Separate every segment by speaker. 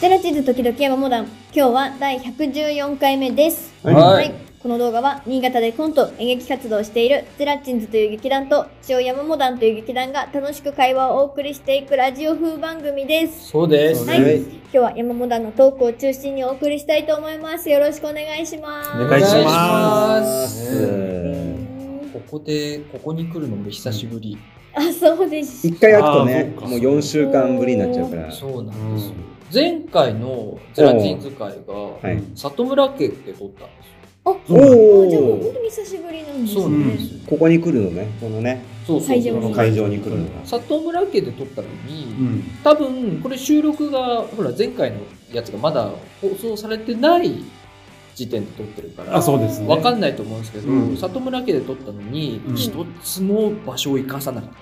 Speaker 1: ゼラチズ時々山モダン今日は第114回目です
Speaker 2: はい
Speaker 1: この動画は新潟でコント演劇活動をしているゼラチンズという劇団と塩山モダンという劇団が楽しく会話をお送りしていくラジオ風番組です
Speaker 3: そうです。
Speaker 1: はい、
Speaker 2: はい
Speaker 1: 今日は山モダンのトークを中心にお送りしたいと思いますよろしくお願いします
Speaker 2: お願いしま
Speaker 3: お
Speaker 2: す。
Speaker 3: ここで、ここに来るの俺久しぶり。
Speaker 1: あそうです
Speaker 2: 一回開くとね、
Speaker 4: あーそうか
Speaker 2: もう4週間ぶりになっちゃうから。
Speaker 3: そうな
Speaker 4: うん
Speaker 3: ですよ。
Speaker 4: ん
Speaker 3: 前回のゼラチン使いが、
Speaker 2: はい。
Speaker 3: 里村家って撮ったんです
Speaker 1: あ
Speaker 2: お
Speaker 1: あじゃあもう本
Speaker 2: お
Speaker 1: 当に久しぶりなんですね
Speaker 3: よ。そうなんですよ。
Speaker 2: ここに来るのね、このね、
Speaker 3: そうそう
Speaker 1: 会場
Speaker 2: こ
Speaker 1: に
Speaker 2: の会場に来るのが。
Speaker 3: 里村家で撮ったのに、
Speaker 4: ん。
Speaker 3: 多分これ収録が、ほら前回のやつがまだ放送されてない時点で撮ってるから。
Speaker 4: あ、そうですね。
Speaker 3: わかんないと思うんですけど、
Speaker 4: うん
Speaker 3: 里村家で撮ったのに、
Speaker 4: うん
Speaker 3: 一つも場所を生かさなかった。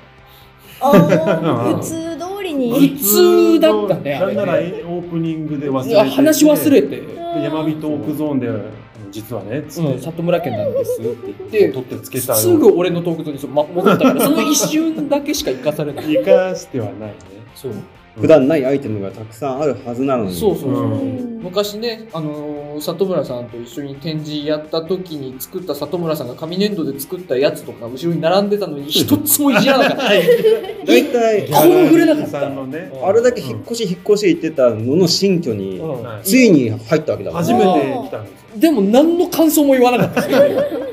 Speaker 1: あー
Speaker 4: うん
Speaker 1: 普通通り
Speaker 3: 普
Speaker 1: に
Speaker 3: 通だったねあ
Speaker 4: な
Speaker 3: れ
Speaker 4: ん
Speaker 3: ね
Speaker 4: ならオープニングで忘
Speaker 3: い
Speaker 4: れ
Speaker 3: や
Speaker 4: てて
Speaker 3: 話忘れ
Speaker 4: で
Speaker 3: て、
Speaker 4: 山人オークゾーンで、あの実はね、つっ
Speaker 3: うん、
Speaker 4: て、
Speaker 3: 里村家なんですって言って、
Speaker 4: 取ってつけた
Speaker 3: すぐ俺のトークゾーンにそうま戻ったから、その一瞬だけしか生かされない。
Speaker 4: 生かしてはないね。
Speaker 3: そう
Speaker 2: 普段ないアイテムがたくさんあるはずなのに。
Speaker 3: そうそうそう。
Speaker 4: うん
Speaker 3: 昔ね、あのー里村さんと一緒に展示やった時に作った里村さんが紙粘土で作ったやつとか後ろに並んでた のに一つもいじらなかった。
Speaker 2: 大体、
Speaker 3: こんぐらいなかった
Speaker 4: さんのね、
Speaker 2: あれだけ引っ越し引っ越し行ってたのの新居に、
Speaker 3: うん
Speaker 4: はい
Speaker 2: ついに入ったわけだもん
Speaker 4: 初めて来たんですよ。
Speaker 3: でも何の感想も言わなかった。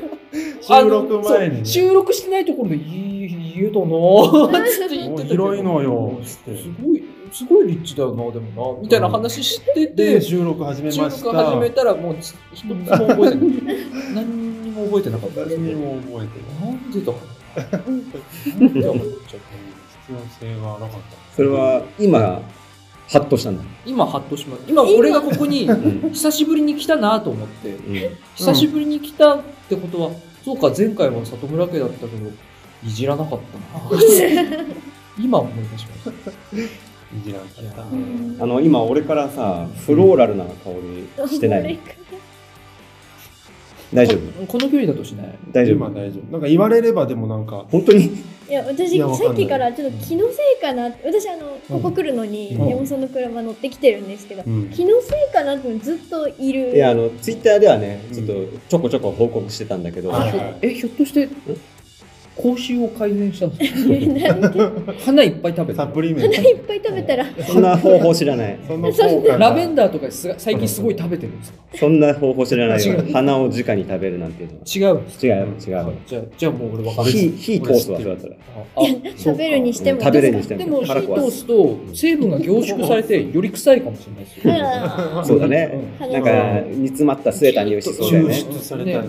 Speaker 4: 収録前
Speaker 3: あ
Speaker 4: に
Speaker 3: の
Speaker 4: ね、
Speaker 3: そう収録してないところで、いい家だな ぁって言って
Speaker 4: もう
Speaker 3: たけど
Speaker 4: 広いのよ、つっ
Speaker 3: す
Speaker 4: て。
Speaker 3: ごい、すごい立地だよな、でもな、みたいな話してて、
Speaker 4: で、収録始め
Speaker 3: 中
Speaker 4: ま
Speaker 3: 国
Speaker 4: し
Speaker 3: 始
Speaker 4: た。
Speaker 3: めたらもう一つも覚えて ない。何にも覚えてなかったです
Speaker 4: 何に
Speaker 3: ね。
Speaker 4: も覚えてない。
Speaker 3: なんでだろうなんでだろうちょっと
Speaker 4: 必要性がなかった。
Speaker 2: それは、今、ハッとしたんだ。
Speaker 3: 今、ハッとします。今、俺がここに
Speaker 2: う、ん。
Speaker 3: 久しぶりに来たなと思って、
Speaker 2: うん
Speaker 3: 久しぶりに来たってことは、そうか、前回は里村家だったけど、いじらな かったな今思い出しました。
Speaker 4: いじらんかった。
Speaker 2: あの、今、俺からさ、フローラルな香りしてない。大丈夫
Speaker 3: ここの距離だとしない
Speaker 2: 大丈
Speaker 4: 今
Speaker 2: 夫
Speaker 4: 大丈夫。なんか言われればでもなんか、
Speaker 2: 本当に
Speaker 1: いや私
Speaker 4: いやわかん
Speaker 1: さ
Speaker 4: な
Speaker 1: っ
Speaker 4: い
Speaker 1: きからちょっと気のせいかなって私あのここ来るのに
Speaker 4: うん
Speaker 1: 山本さんの車乗ってきてるんですけど
Speaker 4: うん
Speaker 1: 気のせいかなってずっといる
Speaker 2: いやあのツイッターではねちょっとちょこちょこ報告してたんだけど、
Speaker 4: はい
Speaker 3: え、ひょっとして、口臭を改善したんですか
Speaker 1: なんで
Speaker 3: 花いっぱい食べ
Speaker 4: サ
Speaker 3: た。
Speaker 4: プリメン
Speaker 1: いっぱい食べたら
Speaker 2: そんな方法知らない
Speaker 4: ト。その効果が
Speaker 3: ラベンダーとかすが最近すごい食べてるんですか
Speaker 2: そんな方法知らない
Speaker 3: 違
Speaker 2: よ
Speaker 3: う
Speaker 2: 花を直に食べるなんていうのは
Speaker 3: 違うんです
Speaker 2: 違う違う
Speaker 3: じゃあ、じゃあもう俺分かる。
Speaker 2: 火火通すわそれだったら
Speaker 3: あ
Speaker 1: 食べるにしても
Speaker 2: 食べるにして
Speaker 3: で
Speaker 2: も
Speaker 3: も
Speaker 2: 腹
Speaker 3: 火
Speaker 2: 壊
Speaker 3: 通
Speaker 2: す
Speaker 3: すと成分が凝縮されてより臭いかもしれないですよ。
Speaker 1: あ
Speaker 2: そうだね
Speaker 1: うん
Speaker 2: なんか煮詰まった末田にしそうだよ
Speaker 4: 抽
Speaker 2: ね
Speaker 4: 出されたのね。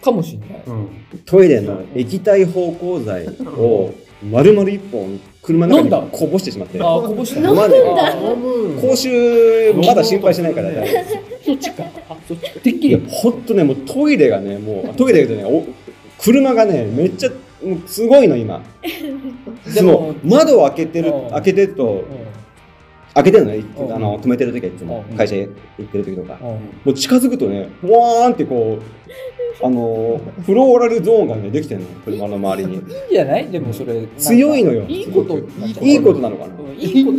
Speaker 3: かもしれない。
Speaker 4: うん。
Speaker 2: トイレの液体芳香剤を丸々一本車の中にこぼしてしまって
Speaker 3: ああ、こぼした。
Speaker 2: 飲んだ
Speaker 3: あー
Speaker 4: 飲む
Speaker 2: 口臭まだ心配してないからね
Speaker 3: そっちか。あそっちか。
Speaker 2: てっきり本当ねもうトイレがねもうトイレじゃねお車がねめっちゃもうすごいの 今
Speaker 3: で
Speaker 2: そ
Speaker 3: も
Speaker 2: の窓を開けてる
Speaker 3: うん
Speaker 2: 開けてると
Speaker 3: う
Speaker 2: 開けてるのねい
Speaker 3: うん
Speaker 2: あの止めてる時はいつも
Speaker 3: うん
Speaker 2: 会社へ行ってる時と
Speaker 3: ん
Speaker 2: か
Speaker 3: うん
Speaker 2: もう近づくとねわーんってこうあのーフローラルゾーンがねできてるの車の周りに
Speaker 3: いいんじゃないでもそれ。なんか
Speaker 2: 強いのよ
Speaker 3: いいこと、
Speaker 2: いいことなのかな
Speaker 3: うんいいこと。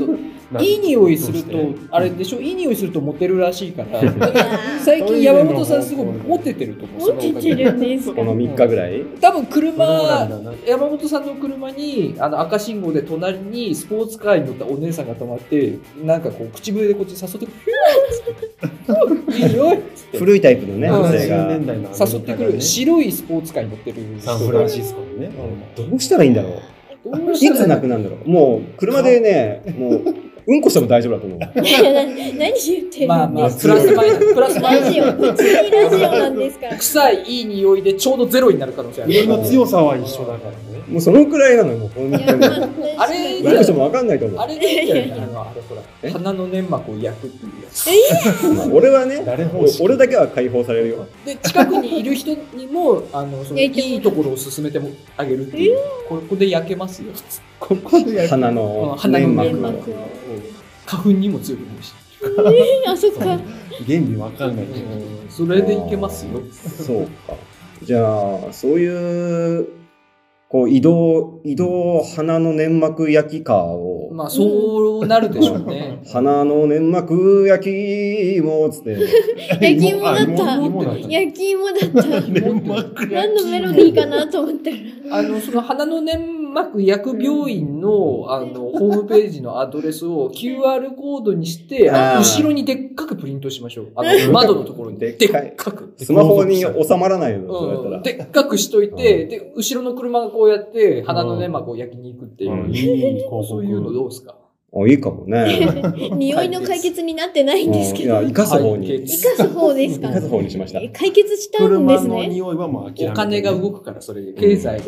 Speaker 3: いい匂いすると、あれでしょ、いい匂いするとモテるらしいから。最近山本さんすごいモテてると思う。
Speaker 1: 落ちてるんですか
Speaker 2: この3日ぐらい
Speaker 3: 多分
Speaker 4: フローラル
Speaker 3: 車
Speaker 4: だな
Speaker 3: 山本さんの車にあの赤信号で隣にスポーツカーに乗ったお姉さんが止まってなんかこう口笛でこっち誘ってくる いいよ
Speaker 2: 古いタイプのね
Speaker 3: うん
Speaker 2: 女性が
Speaker 4: 70年代のアメリカだね
Speaker 3: 誘ってくる白いスポーツカーに乗ってる人
Speaker 4: サンフランシスコのね。
Speaker 2: どうしたらいいんだろう
Speaker 3: どう
Speaker 2: い
Speaker 3: した
Speaker 2: つな
Speaker 3: ら
Speaker 2: くなるんだろうもう車でねもううんこしても大丈夫だと思う
Speaker 1: いやな何言ってる
Speaker 3: まあ
Speaker 1: の
Speaker 3: まあプラスマイナスプラスマイナ
Speaker 1: ラジオ
Speaker 3: ス
Speaker 1: うちにラジオなんですから
Speaker 3: 臭いいい匂いでちょうどゼロになる可能性あ
Speaker 4: 家
Speaker 3: る
Speaker 4: の強さは一緒だからね。
Speaker 2: もうそのくらいなのよ、本当
Speaker 1: いや
Speaker 2: に。
Speaker 1: ま
Speaker 3: あれ
Speaker 2: 何してもわかんないと思
Speaker 3: あ
Speaker 2: う。
Speaker 3: れでいいんじゃないあのあれほ
Speaker 2: え
Speaker 3: ら鼻の粘膜を焼くっていうやつ
Speaker 2: まあ俺はね、
Speaker 4: 誰方式
Speaker 2: 俺だけは解放されるよ。
Speaker 3: で近くにいる人にもあのそのい
Speaker 1: 影響
Speaker 3: いところを勧めてもあげるっていうここで焼けますよ
Speaker 4: ここでやる。
Speaker 2: 鼻
Speaker 3: うん
Speaker 2: の
Speaker 3: 鼻の
Speaker 2: 粘
Speaker 1: 粘
Speaker 2: 膜
Speaker 1: 膜
Speaker 2: を。
Speaker 1: を
Speaker 3: 花粉にも強くなるし
Speaker 1: えあそっか
Speaker 4: 原理わかんないけど。
Speaker 3: それでいけますよ。
Speaker 2: そうか。じゃあ、そういうこう移動、移動鼻の粘膜焼きかを、
Speaker 3: まあ、そうなるでしょうね。
Speaker 2: 鼻の粘膜焼きもつって、
Speaker 1: 焼き芋だった
Speaker 4: 芋芋だった
Speaker 1: 焼き芋だった。
Speaker 4: 粘膜
Speaker 1: 何のメロディーかなと思ったら。
Speaker 3: あの、その鼻の粘膜薬病院の、あの、ホームページのアドレスを QR コードにして、
Speaker 2: あー
Speaker 3: 後ろにでっかくプリントしましょう。あの、窓のところに。
Speaker 2: で
Speaker 3: で
Speaker 2: っかい
Speaker 3: っかく。
Speaker 2: スマホに収まらないの、そうやった
Speaker 3: う
Speaker 2: ら
Speaker 3: ん、。でっかくしといて、
Speaker 4: うん
Speaker 3: で、後ろの車がこうやって、鼻の粘膜を焼きに行くっていう、
Speaker 4: うんいい広告
Speaker 3: そういうのどうですか
Speaker 2: あ、いいか もね。
Speaker 1: 匂いの解決になってないんですけど。
Speaker 2: うんいや
Speaker 1: 生
Speaker 2: 生かす方
Speaker 3: 解
Speaker 2: に。
Speaker 3: 決
Speaker 1: かす方ですか
Speaker 2: 生かす方にしました。
Speaker 1: 解決したんで
Speaker 4: 車
Speaker 1: す
Speaker 4: の
Speaker 1: ね。
Speaker 4: 匂いはもう諦めて
Speaker 3: お金が動くから、それ、経済が。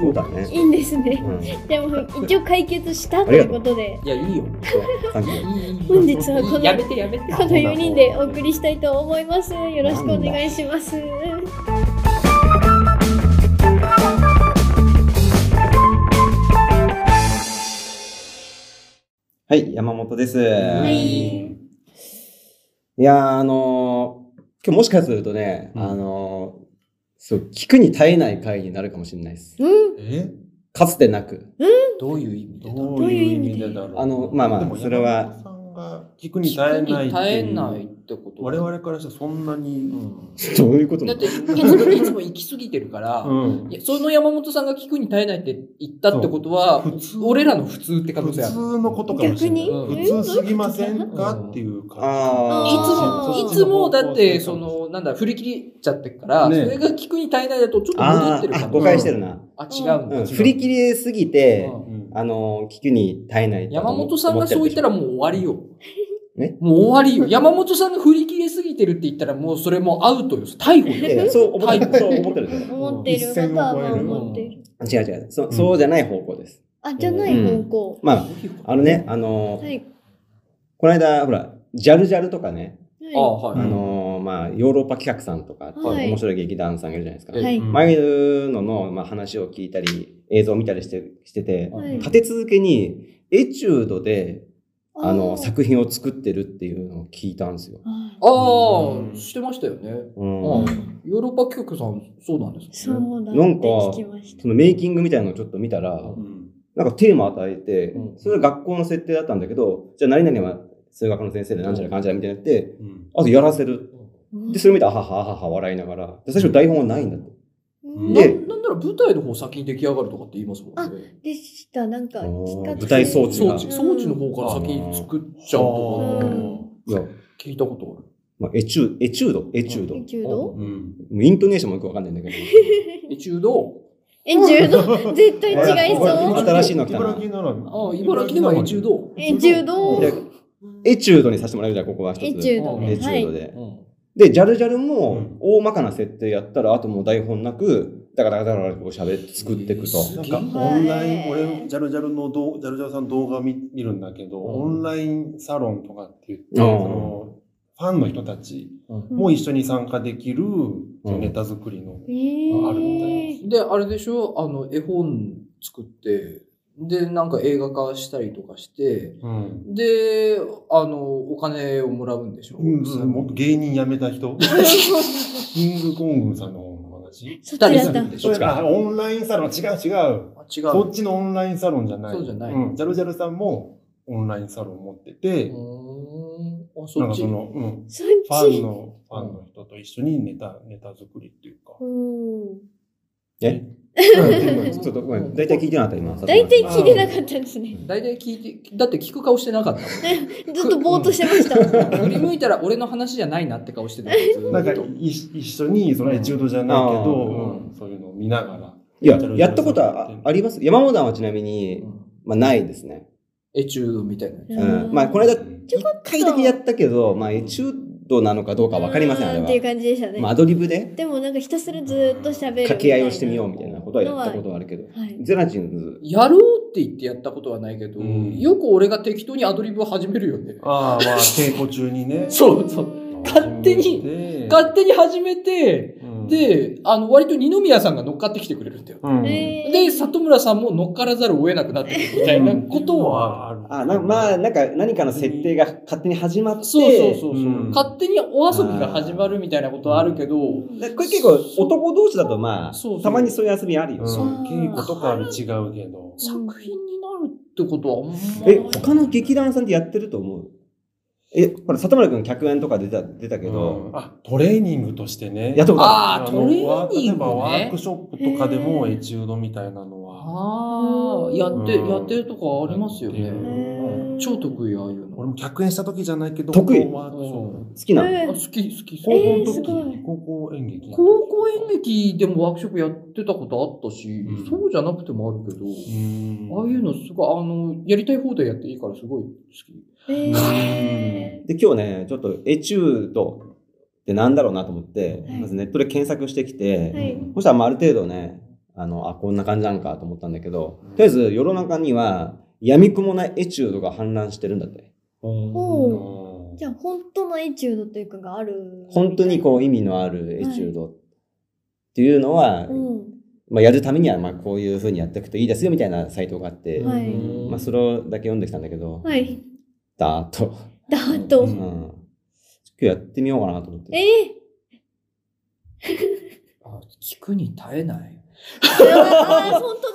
Speaker 2: そうだね。
Speaker 1: いいんですね。
Speaker 2: うん。そ
Speaker 1: でも一応解決したということで、
Speaker 3: いや、いいよ。
Speaker 2: うサンキュ
Speaker 3: いい
Speaker 2: ー
Speaker 3: いい
Speaker 1: 本日はこの
Speaker 3: やめてやめて。
Speaker 1: この4人でお送りしたいと思います。よろしくお願いします。
Speaker 2: はい、山本です。、
Speaker 1: はいい。
Speaker 2: やー、あのー今日もしかするとね、
Speaker 4: うん
Speaker 2: あのーそう、聞くに耐えない回になるかもしれないです。
Speaker 1: うん。
Speaker 4: え
Speaker 2: かつてなく。
Speaker 3: どういう意味で
Speaker 4: ど
Speaker 1: う
Speaker 4: う
Speaker 1: い
Speaker 4: いうう
Speaker 1: 意
Speaker 4: 意
Speaker 1: 味
Speaker 4: 味
Speaker 1: で
Speaker 4: で
Speaker 1: だろ
Speaker 4: だろ
Speaker 2: う
Speaker 4: う
Speaker 2: あのまあまあ
Speaker 4: でも
Speaker 2: それは
Speaker 4: 山本さんが聞くに耐えないっていう
Speaker 3: 耐えないってこと
Speaker 4: 我々からしたらそんなに
Speaker 2: どういうこと
Speaker 3: だ
Speaker 2: な
Speaker 3: っ
Speaker 2: の
Speaker 3: ていつもいつも行き過ぎてるから、
Speaker 4: うん
Speaker 3: いやその山本さんが聞くに耐えないって言ったってことは
Speaker 4: そう普通
Speaker 3: 俺らの普通って可能
Speaker 4: 普
Speaker 3: 性ある
Speaker 4: 通のことかもしれない
Speaker 3: 逆に
Speaker 4: 普通すぎませんかってい
Speaker 1: い
Speaker 4: う感じ
Speaker 1: つ
Speaker 2: あ
Speaker 1: あー
Speaker 3: いつもいつもだってそのなんだ振り切っちゃってるから、
Speaker 4: ね
Speaker 3: それが聞くに耐えないだとちょっと戻
Speaker 2: あ
Speaker 3: ってる
Speaker 2: ー
Speaker 3: 感
Speaker 2: あ、
Speaker 3: じ
Speaker 2: 誤解してるな。
Speaker 3: あ違うんだ、
Speaker 2: うん、
Speaker 4: 違う
Speaker 2: 振り切れすぎて、
Speaker 3: うん
Speaker 4: うん
Speaker 2: あのー聞くに耐えないだと
Speaker 3: 山
Speaker 2: 思
Speaker 3: 本さんがそう言ったらもう終わりよ。
Speaker 2: ね
Speaker 3: もう終わりよ。山本さんが振り切れすぎてるって言ったらもうそれもうアウトよ。逮捕
Speaker 2: 思ってる
Speaker 3: よ。
Speaker 2: でしょいやいやそう思ってる。そう思ってるでしょ
Speaker 1: 思っている方はまあ思っている。
Speaker 2: 違う違う。そそうじゃない方向です。
Speaker 1: あ、じゃない方向。
Speaker 2: まあ、あのね、あのー
Speaker 1: はい。
Speaker 2: この間、ほら、ジャルジャルとかね、
Speaker 3: ああ、はい。
Speaker 2: あのーまあ、ヨーロッパ企画さんとか、
Speaker 1: はい
Speaker 2: 面白い劇団さんがいるじゃないですか。
Speaker 3: え
Speaker 1: はい。
Speaker 4: うん
Speaker 2: 前のの、まあ、話を聞いたり、映像を見たりしてしてて、
Speaker 1: はい
Speaker 2: 立て続けにエチュードで、あの、
Speaker 1: ー
Speaker 2: 作品を作ってるっていうのを聞いたんですよ。
Speaker 1: あ
Speaker 3: あ
Speaker 4: う
Speaker 3: あ、
Speaker 4: ん
Speaker 3: してましたよね。
Speaker 2: うん
Speaker 3: あヨーロッパ企画さん、そうなんです
Speaker 1: そ
Speaker 3: ね。
Speaker 1: うだって
Speaker 2: なんか
Speaker 1: 聞きました。
Speaker 2: そのメイキングみたいなのをちょっと見たら、
Speaker 4: うん
Speaker 2: なんかテーマ与えて
Speaker 3: う、ん
Speaker 2: それは学校の設定だったんだけど、じゃあ何々は数学の先生でなんちゃらかんちゃらみたいになって、
Speaker 4: うん
Speaker 2: あとやらせる。
Speaker 1: うん
Speaker 2: で、それ見て、あはははは笑いながら、で最初台本はないんだって。
Speaker 1: うん
Speaker 3: な
Speaker 2: で
Speaker 3: なんなら舞台の方先に出来上がるとかって言いますもんね。
Speaker 1: でした。なんか
Speaker 2: あー
Speaker 1: 企画
Speaker 2: 舞台装置
Speaker 3: 装
Speaker 2: が
Speaker 3: 置、装置の方から先に作っちゃうと
Speaker 1: うん
Speaker 2: いや、
Speaker 3: か、聞いたこと
Speaker 2: まあ、エチュエチュード、エチュード。
Speaker 1: エ
Speaker 2: も
Speaker 1: チュード
Speaker 4: うん
Speaker 2: うイントネーションもよくわかんないんだけど。
Speaker 3: ある。一度、
Speaker 1: エチュード絶対違いそ
Speaker 2: あ
Speaker 1: う。
Speaker 2: 新しいの来たな
Speaker 4: 茨城なら
Speaker 3: ああ、茨城では一度。
Speaker 1: エチュード
Speaker 2: でエチュードにさせてもらえるじゃん、ここは一つ。
Speaker 1: エチュード
Speaker 3: うん
Speaker 1: ね。
Speaker 2: エチュー
Speaker 1: は
Speaker 2: ド
Speaker 1: い。
Speaker 2: で。
Speaker 3: うん
Speaker 2: で、ジャルジャル
Speaker 4: う
Speaker 2: も
Speaker 4: ん
Speaker 2: 大まかな設定やったら、あともう台本なく、だからだからこう喋って作っていくと。
Speaker 4: なん
Speaker 3: すげえ
Speaker 4: かオンライン、俺、ジャルジャルのどうジャルジャルさんの動画見見るんだけど、
Speaker 3: うん
Speaker 4: オンラインサロンとかって言って、
Speaker 2: うん
Speaker 4: そのファンの人たちも一緒に参加できる、そのネタ作りの。
Speaker 1: えー
Speaker 4: あるみたい
Speaker 3: で、あれでしょあの、絵本作って、で、なんか映画化したりとかして、
Speaker 4: うん
Speaker 3: で、あの、お金をもらうんでしょ
Speaker 4: うん、そうもっと芸人辞めた人キングコングさんのお話
Speaker 1: そっちだ
Speaker 3: 二人
Speaker 1: った
Speaker 3: 住ん。でし
Speaker 4: そ
Speaker 3: ょ
Speaker 4: れあオンラインサロン、違う違う。
Speaker 3: あ違う。
Speaker 4: そっちのオンラインサロンじゃない。
Speaker 3: そうじゃない
Speaker 4: んジャルジャルさんもオンラインサロン持ってて、
Speaker 3: うーん。あ、
Speaker 4: な
Speaker 3: そ
Speaker 4: ん
Speaker 3: っ
Speaker 4: か
Speaker 3: ち。
Speaker 4: その、うん、
Speaker 1: そ
Speaker 4: ファ
Speaker 1: っ
Speaker 4: ン
Speaker 1: ち。
Speaker 4: の、ファンの人と一緒にネタ、ネタ作りっていうか。
Speaker 1: うん。
Speaker 2: え
Speaker 4: うん
Speaker 2: ちょっとごめん、大体聞いてなかった、今。
Speaker 1: 大体聞いてなかったんですね。
Speaker 3: 大体聞いて、だって聞く顔してなかった
Speaker 1: ずっとぼーっとしてました。
Speaker 3: もん。振り向いたら俺の話じゃないなって顔してたよ
Speaker 4: なん
Speaker 3: ず
Speaker 4: か
Speaker 3: っと
Speaker 4: い一緒に、そのエチュードじゃないけど、
Speaker 3: うん
Speaker 4: うんそういうのを見ながら。
Speaker 2: いや、やったことはああります山本さんはちなみに、まあ、ないですね。
Speaker 3: エチュードみたいなやつ。
Speaker 2: うん。まあ、この
Speaker 4: う
Speaker 2: 間、
Speaker 4: ん
Speaker 1: ちょ
Speaker 2: 一
Speaker 1: こっと
Speaker 2: 回だけやったけど、まあ、エチュードなのかどうかわかりません、あ
Speaker 1: う
Speaker 2: れ
Speaker 1: ーっていう
Speaker 2: は。
Speaker 1: 感じでしたね。
Speaker 2: まあ、アドリブで
Speaker 1: でもなんかひたすらずーっと喋る。
Speaker 2: 掛け合いをしてみようみたいなことはやったことはあるけど。
Speaker 1: う。はい。
Speaker 2: ゼラチンズ、
Speaker 3: やろうって言ってやったことはないけど、
Speaker 4: うん
Speaker 3: よく俺が適当にアドリブを始めるよね。
Speaker 4: ああ、まあ、 稽古中にね。
Speaker 3: そうそう。勝手に
Speaker 4: に
Speaker 3: 勝手に始めて、
Speaker 4: うん
Speaker 3: で、あの、割と二宮さんが乗っかってきてくれるんだよ。
Speaker 4: うん
Speaker 1: えー
Speaker 3: で、里村さんも乗っからざるを得なくなってくるみたいなことは、
Speaker 4: ある
Speaker 2: あなまあ、なんか何かの設定が勝手に始まって、
Speaker 3: そうそうそうそう、
Speaker 4: うん
Speaker 3: 勝手にお遊びが始まるみたいなことはあるけど、
Speaker 2: でこれ結構男同士だとまあ
Speaker 3: そうそう
Speaker 2: たまにそういう遊びあるよ、
Speaker 4: うん
Speaker 1: そう
Speaker 4: 稽古とかは違うけど。
Speaker 3: 作品になるってことはあんまない
Speaker 2: え他の劇団さんってやってると思うえほら里村君客演とか出た出たけど、
Speaker 4: あトレーニングとしてね。
Speaker 2: やったことあ
Speaker 3: ああ、
Speaker 4: の
Speaker 3: トレーニ
Speaker 4: 例え
Speaker 3: ング
Speaker 4: ばワー
Speaker 3: ね
Speaker 4: ク。ショップとかでもエチュードみたいなのは。
Speaker 3: ああ、やって、
Speaker 4: うん
Speaker 3: やってるとこありますよ
Speaker 4: やってる
Speaker 3: ね。
Speaker 1: うん
Speaker 3: 超得意ああいう
Speaker 4: 俺
Speaker 3: の。
Speaker 4: も客演した時じゃないけど、
Speaker 2: 得意
Speaker 4: 高校ワークショッ
Speaker 3: う
Speaker 4: プ
Speaker 3: ん
Speaker 2: る好きなの、
Speaker 1: え
Speaker 3: あ
Speaker 1: ー
Speaker 3: 好き、好き、
Speaker 4: 高
Speaker 3: 好
Speaker 4: 校
Speaker 1: え
Speaker 4: の
Speaker 1: ーす
Speaker 4: 時、
Speaker 1: ごい
Speaker 4: 高校演劇
Speaker 3: き。。高校演劇でもワークショップやってたことあったし、
Speaker 4: うん
Speaker 3: そうじゃなくてもあるけど、
Speaker 4: うん
Speaker 3: ああいうのすごい、あの、やりたい放題やっていいからすごい好き。
Speaker 1: え
Speaker 2: で今日ねちょっとエチュードってなんだろうなと思って、
Speaker 1: はい
Speaker 2: まずネットで検索してきて、
Speaker 1: ーはい
Speaker 2: そしたらまあある程度ねあのあこんな感じなんかと思ったんだけどとりあえず世の中には闇雲なエチュードが氾濫してるんだって
Speaker 1: ほうじゃあ本当のエチュードというかがある
Speaker 2: 本当にこう意味のあるエチュードっていうのは、
Speaker 1: うん
Speaker 2: まあ、やるためにはまあこういうふうにやっていくといいですよみたいなサイトがあって、
Speaker 1: はい
Speaker 2: まあ、それだけ読んできたんだけど、
Speaker 1: はい
Speaker 2: だーっと、
Speaker 1: だと
Speaker 2: うん、今日やってみようかなと思って。
Speaker 1: ええ
Speaker 3: あ聞くに耐えない。
Speaker 1: ああ本当だ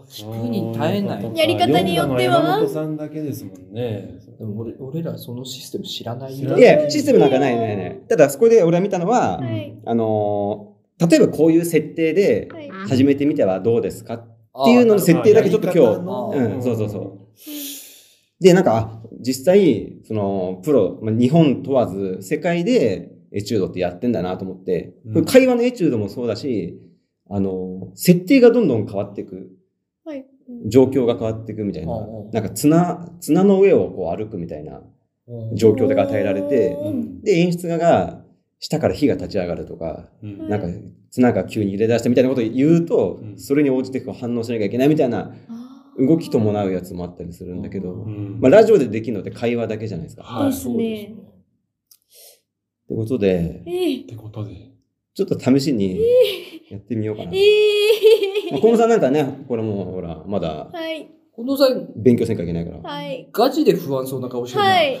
Speaker 3: あ聞くに耐えない。
Speaker 4: そううことか
Speaker 1: やり方によっては
Speaker 4: 読んだの山本さんだけですもんね。
Speaker 3: でも俺俺らそのシステム知らない
Speaker 4: 知ら
Speaker 3: よ。
Speaker 2: いや、システムなんかないないない。ただ、そこで俺が見たのは、
Speaker 1: はい
Speaker 2: あのー例えばこういう設定で
Speaker 1: はい
Speaker 2: 始めてみてはどうですか、
Speaker 3: って
Speaker 2: いうのの
Speaker 3: せ
Speaker 2: 設定だけちょっと今日
Speaker 3: うん
Speaker 2: そうそうそで、なんか、あ実際、その、プロ、まあ、日本問わず、世界でエチュードってやってんだなと思って、
Speaker 4: うん
Speaker 2: 会話のエチュードもそうだし、あのー設定がどんどん変わっていく。
Speaker 1: はいうん
Speaker 2: 状況が変わっていくみたいな
Speaker 3: うんうん、
Speaker 2: なんか綱、綱の上をこう歩くみたいな状況とか与えられて
Speaker 1: お、ーうん
Speaker 2: で、演出家が下から火が立ち上がるとか、
Speaker 4: うん
Speaker 2: なんか綱が急に揺れ出したみたいなことを言うと
Speaker 4: う、ん
Speaker 2: それに応じてこう反応しなきゃいけないみたいな
Speaker 1: あー
Speaker 2: 動き伴うやつもあったりするんだけ
Speaker 3: う
Speaker 2: ど
Speaker 4: う、ん
Speaker 2: まあラジオでできるのって会話だけじゃないですか。
Speaker 4: は
Speaker 1: で
Speaker 4: いっ
Speaker 1: すね
Speaker 2: ってことで、
Speaker 1: ええ
Speaker 4: てことで。
Speaker 2: ちょっと試しにやってみようかな。
Speaker 1: え
Speaker 2: まあ
Speaker 1: え
Speaker 2: 近藤さんなんかね、これもうほら、まだ
Speaker 1: はい
Speaker 3: 近藤さん
Speaker 2: 勉強せんかいけないから。
Speaker 1: はい
Speaker 3: ガチで不安そうな顔してるな
Speaker 1: はい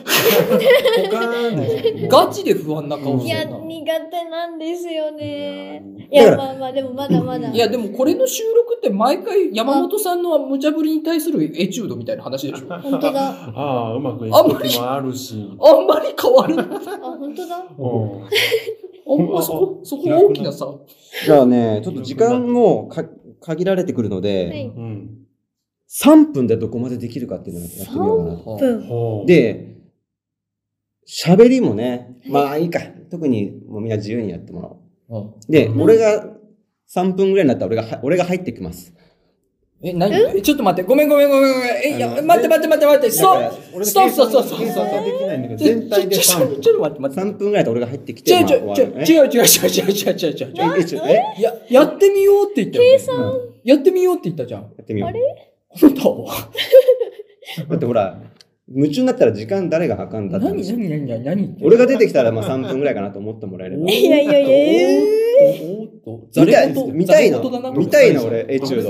Speaker 4: ポカーンで
Speaker 3: ガチで不安な顔
Speaker 1: い
Speaker 3: して
Speaker 1: や
Speaker 3: るな。
Speaker 1: 苦手なんですよねい
Speaker 2: だ
Speaker 1: や
Speaker 2: から
Speaker 1: まあまあでもまだまだ
Speaker 3: いやでもこれの収録って毎回山本さんの無茶ぶりに対するエチュードみたいな話でしょ。あ
Speaker 1: 本当だあ
Speaker 4: ああ、うまくいく
Speaker 3: あんまり
Speaker 4: 時もあるし。
Speaker 3: んまり変わる。あんま
Speaker 1: 本当だ
Speaker 4: うん
Speaker 3: そこそこ大きなさ。
Speaker 2: じゃあね、ちょっと時間もか限られてくるので、
Speaker 1: はい
Speaker 4: うん。
Speaker 2: 3分でどこまでできるかっていうのをやってみようかなと。
Speaker 1: 分
Speaker 4: ほう、
Speaker 2: で、喋りもね、まあいいか。特にもうみんな自由にやってもらおう。
Speaker 3: うん
Speaker 2: で、
Speaker 4: うん
Speaker 2: 俺が3分ぐらいになったら俺がは、俺が入ってきます。
Speaker 3: え、何えちょっと待って、ごめんごめんごめんごめん。え、い
Speaker 2: あ
Speaker 3: や、
Speaker 2: の
Speaker 3: 待って待って待って待って、そ
Speaker 2: だ
Speaker 3: う
Speaker 2: か
Speaker 3: ストップストップストップ
Speaker 4: 計算ができないんだけど、
Speaker 3: ちょ
Speaker 4: 全体で
Speaker 3: ちょ
Speaker 4: 3
Speaker 3: ちょっと待って
Speaker 2: ら
Speaker 3: 待って。
Speaker 2: 3分ぐらいで俺が入ってき
Speaker 3: ち
Speaker 2: て、
Speaker 3: ょいち
Speaker 2: ま
Speaker 3: ょ
Speaker 2: あ
Speaker 3: いちょ
Speaker 2: 終
Speaker 3: い
Speaker 2: わる
Speaker 3: ちょいちょいちょいちょいちょいちょいちょいちょい。
Speaker 2: え、えちょえや
Speaker 3: や、やってみようって言ったよね。計算やってみようって言ったじゃん。
Speaker 2: ってみよ
Speaker 1: あ
Speaker 2: う。
Speaker 3: 本当
Speaker 2: だってほら、夢中になったら時間誰が測んだって
Speaker 3: 何
Speaker 2: 話。
Speaker 3: 何何何何
Speaker 2: 俺が出てきたらまあ3分ぐらいかなと思ってもらえれば。
Speaker 1: いやいやいや
Speaker 3: えおーっと、ざ
Speaker 2: 見た
Speaker 3: れ
Speaker 2: い
Speaker 3: 言
Speaker 2: 見たいの
Speaker 3: ざれ言だな
Speaker 2: 見たいの俺エチュード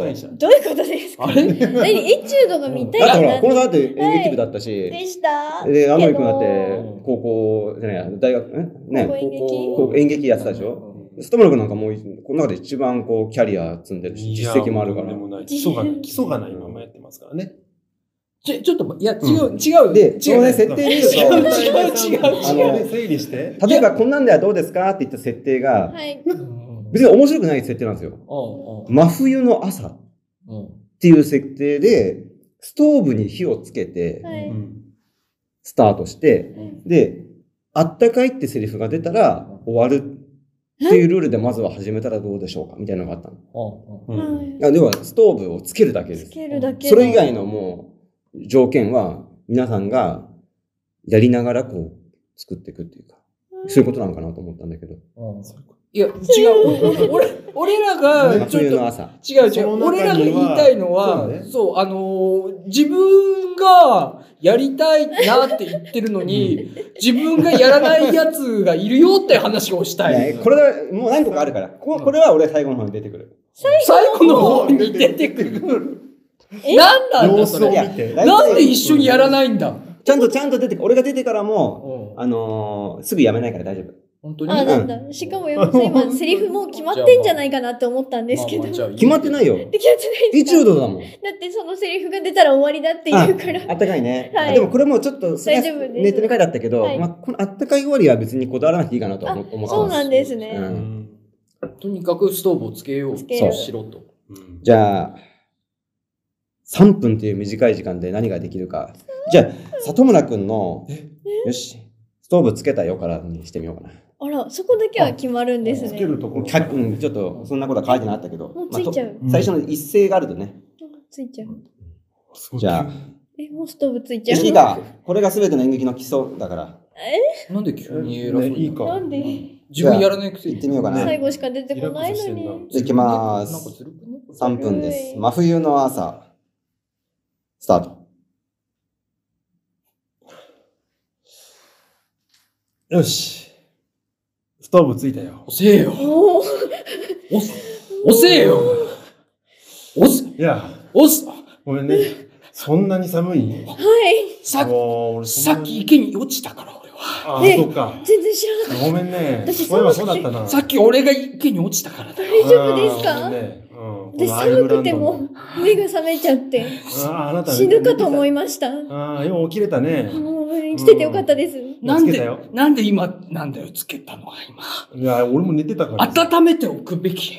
Speaker 1: ど
Speaker 4: ド。
Speaker 1: ういうことですか
Speaker 3: あれ
Speaker 1: 何エチュードが見たい
Speaker 2: だってほ
Speaker 1: な
Speaker 2: ら、
Speaker 1: ん
Speaker 2: こ
Speaker 1: て
Speaker 2: のだって演劇部だったし、
Speaker 1: でした
Speaker 2: で、天海君だっ
Speaker 1: け
Speaker 2: て
Speaker 1: ど
Speaker 2: 高校じゃないや、大学、んね
Speaker 1: 高校演劇
Speaker 2: こう演劇やってたでしょ
Speaker 3: ょ
Speaker 2: ストムル君なんかもう、この中で一番こう、キャリア積んでるし、
Speaker 4: いや
Speaker 2: 実績もあるか
Speaker 4: とん
Speaker 2: ら
Speaker 4: で。もない基礎がない、基礎がないままやってますからね。
Speaker 3: ちょ、ちょっと、いや、違う、違う。
Speaker 2: で、その
Speaker 3: 違
Speaker 2: ね、
Speaker 3: う。
Speaker 2: 設定見
Speaker 3: 違う
Speaker 2: る
Speaker 3: 違う違う
Speaker 4: あのね整理して。
Speaker 2: と、例えばこんなんではどうですかって言った設定が、
Speaker 1: はい
Speaker 3: うん
Speaker 2: 別に面白くない設定なんですよ。
Speaker 3: う
Speaker 2: 真冬の朝っ
Speaker 3: んうん
Speaker 2: ていう設定で、ストーブに火をつけて、
Speaker 1: は
Speaker 4: う
Speaker 1: い
Speaker 4: ん
Speaker 2: スタートして、
Speaker 3: うん
Speaker 2: で、あったかいってセリフが出たら終わるっていうルールでまずは始めたらどうでしょうかみたいなのがあったの。
Speaker 3: うん
Speaker 4: う
Speaker 1: は
Speaker 4: ん
Speaker 1: い
Speaker 2: あでは、ストーブをつけるだけで
Speaker 1: つ
Speaker 2: す。
Speaker 1: けるだけ
Speaker 2: それ以外のもう条件は皆さんがやりながらこう作っていくっていうか、そういうことなのかなと思ったんだけど。
Speaker 3: うんうんいや、違う。お俺、俺らが、ちょっ
Speaker 2: 冬
Speaker 3: と
Speaker 2: の、朝。
Speaker 3: 違う違。
Speaker 4: そうの中に
Speaker 3: 俺
Speaker 4: は
Speaker 3: らが言いたいのは、そ,、
Speaker 4: そううね
Speaker 3: あのー自分がやりたいなって言ってるのに、自分がやらないやつがいるよって話をしたい。
Speaker 2: いやこれは、もう何個かあるから。ここれは俺最後の方に出てくる。
Speaker 3: 最後の方に出てくる。
Speaker 1: え
Speaker 3: なんなんだ
Speaker 4: 様
Speaker 3: そ
Speaker 4: 子を
Speaker 3: れ。
Speaker 4: 見て。
Speaker 2: や
Speaker 3: なんで一緒にやらないんだ、
Speaker 2: ちゃんと、ちゃんと出てくる。俺が出てからも、
Speaker 3: 本
Speaker 2: あのーすぐやめないから大丈夫。
Speaker 3: 当に
Speaker 1: あ、なん
Speaker 3: う
Speaker 1: だ。しかも山本さん、今、セリフもう決まってんじゃないかなって思ったんですけど。
Speaker 3: まあまあ
Speaker 1: 決
Speaker 3: じゃあいい
Speaker 2: 決まってないよ。
Speaker 1: まってないんです
Speaker 2: 一
Speaker 1: か
Speaker 2: 応どうだもん。
Speaker 1: だってそのセリフが出たら終わりだって言うから。
Speaker 2: あったかいね。
Speaker 1: はい
Speaker 2: でもこれもちょっと、それは
Speaker 1: 大丈夫です
Speaker 2: ネットに書いてあったけど、
Speaker 1: はい
Speaker 2: まあ、このあったかい終わりは別にこだわらなくていいかなとは思思ってます。
Speaker 1: そうなんですね。
Speaker 2: う
Speaker 4: うんん
Speaker 3: とにかくストーブをつけよう。
Speaker 1: つけよう
Speaker 3: そうしろと。
Speaker 4: うん
Speaker 2: じゃあ、3分という短い時間で何ができるか。じゃあ、里村くんの、よし、ストーブつけたよからにしてみようかな。
Speaker 1: あら、そこだけは決まるんです
Speaker 4: つけ
Speaker 1: ね。
Speaker 4: るところ。
Speaker 2: かうん、ちょっと、そんなことは書いてなかったけど。
Speaker 1: もうついちゃう
Speaker 2: まあと最初の一斉があるとね。
Speaker 1: ついちゃう。
Speaker 4: すごい
Speaker 2: じゃあ
Speaker 1: え、もうストーブついちゃう。
Speaker 2: いいか、これが全ての演劇の基礎だから、
Speaker 3: なんで急に偉そう
Speaker 4: ね
Speaker 3: に
Speaker 4: いいか。
Speaker 1: なんで
Speaker 3: 自分やらないくせ
Speaker 2: 行っ
Speaker 3: に。
Speaker 2: てみようかな。
Speaker 1: 最後しか出てこないの
Speaker 4: リラックスしてん
Speaker 1: に。
Speaker 2: じゃあ行きまーす
Speaker 3: なんかずるくね
Speaker 2: 3分で
Speaker 1: は
Speaker 2: す。
Speaker 1: い
Speaker 2: 真冬の朝、スタート。
Speaker 4: よし。ストーブついたよ。
Speaker 3: 押せよ。
Speaker 1: おお、
Speaker 3: 押す。押せよ。押す。
Speaker 4: いや、
Speaker 3: 押す。
Speaker 4: ごめんね。そんなに寒い
Speaker 1: はい。
Speaker 3: さっ
Speaker 4: もう俺
Speaker 3: き、
Speaker 4: そんな
Speaker 3: さっき池に落ちたから俺は。
Speaker 4: ああ、
Speaker 1: ね
Speaker 4: そうか。
Speaker 1: 全然知らなかっ
Speaker 4: ごめんね。
Speaker 1: 私
Speaker 4: そういえばそうだったな。
Speaker 3: さっき俺が池に落ちたからだよ。
Speaker 1: 大丈夫ですか
Speaker 4: あーごめんねうん、
Speaker 1: た。で、
Speaker 4: このアイ
Speaker 1: 寒くても目が
Speaker 4: ルランド
Speaker 1: 覚めちゃって、
Speaker 4: あーあなた
Speaker 1: 死ぬかと思い
Speaker 4: ま
Speaker 1: ました。
Speaker 4: ああ、よう起きれたね。
Speaker 1: もう生きててよかったです。
Speaker 3: なん
Speaker 4: つけた
Speaker 3: で
Speaker 4: よ、
Speaker 3: なんで今、なんだよ、つけたのは今。
Speaker 4: いや、俺も寝てたから。
Speaker 3: 温めておくべき。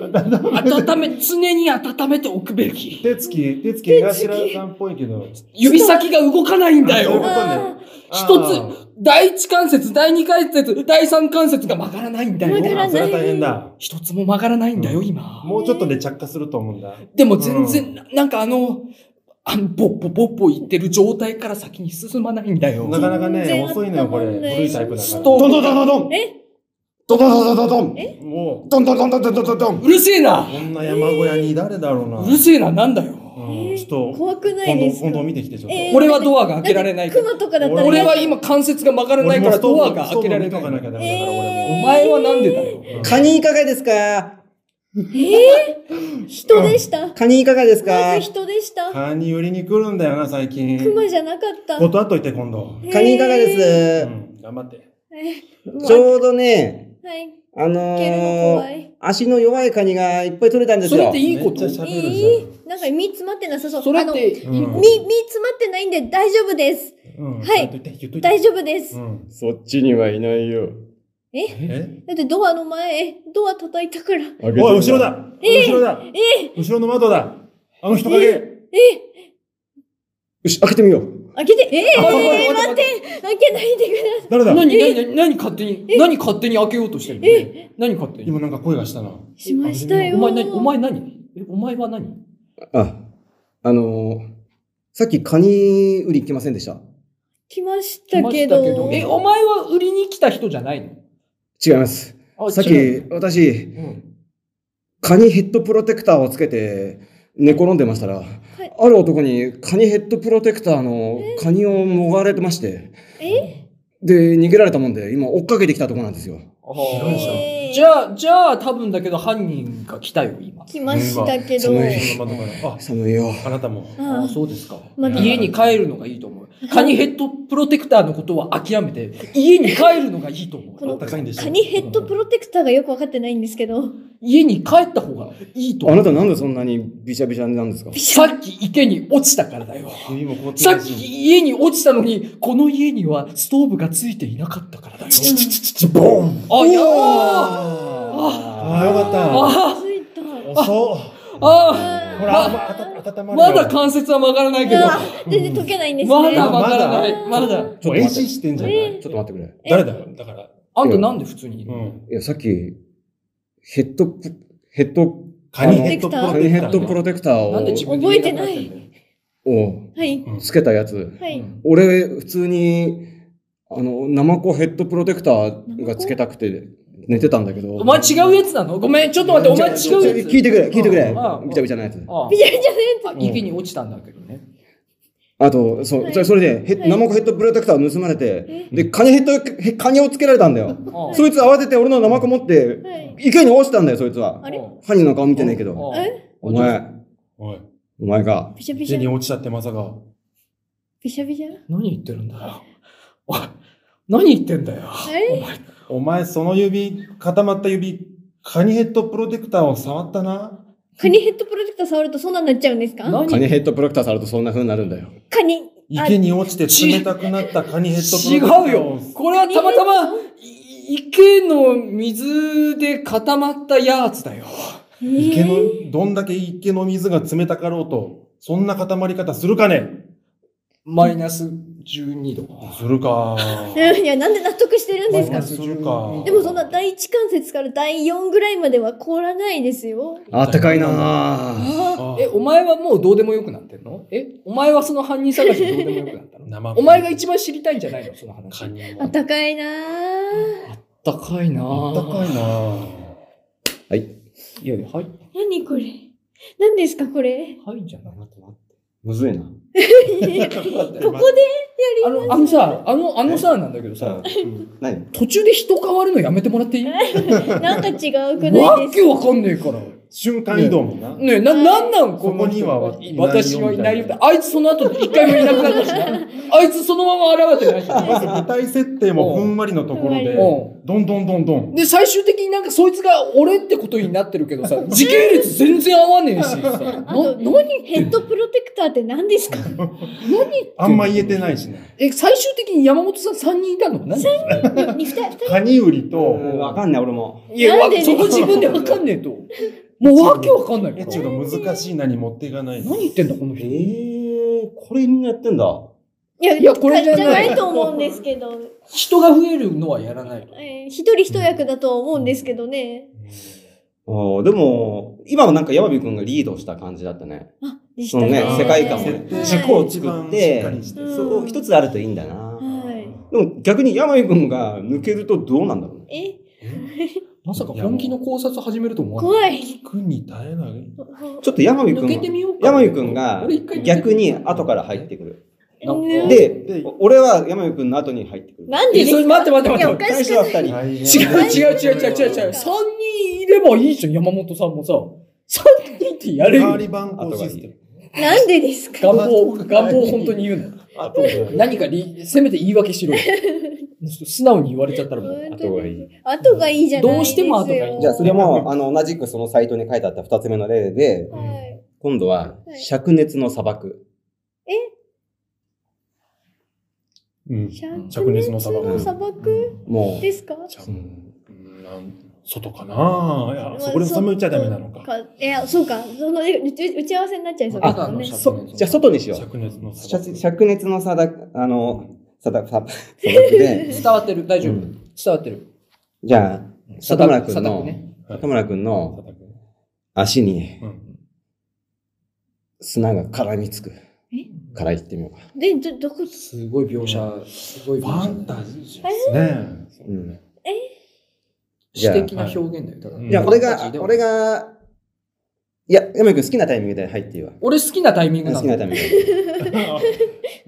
Speaker 3: 温め、常に温めておくべき。
Speaker 4: 手つき、手つき、江頭さんっぽいけど。
Speaker 3: 指先が動かないんだ
Speaker 4: そういうこと
Speaker 3: よ。
Speaker 4: ね
Speaker 3: 一つ、第一関節、第二関節、第三関節が曲がらないんだ
Speaker 1: 曲がらな
Speaker 3: よ。
Speaker 1: い
Speaker 4: あーそれは大変だ。
Speaker 3: 一つも曲がらないんだよ、
Speaker 4: うん
Speaker 3: 今。
Speaker 4: もうちょっとで着火すると思うんだ。
Speaker 3: でも全然、
Speaker 4: うん
Speaker 3: ななんかあの、あの、ぼっぽぼっぽ言ってる状態から先に進まないんだよ。
Speaker 4: なかなか
Speaker 1: 全然
Speaker 4: ね、遅いのよ、これ。
Speaker 1: 温まんない
Speaker 4: 古いタイプだから。
Speaker 3: ス
Speaker 5: ど
Speaker 3: トー
Speaker 5: んどんどんどんどん
Speaker 1: え
Speaker 5: どんどんどんどんどん
Speaker 4: も
Speaker 5: どんどんどんどんどんどんどんどん
Speaker 3: うるせえ
Speaker 4: う、
Speaker 3: な
Speaker 4: こんな山小屋に誰だろうな。
Speaker 3: うるせえな、なんだよ。
Speaker 4: う
Speaker 1: え
Speaker 4: ん
Speaker 1: ー
Speaker 4: ちょっと、
Speaker 1: 怖くない
Speaker 4: 今
Speaker 1: で
Speaker 4: 度、
Speaker 1: すか
Speaker 4: 今度見てきて、ちょっと。
Speaker 1: えー
Speaker 3: 俺はドアが開けられないから。
Speaker 1: 熊とかだったらね。
Speaker 3: 俺は今関節が曲がらないからドアが開けられ
Speaker 4: とかない
Speaker 3: な。
Speaker 4: きゃダ
Speaker 1: え
Speaker 4: メだか
Speaker 1: ー
Speaker 4: ら、
Speaker 3: お
Speaker 4: 俺も。
Speaker 3: 前はなんでだよ。
Speaker 4: うん
Speaker 2: カニいかがですか
Speaker 1: 人でした。
Speaker 2: カニいかがです
Speaker 1: ま
Speaker 2: か
Speaker 1: ず人でした。
Speaker 4: カニ売りに来るんだよな、最近。
Speaker 1: 熊じゃなかった。
Speaker 4: 断っといて、今度。
Speaker 2: カニいかが
Speaker 4: う
Speaker 2: です、
Speaker 4: ん、頑張って。
Speaker 2: ちょうどね、
Speaker 1: はい。
Speaker 2: あの
Speaker 1: 蹴るの怖
Speaker 2: ー、
Speaker 1: い。
Speaker 2: 足の弱いカニがいっぱい取れたんです
Speaker 3: それ
Speaker 2: よ
Speaker 3: って。いいこ
Speaker 4: めっ
Speaker 3: と
Speaker 4: ちゃ喋る
Speaker 1: い
Speaker 4: じ
Speaker 1: いなんか身詰まってなさそう。
Speaker 3: それっ
Speaker 1: あの
Speaker 3: ていい、
Speaker 4: うん
Speaker 1: 身、身詰まってないんで大丈夫です。
Speaker 4: ゃん。うん、
Speaker 1: はい
Speaker 4: 言っといて、言っといて。
Speaker 1: 大丈夫です。
Speaker 4: うん。
Speaker 2: そっちにはいないよ。
Speaker 4: え
Speaker 1: だってドアの前、ドア叩いたから。
Speaker 2: おい、
Speaker 4: おい、後ろだ後ろだ後ろの窓だあの人影
Speaker 1: え
Speaker 2: よし、開けてみよう。
Speaker 1: 開けて、え
Speaker 3: あ
Speaker 1: えー、
Speaker 3: 待
Speaker 1: 待
Speaker 3: っ
Speaker 1: ってて、開けないでくださ
Speaker 4: 誰だ
Speaker 3: 何、何、何、何勝手に、何勝手に開けようとしてるの何勝手に。
Speaker 4: 今なんか声がしたな。
Speaker 1: い。しましたよ。
Speaker 3: お前何、お前何え、お前は何
Speaker 2: あ、あのー、さっきカニ売り来ませんでした
Speaker 1: 来ましたけ
Speaker 3: 来ました
Speaker 1: ど。
Speaker 3: え、お前は売りに来た人じゃないの
Speaker 2: 違います。
Speaker 3: あ
Speaker 2: さっ
Speaker 3: 違
Speaker 2: き
Speaker 3: う、
Speaker 2: 私、
Speaker 3: うん
Speaker 2: カニヘッドプロテクターをつけて寝転んでましたら、
Speaker 1: い
Speaker 2: ある男にカニヘッドプロテクターのカニをもがれてまして、
Speaker 1: え
Speaker 2: で、逃げられたもんで、今追っかけてきたとこなんですよ。
Speaker 3: あ
Speaker 4: 広いじゃん
Speaker 3: ー
Speaker 1: えー
Speaker 3: じゃあ、じゃあ、多分だけど犯人が来たよ、今。
Speaker 1: 来ましたけど。
Speaker 2: 寒い
Speaker 4: 後ろの窓から。あ、
Speaker 2: 寒いよ。
Speaker 4: あなたも。
Speaker 1: ああ
Speaker 3: そうですか。
Speaker 1: まだ
Speaker 3: 家に帰るのがいいと思う。カニヘッドプロテクターのことは諦めて、家に帰るのがいいと思
Speaker 1: こ
Speaker 3: う。
Speaker 1: の
Speaker 4: 高いんでしょ
Speaker 1: カニヘッドプロテクターがよくわかってないんですけど。
Speaker 3: 家に帰った方がいいと
Speaker 2: あ
Speaker 3: 思
Speaker 2: な
Speaker 3: う。
Speaker 2: たなんでそんなにびちゃびちゃなんですか
Speaker 3: さっき池に落ちたからだよ。
Speaker 4: 指も凍って
Speaker 3: さ
Speaker 4: る
Speaker 3: っ
Speaker 4: し
Speaker 3: き家に落ちたのに、この家にはストーブがついていなかったからだ
Speaker 1: う
Speaker 3: よ。
Speaker 1: ん
Speaker 3: ボンあ、やば
Speaker 4: ああ、よかった。
Speaker 3: あ
Speaker 1: ついた。
Speaker 4: 遅っ。
Speaker 3: あ
Speaker 1: あ
Speaker 4: ほら、まあ、た温まるよ
Speaker 3: まだ関節は曲がらないけど。
Speaker 1: あー、全然解けないんですね。
Speaker 3: まだ曲がらない。まだ。
Speaker 2: ちょ
Speaker 4: も
Speaker 2: っと
Speaker 4: う遠
Speaker 2: 待っ
Speaker 4: 視
Speaker 2: て。
Speaker 4: してんじゃない
Speaker 1: え
Speaker 2: ちょっと待ってくれ。
Speaker 1: え
Speaker 4: 誰だよ、だから。
Speaker 3: あんたなんで普通にいる
Speaker 4: う
Speaker 3: の
Speaker 4: ん。
Speaker 2: いや、さっき、ヘッドプ、ヘッド、
Speaker 4: カニヘッドプロ
Speaker 2: カ
Speaker 4: テ
Speaker 2: ニヘ
Speaker 4: クタ
Speaker 2: ッ
Speaker 4: ー
Speaker 2: ドプロテクター
Speaker 3: なんで自
Speaker 2: を
Speaker 3: 分で言かったんだよ
Speaker 1: 覚えて
Speaker 2: を
Speaker 1: はい。
Speaker 2: つけたやつ。
Speaker 1: はい。
Speaker 2: 俺、普通に、あの、ナマコヘッドプロテクターがつけたくて、寝てたんだけど。
Speaker 3: お前違うやつなのごめん、ちょっと待って、お前違うやつ。
Speaker 2: 聞いてくれ、聞いてくれ
Speaker 3: うんうん。
Speaker 2: びちゃびちゃなやつ。
Speaker 3: ああ
Speaker 1: ビジャビジャのやつ
Speaker 3: あ池に落ちたんだけどね。
Speaker 2: あと、そ
Speaker 1: は
Speaker 2: う、
Speaker 1: い
Speaker 2: それそれで、ヘ
Speaker 1: はい
Speaker 2: ッナマコヘッドプロテクター盗まれて、で、カニヘッド、へカニをつけられたんだよ。
Speaker 3: ああ
Speaker 2: そいつ慌てて俺のナマコ持って、
Speaker 1: はい。
Speaker 2: 池に落ちたんだよ、そいつは
Speaker 1: あ。れ
Speaker 2: 犯人の顔見てないけど。
Speaker 3: ああ
Speaker 2: お前、
Speaker 4: おい。
Speaker 2: お前が、
Speaker 1: ビシャビシ
Speaker 4: 手に
Speaker 1: ャ。
Speaker 4: 落ちたってまさか。
Speaker 1: ビシャビシャ。
Speaker 3: 何言ってるんだよ。おい、何言ってんだよ。
Speaker 1: あれ
Speaker 4: お前、その指、固まった指、カニヘッドプロテクターを触ったな。
Speaker 1: カニヘッドプロジェクター触るとそんなんなっちゃうんですか
Speaker 3: 何
Speaker 2: カニヘッドプロテクターされるとそんな風になるんだよ。
Speaker 1: カニ。あ
Speaker 4: 池に落ちて冷たくなったカニヘッドプロ
Speaker 3: 違
Speaker 4: テクターを。
Speaker 3: うよ。これはたまたま、い池の水で固まったやつだよ。
Speaker 1: え
Speaker 4: 池
Speaker 1: ー
Speaker 4: の、どんだけ池の水が冷たかろうと、そんな固まり方するかね
Speaker 3: マイナス12度。
Speaker 4: するか。
Speaker 1: うんいや、なんで納得してるんです
Speaker 4: マイナ
Speaker 1: か
Speaker 4: ス12か
Speaker 1: でもそんな第一関節から第四ぐらいまでは凍らないですよ。
Speaker 2: あったかいなぁ。
Speaker 1: あ
Speaker 4: あ
Speaker 3: え、お前はもうどうでもよくなってんのえ、お前はその犯人探しどうでもよくなったの
Speaker 4: 生
Speaker 3: お前が一番知りたいんじゃないのその話。
Speaker 4: カ
Speaker 3: あっ
Speaker 4: ニ
Speaker 1: ああ
Speaker 4: は。
Speaker 1: ったかいなぁ。
Speaker 3: たかいな
Speaker 4: あったか
Speaker 3: い。
Speaker 4: いな。
Speaker 2: はい。
Speaker 3: いやいや、はい、
Speaker 1: 何これ何ですかこれ
Speaker 3: はいじゃない。
Speaker 2: むずいな。
Speaker 1: ここ
Speaker 3: あの、あのさ、あの、あのさ、なんだけどさ、
Speaker 2: 何
Speaker 3: 途中で人変わるのやめてもらっていい
Speaker 1: でなんか違うくな
Speaker 3: わ
Speaker 1: い
Speaker 3: っ
Speaker 1: で
Speaker 3: け
Speaker 1: す
Speaker 3: わかんねえから。
Speaker 4: 瞬間移動もな。
Speaker 3: ねえ、な、なんなんこの人
Speaker 4: そこにはいないよ
Speaker 3: 私はいないよって。あいつその後一回もいなくなったし な。あいつそのまま現れてない し
Speaker 4: ま
Speaker 3: な。
Speaker 4: ず舞台設定もふんわりのところで、
Speaker 3: う
Speaker 4: どんどんどんどん。
Speaker 3: で、最終的になんかそいつが俺ってことになってるけ どさ、時系列全然合わねえ しさ。な、
Speaker 1: あと
Speaker 3: 何
Speaker 1: ヘッドプロテクターって何です か
Speaker 4: あんま言えてないしね。
Speaker 3: え、最終的に山本さん三人いたの何
Speaker 1: に二人
Speaker 4: カニ売りと、
Speaker 2: わかんない、俺も。
Speaker 3: いや、
Speaker 1: なん
Speaker 3: わ
Speaker 1: で
Speaker 3: そこ自分でわかんねえ と。もうわけわかんないか
Speaker 4: エ
Speaker 3: ら。
Speaker 4: チュード難しいなに持っていかないの
Speaker 3: 何言ってんだ、この
Speaker 2: え
Speaker 3: 人。
Speaker 2: ー、これみんなやってんだ。
Speaker 1: いや、
Speaker 3: いやこれじ
Speaker 1: じ
Speaker 3: ゃ
Speaker 1: ゃ
Speaker 3: ない
Speaker 1: ないと思うんですけど、
Speaker 3: 人が増えるのはやらないと。
Speaker 1: えー一人一役だとは思うんですけどね。
Speaker 2: あーでも、今はなんか山火くんがリードした感じだったね。
Speaker 1: あ、でし
Speaker 2: そ
Speaker 1: た
Speaker 2: のね、
Speaker 4: あー
Speaker 2: 世界観も
Speaker 4: 設定
Speaker 2: ね、
Speaker 4: が
Speaker 2: 軸を作っ
Speaker 4: 一番しっかり
Speaker 2: て、
Speaker 4: して
Speaker 1: うん
Speaker 2: そこ一つあるといいんだな。
Speaker 1: は
Speaker 2: でも逆に山火くんが抜けるとどうなんだろうね。
Speaker 1: い。え、
Speaker 3: まさか本気の考察始めると思わない。
Speaker 1: 怖い。
Speaker 4: 聞くに耐えない
Speaker 2: ちょっと山火く
Speaker 3: 抜けて
Speaker 2: ん、
Speaker 3: みようか。
Speaker 2: 山火くんが
Speaker 3: 俺一回抜けて
Speaker 2: 逆に後から入ってくる。
Speaker 1: うん
Speaker 2: で、俺は山火くんの後に入ってくる。
Speaker 1: なんでです
Speaker 3: えそれ
Speaker 1: か
Speaker 3: 待って待って待って
Speaker 1: いや、おか
Speaker 2: 最
Speaker 1: し
Speaker 2: 初
Speaker 1: く
Speaker 2: は
Speaker 1: ない。
Speaker 2: 二人。
Speaker 4: 大
Speaker 3: 違
Speaker 4: 変
Speaker 3: う違う違う違う違う違う。三人いればいいじゃん、山本さんもさ。三人ってやれ
Speaker 4: 代
Speaker 3: る
Speaker 4: わ
Speaker 3: よ。
Speaker 4: り番号システム。
Speaker 1: なんでですか
Speaker 3: 願 望、願望を本当に言うな。
Speaker 4: あと
Speaker 3: 何かり、せめて言い訳しろよ。素直に言われちゃったらもう。
Speaker 1: 本
Speaker 2: 後
Speaker 1: 当
Speaker 2: がい
Speaker 1: に。
Speaker 2: い。
Speaker 1: 後がいいじゃないですよ。
Speaker 3: どうしても後がいい
Speaker 2: じゃあそれも、あの、同じくそのサイトに書いてあった二つ目の例で、
Speaker 1: はい。
Speaker 2: 今度は、灼熱の砂漠。
Speaker 4: うん
Speaker 1: 灼
Speaker 4: 灼熱の砂漠
Speaker 1: の砂漠
Speaker 2: も
Speaker 1: ですか
Speaker 4: うんなん外かないや、そこで収めちゃダメなのか。
Speaker 1: いや、そうか。そのえ打ち打ち合わせになっちゃいそうです
Speaker 3: あ
Speaker 1: もんね。
Speaker 2: う、そ、じゃあ外にしよう。
Speaker 4: 灼熱の砂漠。
Speaker 2: 灼熱の砂漠、あの、砂漠、砂漠砂漠で、
Speaker 3: 伝わってる、 大丈夫。
Speaker 2: う
Speaker 3: 伝わってる。
Speaker 2: じゃあ、里村君
Speaker 3: 貞
Speaker 2: の、
Speaker 3: 子ね
Speaker 2: 里村君の足に
Speaker 4: うん
Speaker 2: 砂が絡みつく。から言ってみようか。
Speaker 1: で、ど、どこ、
Speaker 3: すごい描写、すごい
Speaker 4: フ
Speaker 3: 描写
Speaker 4: ァンタジーですね。
Speaker 2: うん。
Speaker 3: 詩的な表現だよ。ただ
Speaker 4: うん
Speaker 2: じゃあ、俺が、
Speaker 3: うん
Speaker 2: 俺が、いや、山井君好きなタイミングで入っていいわ。
Speaker 3: 俺好きなタイミングな
Speaker 2: 好
Speaker 3: の
Speaker 2: きなタイミングで。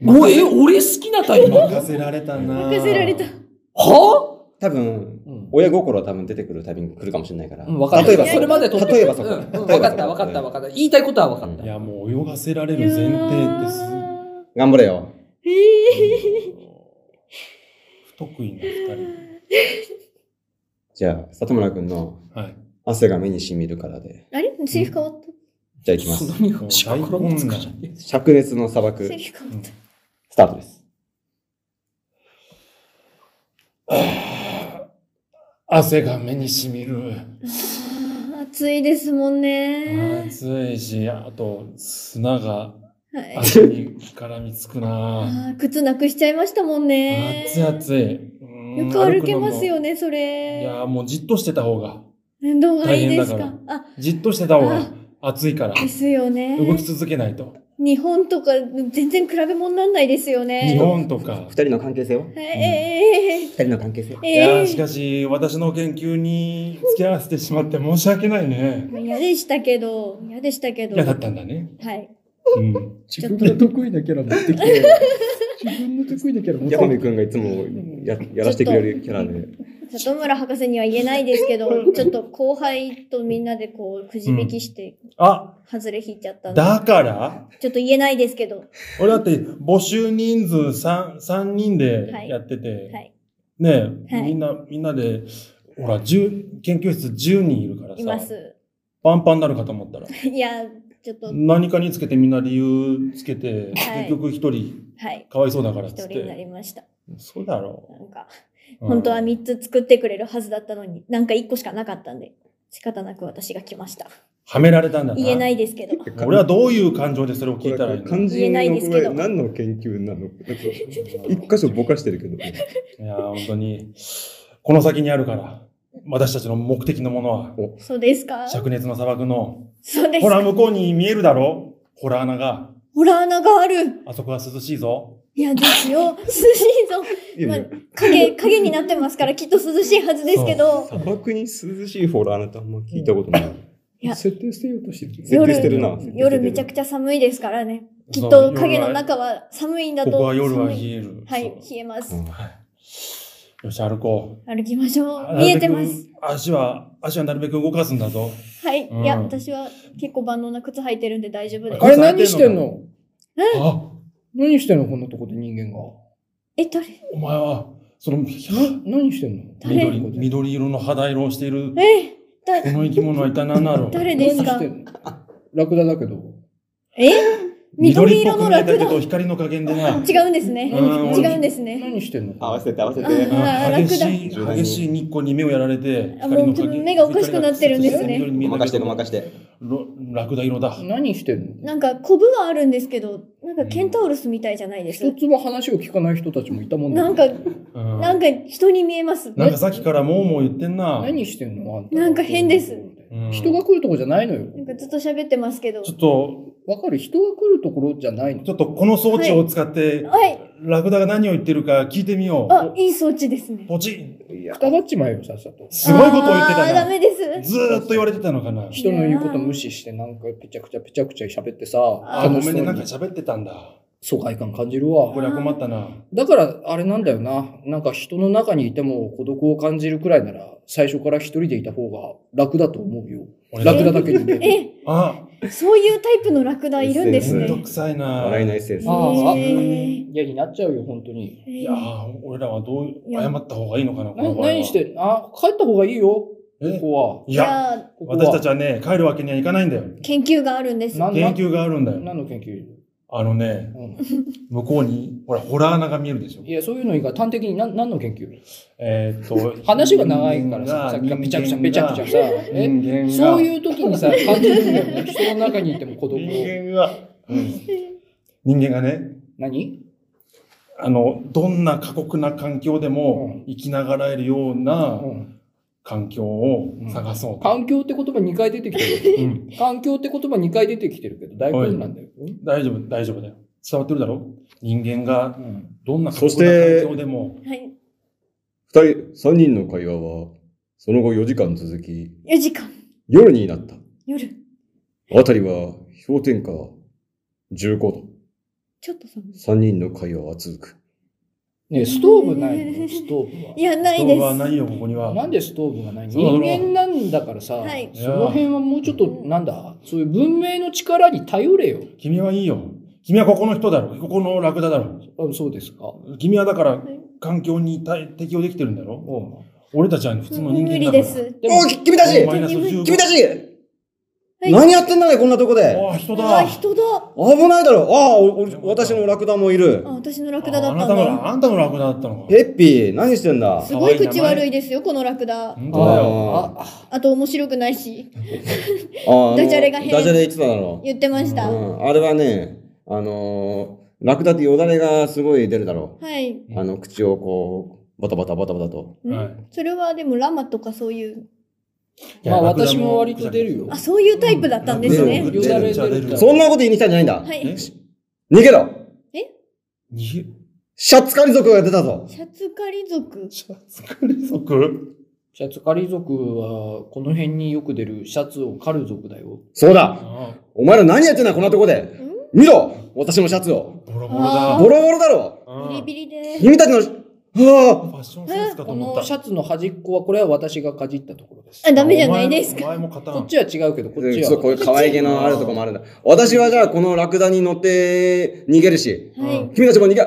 Speaker 3: もうえ、俺好きなタイミング
Speaker 4: 任せられたな。
Speaker 1: 任せられた。
Speaker 3: は
Speaker 2: 多分、
Speaker 3: ぁ、うん
Speaker 2: 親心は多分出てくるタイミング来るかもしれないから。
Speaker 3: うん、分かった。
Speaker 2: 例えば
Speaker 3: それまで撮って
Speaker 2: 例えばそこ
Speaker 3: うんうん、分かった、分かった、分かった。言いたいことは分かった。
Speaker 4: いや、もう泳がせられる前提ってす
Speaker 2: 頑張れよ。
Speaker 1: えー
Speaker 4: 不得意な二
Speaker 2: じゃあ、里村君の
Speaker 4: 人。はい。
Speaker 2: 汗が目に染みるからで。
Speaker 1: あれセリフ変わった
Speaker 2: じゃあ行きます。
Speaker 3: 何がしかも黒つくじゃん
Speaker 2: 灼熱の砂漠
Speaker 1: セ、リフ変わった。
Speaker 2: スタートです。
Speaker 4: 汗が目にしみる。
Speaker 1: あー暑いですもんね。
Speaker 4: 暑いし、あと砂が
Speaker 1: はい。あ
Speaker 4: 足に絡みつくな。
Speaker 1: ー靴なくしちゃいましたもんね。
Speaker 4: 暑い暑い。うん
Speaker 1: よく歩けますよ。ね、そ
Speaker 4: 歩くのも
Speaker 1: れ
Speaker 4: い。や、もうじっとしてた方が、
Speaker 1: どうがいいです
Speaker 4: 大
Speaker 1: か
Speaker 4: 変
Speaker 1: あ、
Speaker 4: じっとしてた方が暑いから、
Speaker 1: ですよね。
Speaker 4: 動き続けないと。
Speaker 1: 日本とか全然比べ物になんないですよね。
Speaker 4: 日本とか
Speaker 2: 二。人の関係性は
Speaker 1: ええ
Speaker 2: 二人の関係性
Speaker 1: ええ
Speaker 4: いや
Speaker 1: え
Speaker 4: ーしかし、私の研究に付き合わせてしまって申し訳ないね。
Speaker 1: え嫌でしたけど、嫌でしたけど。
Speaker 4: 嫌だったんだね。
Speaker 1: はい。
Speaker 4: うん。
Speaker 1: ち
Speaker 3: 自
Speaker 1: ょっ
Speaker 3: 分
Speaker 1: と
Speaker 3: の得意なキャラ持ってきて、自分の得意なキャラ持って
Speaker 2: 山
Speaker 3: き
Speaker 2: 見
Speaker 3: て。
Speaker 2: くんがいつもややらせてくれるキャラで。
Speaker 1: 里村博士には言えないですけど、ちょっと後輩とみんなでこう、くじ引きして、
Speaker 4: あ、
Speaker 1: 外れ引いちゃったんで、
Speaker 4: だから
Speaker 1: ちょっと言えないですけど、
Speaker 4: 俺だって募集人数 3, 三人でやってて、
Speaker 1: はい。
Speaker 4: ねえ、
Speaker 1: はい
Speaker 4: みんな、みんなで、ほら、10研究室10人いるから
Speaker 1: いま
Speaker 4: さ、
Speaker 1: す。
Speaker 4: パンパンになるかと思ったら、
Speaker 1: いや、ちょっと、
Speaker 4: 何かにつけてみんな理由つけて、
Speaker 1: はい
Speaker 4: 結局一人
Speaker 1: はい。
Speaker 4: かわいそうだからっ
Speaker 1: 一
Speaker 4: つっ
Speaker 1: 人にな
Speaker 4: て。
Speaker 1: りました。
Speaker 4: そうだろ
Speaker 1: なんか、
Speaker 4: う。
Speaker 1: 本当は
Speaker 4: うん
Speaker 1: 3つ作ってくれるはずだったのに、なんか1個しかなかったんで、仕方なく私が来ました。
Speaker 4: はめられたんだな。
Speaker 1: 言えないですけど。
Speaker 4: 俺はどういう感情でそれを聞いたらいいの
Speaker 2: 肝
Speaker 1: 言え
Speaker 2: 心
Speaker 1: ない
Speaker 2: の
Speaker 1: です
Speaker 2: こ
Speaker 1: け
Speaker 2: れ
Speaker 1: ど
Speaker 2: 何の研究なのなんか一箇所ぼかしてるけど。
Speaker 4: いやー、本当に、この先にあるから、私たちの目的のものは、
Speaker 1: そうですか
Speaker 4: 灼熱の砂漠の、
Speaker 1: そうです
Speaker 4: ほら、
Speaker 1: か
Speaker 4: 向こうに見えるだろほら、穴が、
Speaker 1: ほら穴がある
Speaker 4: あそこは涼しいぞ。
Speaker 1: いやですよ。 涼しいぞ。
Speaker 2: いやいや
Speaker 1: 影、影になってますからきっと涼しいはずですけど、
Speaker 2: 砂漠に涼しいフォローあなたあんま聞いたことない。
Speaker 1: いや
Speaker 3: 設定してようとしてる。
Speaker 2: 設定してるな。
Speaker 1: 夜めちゃ
Speaker 2: ち
Speaker 1: くちゃ寒いですからね。きっ
Speaker 4: そ
Speaker 1: と
Speaker 4: う
Speaker 1: 影の。
Speaker 4: 夜は
Speaker 1: 中は寒いんだと。
Speaker 4: ここは夜は
Speaker 1: 寒
Speaker 4: 冷
Speaker 1: い
Speaker 4: える。
Speaker 1: はい、
Speaker 4: そう
Speaker 1: 冷えます。
Speaker 4: よし、歩こ
Speaker 1: 歩きましょ
Speaker 4: う。
Speaker 1: う。 見えてます。。
Speaker 4: 足は、足はなるべく動かすんだぞ。
Speaker 1: はい。
Speaker 4: うん
Speaker 1: いや、私は結構万能な靴履いてるんで大丈夫です
Speaker 3: あ。れ何してんの
Speaker 4: あ、
Speaker 3: 何してんのこんなとこで人間が。
Speaker 1: え、誰
Speaker 4: お前は、その、
Speaker 3: 何してんの
Speaker 1: 誰
Speaker 4: 緑、緑色の肌色をしている、こ
Speaker 1: え、だ
Speaker 4: の生き物は一体何なの
Speaker 1: 誰ですか
Speaker 3: 何してんのラクダだけど。
Speaker 1: え緑色のラ
Speaker 4: 緑っ
Speaker 1: ク
Speaker 4: ぽく見えたけ
Speaker 1: ダ
Speaker 4: ど、光の加減でな。
Speaker 1: 違うんですね。
Speaker 4: うん
Speaker 1: 違うんですね。
Speaker 3: 何してんの
Speaker 2: 合わせて合わせ
Speaker 1: あー
Speaker 2: て。
Speaker 1: あー
Speaker 4: 激しい
Speaker 2: 楽だ
Speaker 4: 激しい日光に目をやられて
Speaker 1: あもうちょっと目がおかしくなってるんですね
Speaker 2: ごまかしてごまかして。
Speaker 4: てラクダ色だ
Speaker 3: 何してんの
Speaker 1: なんか、コブはあるんですけど、なんかケンタウロスみたいじゃないです
Speaker 3: 一。つも話を聞かない人たちもいたもんだ
Speaker 1: な
Speaker 3: よ
Speaker 1: んか、
Speaker 4: うん
Speaker 1: なんか人に見えます。
Speaker 4: なんかさっきからもうもう言ってんな
Speaker 3: 何してんのあんた
Speaker 1: なんか変です
Speaker 4: うん
Speaker 3: 人が来るとこじゃないのよ。
Speaker 1: なんかずっと喋ってますけど。
Speaker 4: ちょっと
Speaker 3: わかる人が来るところじゃないの。
Speaker 4: ちょっとこの装置を使って
Speaker 1: はい。
Speaker 4: ラクダが何を言ってるか聞いてみよ
Speaker 1: あ
Speaker 4: う、
Speaker 1: いい装置ですね。
Speaker 4: ポチッ
Speaker 2: いや、
Speaker 3: 二がっちまえよ、さっさと。
Speaker 4: すごいことを言って
Speaker 1: あー
Speaker 4: た
Speaker 1: ダ
Speaker 4: な
Speaker 1: メです。
Speaker 4: ずーっと言われてたのかな
Speaker 3: 人の言うこと無視して、なんかぺちゃくちゃぺちゃくちゃ喋ってさ、
Speaker 1: あ
Speaker 4: あご
Speaker 3: 楽し
Speaker 4: めん
Speaker 3: そう
Speaker 4: ね
Speaker 3: に
Speaker 4: なんか喋ってたんだ
Speaker 3: 疎外感感じるわ
Speaker 4: こ。れは困ったな
Speaker 3: だから、あれなんだよな。なんか人の中にいても孤独を感じるくらいなら、最初から一人でいた方が楽だと思うよ。
Speaker 4: 俺
Speaker 3: ラクダだけにね。
Speaker 1: え、
Speaker 4: あ
Speaker 1: そういうタイプのラクダいるんです
Speaker 4: めんど
Speaker 1: ね。
Speaker 4: くさいな
Speaker 2: 笑いのエッセンス。
Speaker 3: ああ、
Speaker 1: へえ
Speaker 3: 嫌になっちゃうよ、本当に。
Speaker 1: え
Speaker 4: い
Speaker 1: ー
Speaker 4: やー俺らはどう謝った方がいいのかなこ
Speaker 3: な
Speaker 4: の場合は
Speaker 3: 何して、あ、帰った方がいいよ、こ
Speaker 4: え
Speaker 3: こ
Speaker 4: い
Speaker 1: い
Speaker 4: や
Speaker 1: やー、
Speaker 3: は。ここは
Speaker 4: 私たちはね帰るわけにはいかないんだよ
Speaker 1: 研究があるんです。
Speaker 3: な
Speaker 4: 研
Speaker 3: ん
Speaker 4: 究があるんだよ
Speaker 3: 何の研究、
Speaker 4: あのね、
Speaker 3: うん
Speaker 4: 向こうに、ほら、ホラー穴が見えるでしょ
Speaker 3: い。や、そういうのいいから、端的に何何の研究
Speaker 4: えーっと、
Speaker 3: 話が長いからさ、さっき
Speaker 4: 人間
Speaker 3: から
Speaker 4: が
Speaker 3: ぺちゃくちゃぺちゃくちゃさ、え
Speaker 4: 人間が、
Speaker 3: そ
Speaker 4: う
Speaker 3: ういう時 にさ、感じるんだよね。人の中にいても孤独を。
Speaker 4: 人間が、うん人間がね、
Speaker 3: 何
Speaker 4: あの、どんな過酷な環境で
Speaker 3: う
Speaker 4: も
Speaker 3: ん
Speaker 4: 生きながらえるよう
Speaker 3: う。
Speaker 4: なん環境を探そうと。
Speaker 3: 環境って言葉2回出てきてる。
Speaker 4: うん
Speaker 3: 環境って言葉2回出てきてるけど、大根なんだよ。
Speaker 4: 大丈夫、大丈夫だよ。伝わってるだろ人間が
Speaker 3: うん
Speaker 4: どんな過酷な環境でも、
Speaker 1: はい。
Speaker 2: 二人、三人の会話は、その後4時間続き、
Speaker 1: 4時間。
Speaker 2: 夜になった。
Speaker 1: 夜。
Speaker 2: あたりは氷点下15度。
Speaker 1: ちょっと寒い。
Speaker 2: 三人の会話は続く。
Speaker 3: ねえストーブないのストー
Speaker 1: いや、ない
Speaker 4: 人
Speaker 1: です。
Speaker 4: はないよ、ここに
Speaker 3: ブは。
Speaker 4: は。
Speaker 3: なんでストーブがないの
Speaker 4: そうだろう
Speaker 3: 人間なんだからさ、
Speaker 1: はい
Speaker 3: その辺はもうちょっと、なんだ、そういう文明の力に頼れよ。
Speaker 4: 君はいいよ。君はここの人だろ。ここのラクダだろ。
Speaker 3: あそうですか。
Speaker 4: 君はだから
Speaker 1: い
Speaker 4: 環境に対適応できてるんだろ
Speaker 3: おう
Speaker 4: 俺たちは普通の人
Speaker 1: 無
Speaker 4: 間だ
Speaker 1: 理
Speaker 4: から。
Speaker 1: です。
Speaker 3: でも、
Speaker 2: 君た
Speaker 1: ち
Speaker 4: マイナス15
Speaker 2: 君たち
Speaker 1: はい
Speaker 2: 何やってんだね、こんなとこで
Speaker 4: ああ、人
Speaker 1: あ
Speaker 4: だ
Speaker 1: ー、。人だ。あ、
Speaker 2: 危ないだろああお、お私のラクダもいる。
Speaker 1: 私のラクダだ
Speaker 4: あ
Speaker 1: っ
Speaker 4: な
Speaker 1: た
Speaker 4: た
Speaker 1: ん
Speaker 4: の、
Speaker 1: だ。
Speaker 4: あんたのラクダだったのか。
Speaker 2: ペッピー、何してんだ
Speaker 1: すごい口悪いですよ、このラクダ。
Speaker 4: 本当だよ。
Speaker 2: あ
Speaker 3: あ、
Speaker 1: あと面白くないし、
Speaker 2: ああの
Speaker 1: ダジャレが変
Speaker 2: ダジャレ言ってただろ。
Speaker 1: 言ってました。
Speaker 4: う
Speaker 2: うんあれはね、あのー、ラクダってよだれがすごい出るだろ
Speaker 1: はい。
Speaker 2: う。あの、口をこう、バタバタバタバタと。
Speaker 1: ん
Speaker 4: はい
Speaker 1: それはでもラマとかそういう
Speaker 3: まあ私も割と出るよ
Speaker 1: あ、。そういうタイプだったんですね。は
Speaker 4: うん
Speaker 1: い。
Speaker 4: 出る出る出る
Speaker 2: そんなこと言いに来たんじゃないんだ。
Speaker 1: はい
Speaker 2: 逃げろ
Speaker 4: 逃げ、
Speaker 2: シャツ狩り族が出たぞ
Speaker 1: シャツ狩り族。
Speaker 4: シャツ狩り族
Speaker 3: シャツ狩り族は、この辺によく出るシャツを狩る族だよ。
Speaker 2: そうだ
Speaker 3: ああ
Speaker 2: お前ら何やってんだこんなとこで見ろ私のシャツを
Speaker 4: ボロボロ
Speaker 1: あ
Speaker 4: だ。
Speaker 2: ボロボロだろ
Speaker 4: うん
Speaker 1: ビリビリで。
Speaker 2: 君たちの、は
Speaker 4: ファッションセンスかと
Speaker 3: こ
Speaker 4: 思っ
Speaker 3: の
Speaker 4: た。
Speaker 3: シャツの端っこは、これは私がかじったところです
Speaker 1: あ、。ダメじゃないですか。
Speaker 4: お前も勝
Speaker 3: こ
Speaker 4: た
Speaker 3: っ
Speaker 4: ん。
Speaker 3: ちは違うけど、こっち
Speaker 2: あ、そう、こうい
Speaker 3: は。
Speaker 2: う可愛げのあるとこもあるんだ。私はじゃあこのラクダに乗って逃げるし、
Speaker 4: うん
Speaker 1: はい。
Speaker 2: 君たちも逃げ、あ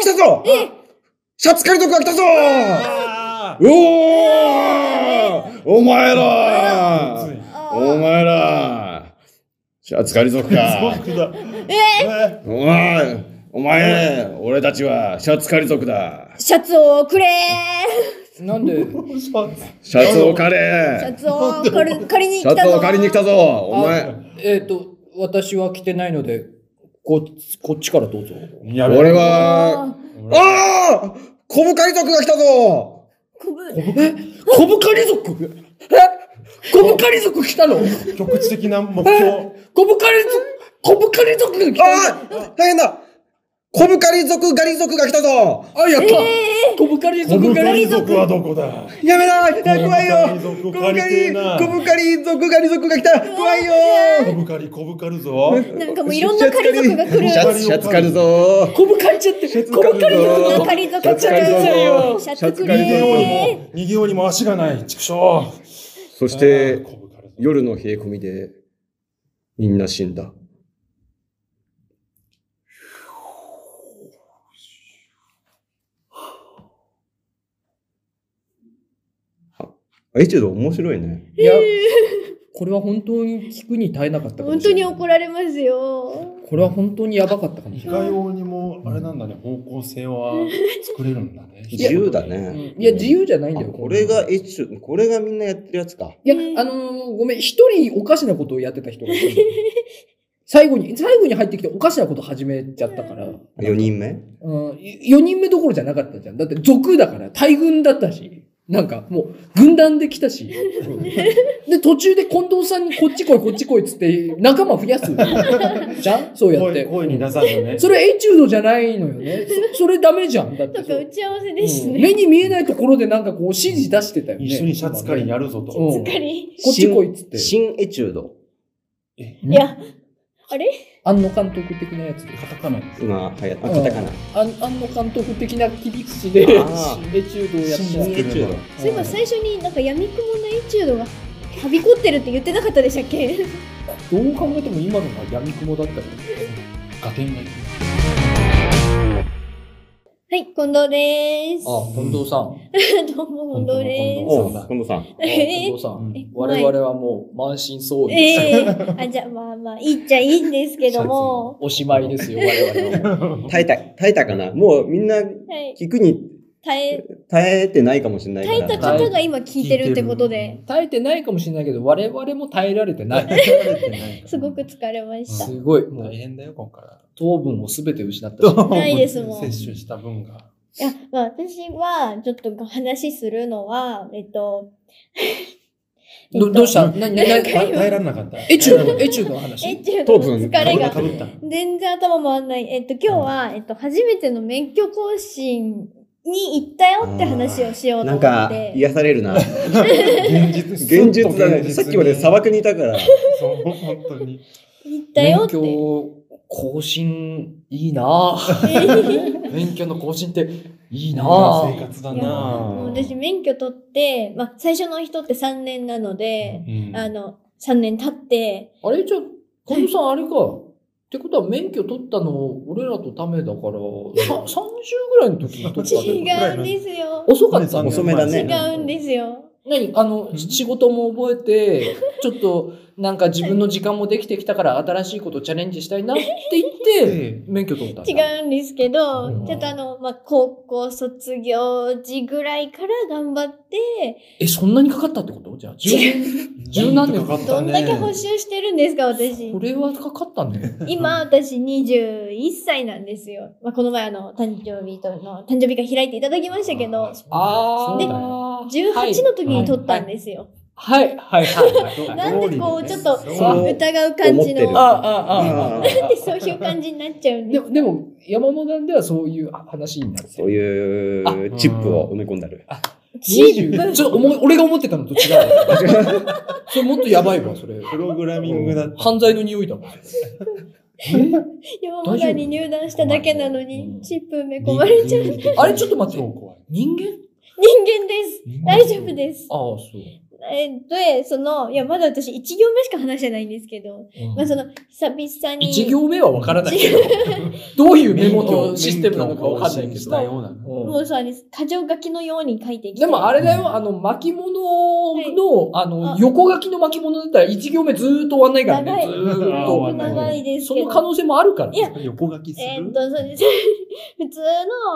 Speaker 2: 来たぞシャツ狩り族が来たぞ
Speaker 4: あ
Speaker 2: うおーお前ら
Speaker 4: ー
Speaker 2: お
Speaker 1: あ
Speaker 2: 前らシャツ狩り族
Speaker 4: そう
Speaker 2: か
Speaker 4: だ。え
Speaker 2: お前お前俺たちはシャツ狩り族だ
Speaker 1: ーシャツをくれ
Speaker 3: なんで、
Speaker 4: ーシャツ
Speaker 2: シャツを狩
Speaker 1: ーシャ
Speaker 2: れ
Speaker 1: ツを借り借りに
Speaker 2: シ
Speaker 1: 来
Speaker 2: ャ
Speaker 1: た
Speaker 2: ツ
Speaker 1: ぞ
Speaker 2: を狩りに来たぞお前
Speaker 3: えっと、私は着てないので、こっちこっちからどうぞ。
Speaker 4: やべえ。
Speaker 2: 俺
Speaker 1: あ
Speaker 2: は
Speaker 1: ー
Speaker 2: ああコブ狩り族が来たぞ
Speaker 1: こぶ
Speaker 3: コブ狩り族えコブ狩り族来たの
Speaker 4: 局地的な目標。
Speaker 3: コブ狩り族、コブ狩り族が来た
Speaker 2: ああ大変だコブ狩り族狩り族が来たぞ
Speaker 3: あ、やったコブ狩り
Speaker 4: コブ
Speaker 3: 族
Speaker 4: カ
Speaker 3: 狩
Speaker 4: リ
Speaker 3: り族
Speaker 4: 族はどこだ
Speaker 2: やめな怖いよ
Speaker 4: コ
Speaker 2: コ
Speaker 4: ブ
Speaker 2: ブ
Speaker 4: 狩
Speaker 2: 狩
Speaker 4: り
Speaker 2: りコブ狩り族狩り族が来た怖いよ
Speaker 4: コブカリ、コブカルぞ。
Speaker 1: なんかもういろんな狩り族が来る。
Speaker 2: シャツシャツ狩るぞ
Speaker 3: コブ狩りちゃって、コブ狩り
Speaker 1: いろん
Speaker 3: 族
Speaker 1: な狩り族が来る。
Speaker 2: シャツ狩り族
Speaker 1: シャツく
Speaker 2: シャツ狩
Speaker 4: 逃げように
Speaker 1: れ
Speaker 4: も、逃げようにも足がない。畜生。そ
Speaker 2: そして、
Speaker 4: コブカルぞ
Speaker 2: 夜の冷え込みで、みんな死んだ。あエチュード面白いね。
Speaker 3: いや、これは本当に聞くに耐えなかったかも
Speaker 1: 本
Speaker 3: し
Speaker 1: 当
Speaker 3: れな
Speaker 1: に
Speaker 3: い
Speaker 1: 怒られますよ。
Speaker 3: これは本当にやばかったかもし
Speaker 4: い
Speaker 3: れない。
Speaker 4: かようにも、あれなんだね、方向性は作れるんだね。
Speaker 2: 自由だ
Speaker 3: うん
Speaker 2: ね。
Speaker 3: いや、自由じゃないんだよ。
Speaker 2: あこれがエチュード、これがみんなやってるやつか。
Speaker 3: いや、あのーごめん、一人おかしなことをやってた人が いたの最後に、最後に入ってきておかしなこと始めちゃったから、
Speaker 2: 4人目
Speaker 3: うん、4人目どころじゃなかったじゃん。だって族だから、大軍だったし、なんかもう軍団で来た し、で、途中で近藤さんにこっち来い、こっち来いっつって仲間増や す。じゃんそうやっ
Speaker 4: 声
Speaker 3: て。
Speaker 4: 声に出さずね。
Speaker 3: それエチュードじゃないのよ ね。そそれダメじゃん。だっ
Speaker 1: な
Speaker 3: て
Speaker 1: んか打ち合わせでした
Speaker 3: うん
Speaker 1: ね。
Speaker 3: 目に見えないところでなんかこう指示出してたよね。
Speaker 4: 一緒にシャツ狩りやるぞと。
Speaker 3: うん
Speaker 1: しっかり。
Speaker 3: こっち来いっつって。
Speaker 2: 新エチュード。
Speaker 1: いや、あれ
Speaker 3: 安野監督的なやつで。
Speaker 4: カタカナで
Speaker 2: 今流行った。あカタカナ。
Speaker 3: 安安野監督的な切り口で、エチ
Speaker 2: あー
Speaker 3: ュードをや
Speaker 2: 新
Speaker 3: っ
Speaker 2: エチュード。
Speaker 3: た。
Speaker 1: そういえば最初になんか闇雲のエチュードがはびこってるって言ってなかったでしたっけ
Speaker 3: どう考えても今のが闇雲だったよね。
Speaker 4: ガテンがいい
Speaker 1: はい、近藤でーす。
Speaker 3: あ、近藤さん。
Speaker 1: どうも近藤で
Speaker 4: 近
Speaker 1: ー
Speaker 2: おう
Speaker 4: そうだ
Speaker 2: 近藤さん。
Speaker 3: あ近藤さ。
Speaker 4: うんん
Speaker 3: 我々はもう満身創痍
Speaker 1: す。
Speaker 3: です。
Speaker 1: ええあ、じゃあまあまあ、いいっちゃいいんですけども。
Speaker 3: おしまいですよ、我々は。
Speaker 2: 耐えた、耐えたかなもうみんな
Speaker 1: はい。
Speaker 2: 聞くに
Speaker 1: 耐え、
Speaker 2: 耐えてないかもしれないから。
Speaker 1: 耐えた方が今聞いてるってことで、
Speaker 3: 耐えてないかもしれないけど、我々も耐えられてない。
Speaker 1: すごく疲れました。
Speaker 3: すごい。もう
Speaker 4: 大変だよ、ここから。
Speaker 3: 糖分を全て失ったし。
Speaker 1: ないですもん
Speaker 4: 摂取した分が。
Speaker 1: いや、まあ私は、ちょっと話するのは、えっと、えっ
Speaker 3: ど
Speaker 1: と
Speaker 3: どうしたな、な、な、
Speaker 4: 耐えられなかった。
Speaker 3: エチュード、エチュードの話。
Speaker 1: エチュー
Speaker 2: 糖
Speaker 1: ド
Speaker 2: 分
Speaker 1: の疲れ
Speaker 4: 俺が
Speaker 1: が
Speaker 4: か。ぶった。
Speaker 1: 全然頭回んない。えっと、今日は、えっと、初めての免許更新に行ったよって話をしようと
Speaker 2: な
Speaker 1: 思
Speaker 2: ん
Speaker 1: って。
Speaker 2: か癒されるな。
Speaker 4: 現実
Speaker 2: 現実だね。さっきまで砂漠にいたから。
Speaker 4: そう、本当に。
Speaker 1: 行ったよって。
Speaker 3: 免許更新、いいなぁ免許の更新って、いいなぁ
Speaker 4: 生活だ
Speaker 1: いや
Speaker 4: な
Speaker 1: もう私免許取って、まあ、最初の人って3年なので、
Speaker 4: うん
Speaker 1: あの、3年経って、
Speaker 3: あれじゃあ、近藤さんあれか。ってことは免許取ったの、俺らとためだから、さ30ぐらいの時に取った
Speaker 1: 違
Speaker 3: んだよ。
Speaker 1: うんですよ。
Speaker 3: 遅かった
Speaker 4: うん
Speaker 3: の
Speaker 2: 遅めだ
Speaker 1: 違
Speaker 2: ね
Speaker 1: うんですよ。
Speaker 3: 何あの、仕事も覚えて、ちょっと、なんか自分の時間もできてきたから、新しいことチャレンジしたいなって言って、
Speaker 4: で
Speaker 3: 免許取ったんだ。
Speaker 1: 違うんですけど、
Speaker 3: うん
Speaker 1: ちょっとあの、まあ、高校卒業時ぐらいから頑張って、
Speaker 3: え、そんなにかかったってことじゃあ、10年。十何年
Speaker 4: かかった
Speaker 1: どん
Speaker 4: ね。
Speaker 1: だけ補修してるんですか、私
Speaker 3: こ。れはかかったね。
Speaker 1: 今、私21歳なんですよ。まあ、この前あの、誕生日との、誕生日会開いていただきましたけど、
Speaker 4: あ
Speaker 3: あ
Speaker 4: ー、
Speaker 3: ー
Speaker 4: そうだよ
Speaker 1: 18の時に取ったんですよ。
Speaker 3: はい、はい、はいはい。
Speaker 1: なんでこう、ちょっと
Speaker 3: そう
Speaker 1: 疑う感
Speaker 2: 思っ
Speaker 1: じ
Speaker 2: てる
Speaker 1: の。
Speaker 3: あ
Speaker 1: な
Speaker 3: あ、ああ、ああ。
Speaker 2: うん
Speaker 1: んでそういう感じになっちゃうんで
Speaker 3: で
Speaker 1: す
Speaker 3: も、でも、山本なんではそういう話になって
Speaker 2: そういうチップを埋め込んだる。
Speaker 3: 20ちょっと思い、俺が思ってたのと違う。 それもっとやばいわ、それ。
Speaker 4: プログラミングだって。
Speaker 3: 犯罪の匂いだもん。
Speaker 1: 山本
Speaker 3: 大丈夫
Speaker 1: に入団しただけなの
Speaker 3: う
Speaker 1: に
Speaker 3: ん、
Speaker 1: チップ埋め込まれちゃう。
Speaker 3: あれちょっと待って
Speaker 4: 超怖い。
Speaker 3: 人間
Speaker 1: 人間です。大丈夫です。
Speaker 3: ああ、そう。
Speaker 1: えっと、でその、いや、まだ私1行目しか話してないんですけど、
Speaker 3: うん
Speaker 1: まあその、久々に。
Speaker 3: 一行目は分からないけど、どういうメモ
Speaker 4: 免許
Speaker 3: とシステムなのか分かんな
Speaker 4: 免許を更
Speaker 3: い
Speaker 4: 新
Speaker 3: け
Speaker 4: した
Speaker 3: ど。
Speaker 4: ような。
Speaker 1: も
Speaker 3: うん
Speaker 1: うそうです。箇条書きのように書いてきて。
Speaker 3: でもあれだよ、あの、巻物の、あの
Speaker 1: あ、
Speaker 3: 横書きの巻物だったら一行目ずーっと終わんないからね、ず
Speaker 1: 長
Speaker 4: い
Speaker 3: ーっ
Speaker 4: あ
Speaker 3: と。
Speaker 4: 終わん
Speaker 1: 長いです
Speaker 3: そ
Speaker 1: け
Speaker 3: の
Speaker 1: ど。
Speaker 3: 可能性もあるから。
Speaker 1: いや
Speaker 4: 横書きする
Speaker 1: えーっと、そうです。 普通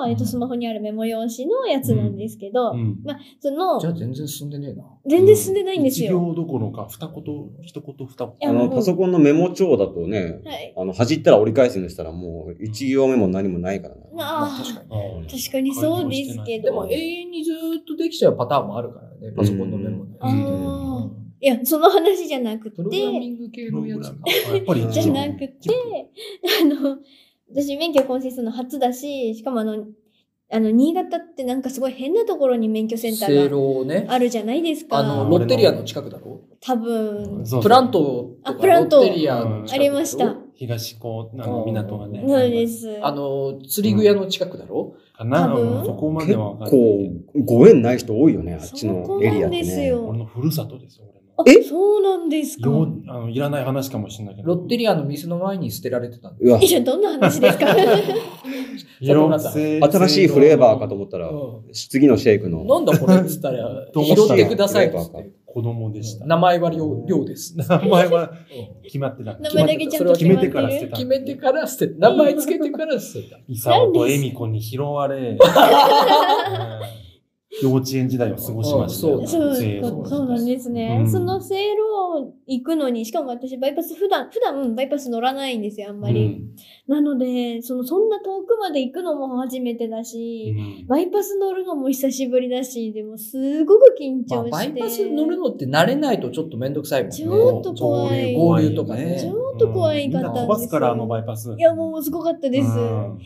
Speaker 1: の、えっと、スマホにあるメモ用紙のやつなんですけど、
Speaker 4: うん
Speaker 1: その
Speaker 3: じゃ、あ全然進んでねえな。
Speaker 1: 全然進んでないんですよ。
Speaker 4: 一行どころか、二言、一言二
Speaker 1: い
Speaker 4: 言。
Speaker 1: や
Speaker 2: あ
Speaker 1: も
Speaker 2: の、
Speaker 1: う
Speaker 2: パソコンのメモ帳だとね、
Speaker 1: はい。
Speaker 2: あの、弾いたら折り返すんでしたら、もう、一行目も何もないからな。
Speaker 1: ああ、
Speaker 4: ああ
Speaker 1: 確かにそうですけ
Speaker 3: で
Speaker 1: ど。
Speaker 3: も永遠にずーっとできちゃうパターンもあるからね、パソコンのメモね。
Speaker 1: あ
Speaker 3: う
Speaker 1: あ。
Speaker 3: ん
Speaker 1: いや、その話じゃなくて
Speaker 3: プロ、グラミング系のやつか。
Speaker 4: やっぱり一
Speaker 1: じ
Speaker 4: 行
Speaker 1: ゃなくて
Speaker 4: チッ、
Speaker 1: あの、私免許更新するの初だし、しかもあの、あの、新潟ってなんかすごい変なところに免許センタ
Speaker 3: 正
Speaker 1: ーが
Speaker 3: 論ね。
Speaker 1: あるじゃないです
Speaker 3: あの、
Speaker 1: か。
Speaker 3: ロッテリアの近くだろ
Speaker 1: 多分。
Speaker 4: プ
Speaker 3: プラントと
Speaker 1: あ
Speaker 3: か
Speaker 1: プラント
Speaker 3: ロッテリアの近くだろ
Speaker 1: ありました。
Speaker 4: 東港、あの港がね。
Speaker 1: そうです。
Speaker 3: あの、釣り具屋の近くだろ
Speaker 4: かな
Speaker 1: 多分
Speaker 4: そこま
Speaker 2: 結
Speaker 4: では分かんないけ
Speaker 2: 構、ご縁ない人多いよね、あっちのエリア
Speaker 1: そうなん
Speaker 2: って
Speaker 1: です
Speaker 2: ね。
Speaker 1: よ
Speaker 4: ど。俺のふるさとですよ、俺の。
Speaker 1: あ
Speaker 2: え
Speaker 1: そうなんですか。
Speaker 4: ようあのいらない話かもしれないけど。
Speaker 3: ロッテリアの店の前に捨てられてたんだ
Speaker 2: うわ
Speaker 1: い、や、どんな話ですか
Speaker 4: 色性
Speaker 2: 新しいフレーバーかと思ったら、
Speaker 3: よ。
Speaker 2: 次のシェイク
Speaker 3: うん
Speaker 2: の
Speaker 3: なんだこれっつった ら、
Speaker 4: どう
Speaker 3: 拾
Speaker 4: した
Speaker 3: っ
Speaker 4: ら
Speaker 3: てくださいっつって。
Speaker 4: 子供でした。
Speaker 3: 名前は量量です。
Speaker 4: 名前は決まってなく
Speaker 1: 名前だけちゃんと決まって
Speaker 4: 決めてから捨て
Speaker 1: る。
Speaker 4: た
Speaker 3: 決めてから捨て、名前つけてから捨てた。
Speaker 4: イサオとエミコに拾われ、うん幼稚園時代を過ごしましたよ。
Speaker 3: あ
Speaker 1: そう
Speaker 4: 西洋
Speaker 1: そうそうなんですね。
Speaker 4: うん
Speaker 1: そのせいろ行くのに、しかも私バイパス普段、普段バイパス乗らないんですよ、あんまり。なので、その、そんな遠くまで行くのも初めてだ
Speaker 4: うんう
Speaker 1: し、
Speaker 4: ん
Speaker 1: バイパス乗るのも久しぶりだし、でもすごく緊
Speaker 3: まあ、
Speaker 1: 張して。
Speaker 3: バイパス乗るのって慣れないとちょっとめんどくさいもんね。
Speaker 1: ちょっと怖い
Speaker 3: 合流とかね
Speaker 1: ちょっと怖い方です
Speaker 4: うんみんな飛ばすから、あのバイパス。
Speaker 1: いや、もうすごかったです。
Speaker 4: うん
Speaker 1: も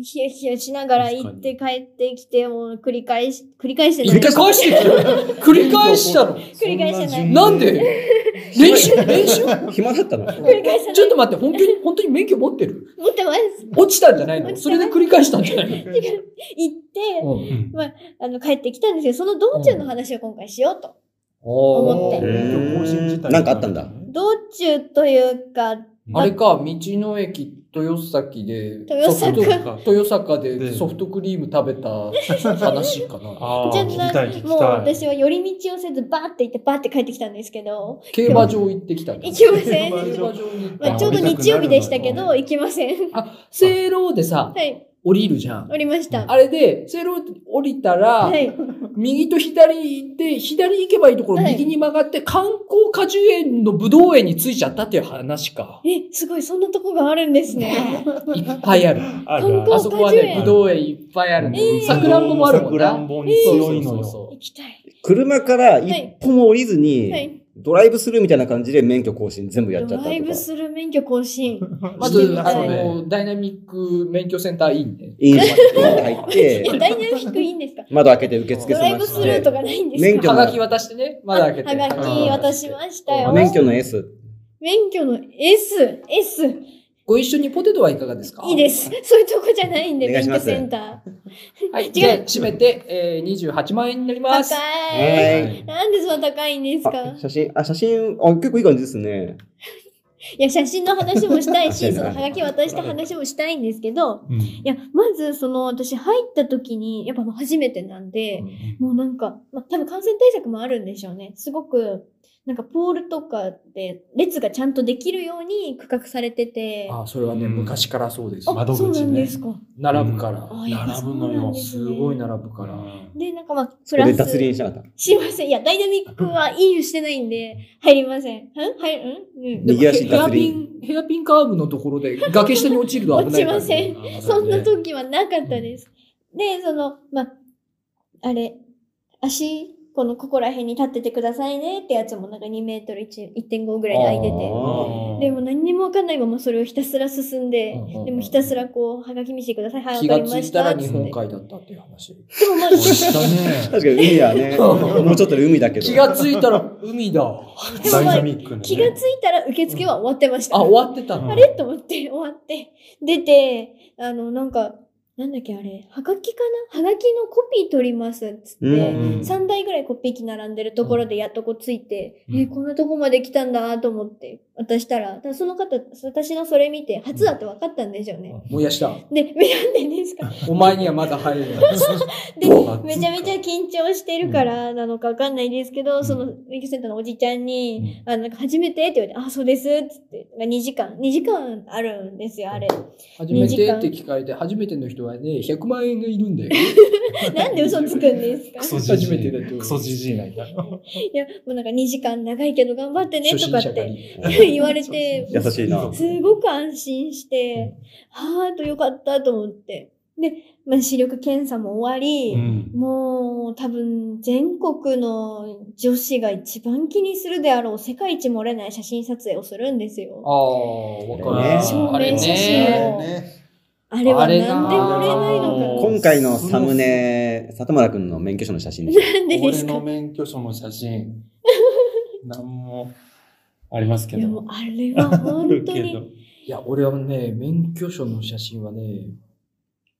Speaker 1: うヒヤヒヤしながら行って帰ってきて、もう繰り返し、繰り返して
Speaker 3: 繰り返してきた繰り返したの。
Speaker 1: 繰り返してない。
Speaker 3: なんで練習練習
Speaker 2: 暇だったの
Speaker 1: 繰り返してない。
Speaker 3: ちょっと待って、本当に、本当に免許持ってる
Speaker 1: 持ってます。
Speaker 3: 落ちたんじゃないの
Speaker 1: 落ち
Speaker 3: そ
Speaker 1: てな
Speaker 3: れ
Speaker 1: い
Speaker 3: で繰り返したんじ ゃないの
Speaker 1: 行って、
Speaker 3: うん
Speaker 4: うん
Speaker 1: あの、帰ってきたんですけど、その道中の話を今回しようと。思って
Speaker 3: あー
Speaker 2: うん
Speaker 4: 更新自体
Speaker 2: なんかあったんだ
Speaker 1: 道中というか、
Speaker 3: あれか、道の駅、豊崎で、
Speaker 1: 豊
Speaker 3: ソフ
Speaker 1: 坂
Speaker 3: ト
Speaker 4: そうか
Speaker 3: 豊坂
Speaker 4: で
Speaker 3: でソフトクリーム食べた話か な。
Speaker 4: ああ、
Speaker 1: じゃ
Speaker 4: 聞きたい、聞
Speaker 1: な
Speaker 4: き
Speaker 1: い、
Speaker 4: たい。
Speaker 1: もう私は寄り道をせず、バーって行って、バーって帰ってきたんですけど、
Speaker 3: 競馬場行ってきたんだ
Speaker 1: 行きません。
Speaker 4: 競馬
Speaker 3: 競馬場に行った
Speaker 1: まあ、ちょうど日曜日でしたけど、行きません。
Speaker 3: せいろでさ、
Speaker 1: はい、
Speaker 3: 降りるじゃん
Speaker 1: お。りました。
Speaker 3: あれで、せいろ降りたら、
Speaker 1: はい。
Speaker 3: 右と左で、左行けばいいところ、
Speaker 1: はい
Speaker 3: 右に曲がって、観光果樹園のぶどう園に着いちゃったっていう話か。
Speaker 1: え、すごい、そんなとこがあるんですね。
Speaker 3: いっぱいある。
Speaker 4: あ
Speaker 1: 観
Speaker 4: る
Speaker 1: 光
Speaker 4: あ
Speaker 3: あ
Speaker 4: る
Speaker 3: そこは
Speaker 1: 果樹
Speaker 3: ね、
Speaker 1: 園
Speaker 3: ぶどう園いっぱいあるの。さくらんぼもあるもん
Speaker 4: さくらん
Speaker 3: な。
Speaker 4: ぼに強いの
Speaker 3: そうそう
Speaker 4: よ。
Speaker 3: そ
Speaker 1: 行きたい。
Speaker 2: 車から一歩も降りず
Speaker 1: は
Speaker 2: に、
Speaker 1: い。
Speaker 2: ドライブするみたいな感じで免許更新全部やっち
Speaker 1: ド
Speaker 2: ゃった
Speaker 1: ライ
Speaker 2: と
Speaker 1: ブ
Speaker 2: か。
Speaker 1: する免許更新。
Speaker 3: うま
Speaker 1: そう
Speaker 3: ず、
Speaker 1: だ
Speaker 3: あ
Speaker 1: ね
Speaker 3: の、ダイナミック免許センターいいね。
Speaker 2: イン入っ
Speaker 1: いや、
Speaker 2: て、
Speaker 1: ダイナミックいいんですか
Speaker 2: 窓開けて受付
Speaker 1: ド
Speaker 2: 済
Speaker 1: ライ
Speaker 2: ま
Speaker 1: ブ
Speaker 2: し
Speaker 1: スルーと
Speaker 2: て、
Speaker 1: かないんですか
Speaker 2: 免許
Speaker 3: は
Speaker 2: の
Speaker 3: がき渡してね。まだ開けて。
Speaker 1: あはがき渡しましたよ
Speaker 2: 免許の S。
Speaker 1: 免許の S、S、い
Speaker 3: ご一緒にポテトはいかがですか
Speaker 1: いです。そういうとこじゃないんで、
Speaker 2: お願
Speaker 1: 免
Speaker 2: いしま
Speaker 1: 許
Speaker 2: す
Speaker 1: センター。
Speaker 3: はい。
Speaker 1: 違
Speaker 3: じ
Speaker 1: う
Speaker 3: ゃあ、締めて、えー、28万円になります。
Speaker 1: 高い。
Speaker 2: はい。
Speaker 1: なんでそんな高いんですか
Speaker 2: あ写真、あ、写真、あ、結構いい感じですね。
Speaker 1: いや、写真の話もした い
Speaker 2: 写
Speaker 1: し、
Speaker 2: 真
Speaker 1: そのハガキ渡した話もしたいんですけど、
Speaker 4: うん
Speaker 1: いや、まず、その、私入った時に、やっぱもう初めてなんで、もうなんか、まあ、多分感染対策もあるんでしょうね。すごく、なんかポールとかで列がちゃんとできるように区画されてて、
Speaker 3: あ、それはね、
Speaker 4: うん
Speaker 3: 昔からそうです。
Speaker 1: あ、
Speaker 4: 窓口
Speaker 1: そう
Speaker 4: ね
Speaker 1: なんですか。
Speaker 3: 並ぶから。
Speaker 1: あやっぱ
Speaker 4: 並ぶ
Speaker 1: そうなん
Speaker 4: のよ
Speaker 1: ですね
Speaker 3: ごい並ぶから。
Speaker 1: で、なんかまあ、プ
Speaker 2: こ
Speaker 1: ラ
Speaker 2: れ
Speaker 1: ス。
Speaker 2: 脱輪しなかった。
Speaker 1: しません。いや、ダイナミックはいいよしてないんで、入りません。んはい、うんうん。
Speaker 2: 右足
Speaker 3: ヘア
Speaker 2: 脱
Speaker 3: ピ
Speaker 2: 輪。
Speaker 3: ン、ヘアピンカーブのところで崖下に落ちると危
Speaker 1: 落
Speaker 3: ない
Speaker 1: ち
Speaker 3: から、
Speaker 1: ません。そんな時はなかったです。で、その、まあ、あれ、足このここら辺に立っててくださいねってやつもなんか2メートル1 1.5ぐらい空いてて。でも何にもわかんないままそれをひたすら進んで、
Speaker 3: うんうんうん
Speaker 1: でもひたすらこう、はがき見せてください。はい、
Speaker 3: 気
Speaker 1: わ
Speaker 3: が
Speaker 1: かり
Speaker 3: つ
Speaker 1: ま
Speaker 3: い
Speaker 1: した
Speaker 3: ら
Speaker 1: た。
Speaker 3: 日
Speaker 1: つって
Speaker 3: 本海だったっていう話。
Speaker 1: でもまあ、
Speaker 3: だね。
Speaker 2: 確かに海はね、もうちょっとで海だけど。
Speaker 3: 気がついたら海だ。
Speaker 1: で
Speaker 4: ダ
Speaker 1: も
Speaker 4: イ
Speaker 1: ま
Speaker 4: ナ
Speaker 1: あ
Speaker 4: ミックなね
Speaker 1: 気がついたら受付は終わってました。
Speaker 3: あ、終わってた
Speaker 4: うん
Speaker 3: の。
Speaker 1: あれと思って終わって出てあのなんかなんだっけあれはがきかなはがきのコピー取りますっつって、
Speaker 2: うん
Speaker 1: 3台ぐらいコピー機並んでるところでやっとこついて、
Speaker 3: うん
Speaker 1: えこんなとこまで来たんだと思って渡したらただその方私のそれ見て初だって分かったんでしょうね、
Speaker 3: 燃やした。
Speaker 1: で 目なんでです か
Speaker 3: お前にはまだ入れない。
Speaker 1: で
Speaker 4: どうなっ、てん
Speaker 1: め
Speaker 4: す
Speaker 1: ちゃ
Speaker 4: か
Speaker 1: めちゃ緊張してるからなのかわかんないですけど、その、免許センターのおじちゃんに、あ、なんか初めてって言われて、あ、そうですっつって、2時間、2時間あるんですよ、あれ。
Speaker 3: 初めてって聞かれて、初めての人はね、100万円がいるんだよ。
Speaker 1: なんで嘘つくんです か
Speaker 4: クソじじ
Speaker 3: 初めてだと
Speaker 4: い。クソじじいなんだ。
Speaker 1: いや、もうなんか2時間長いけど頑張ってね
Speaker 3: 初
Speaker 1: とか
Speaker 3: 心
Speaker 1: っ
Speaker 3: 者狩
Speaker 1: て
Speaker 3: り。
Speaker 1: 言われて、
Speaker 2: 優しいな。
Speaker 1: すごく安心して、はーっとよかったと思って。で、まあ、視力検査も終わり、
Speaker 4: うん
Speaker 1: もう多分全国の女子が一番気にするであろう世界一漏れない写真撮影をするんです
Speaker 3: あ
Speaker 1: よ。
Speaker 3: あ、わかる。
Speaker 1: 証
Speaker 3: あれ
Speaker 1: 明写真
Speaker 3: ね。
Speaker 1: を。あれは
Speaker 3: あれ
Speaker 1: なんで漏れないのか。
Speaker 2: 今回のサムネ、里村くんの免許証の写真で
Speaker 1: なんでで
Speaker 4: 俺
Speaker 1: す
Speaker 4: の
Speaker 1: か
Speaker 4: 免許証の写真、なんもありますけ
Speaker 1: いやもう
Speaker 4: ど。
Speaker 1: あれは本当
Speaker 4: け
Speaker 1: に。
Speaker 4: ど
Speaker 3: いや、俺はね、免許証の写真はね、